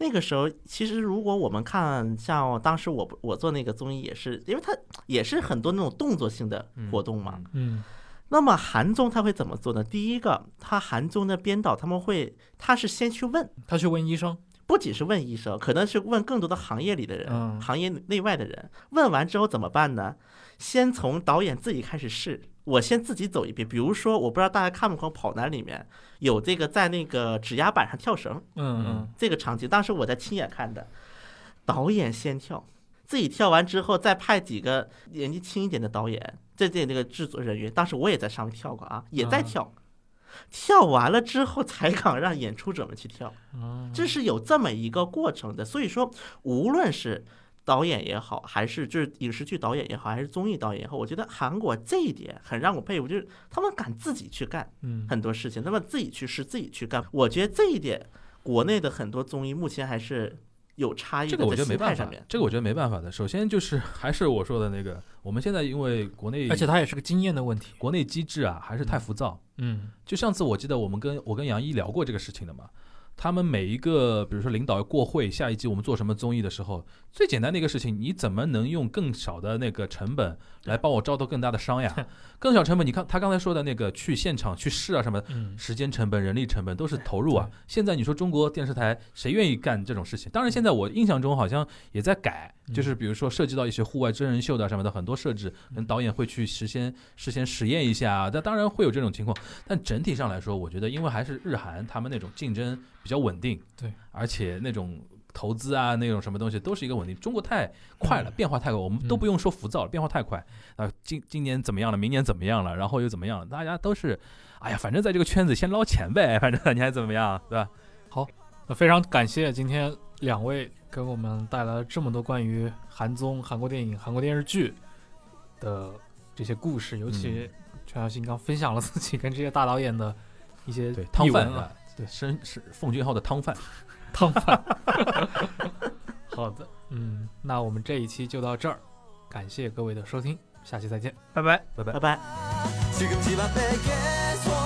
A: 那个时候其实如果我们看像当时我我做那个综艺也是，因为它也是很多那种动作性的活动嘛，
C: 嗯
B: 嗯
A: 那么韩综他会怎么做呢？第一个，他韩综的编导他们会，他是先去问，
B: 他去问医生，
A: 不仅是问医生，可能是问更多的行业里的人，
B: 嗯
A: 行业内外的人。问完之后怎么办呢？先从导演自己开始试，我先自己走一遍。比如说，我不知道大家看没看过《跑男》里面有这个在那个指压板上跳绳
B: 嗯嗯
A: 这个场景，当时我在亲眼看的，导演先跳。自己跳完之后，再派几个年纪轻一点的导演，这这那个制作人员，当时我也在上面跳过啊，也在
B: 嗯
A: 跳。跳完了之后，才敢让演出者们去跳。
B: 嗯，
A: 这是有这么一个过程的。所以说，无论是导演也好，还是就是影视剧导演也好，还是综艺导演也好，我觉得韩国这一点很让我佩服，就是他们敢自己去干
B: 嗯
A: 很多事情，他们自己去试，自己去干。我觉得这一点，国内的很多综艺目前还是有差异的，
C: 这个我觉得没办
A: 在心态
C: 法
A: 上面，。
C: 这个我觉得没办法的。首先就是 [laughs] 还是我说的那个，我们现在因为国内
B: 而且他也是个经验的问题，
C: 国内机制啊还是太浮躁。
B: 嗯
C: 就上次我记得我们跟我跟杨一聊过这个事情的嘛，他们每一个比如说领导要过会，下一季我们做什么综艺的时候，最简单的一个事情，你怎么能用更少的那个成本来帮我招到更大的商呀？更小成本，你看他刚才说的那个去现场去试啊什么的。
B: 嗯
C: 时间成本、人力成本都是投入啊。现在你说中国电视台谁愿意干这种事情？当然，现在我印象中好像也在改，
B: 嗯
C: 就是比如说涉及到一些户外真人秀的啊什么的很多设置，跟导演会去事先事先实验一下啊。但当然会有这种情况，但整体上来说，我觉得因为还是日韩他们那种竞争比较稳定，
B: 对，
C: 而且那种。投资啊，那种什么东西都是一个稳定。中国太快了，
B: 嗯
C: 变化太快，我们都
B: 嗯
C: 不用说浮躁了，变化太快。啊，今今年怎么样了？明年怎么样了？然后又怎么样了？大家都是，哎呀，反正在这个圈子先捞钱呗，反正你还怎么样，对吧？
B: 那非常感谢今天两位给我们带来了这么多关于韩综、韩国电影、韩国电视剧的这些故事，尤其全小新刚分享了自己跟这些大导演的一些
C: 对，汤
B: 译文
C: 饭
B: 啊，，
C: 对，是是奉俊昊的汤饭。
B: 汤饭。 [laughs] 好的，嗯，那我们这一期就到这儿，感谢各位的收听，下期再见。
D: 拜拜。
A: 拜拜。
E: 지금 집 앞에 계속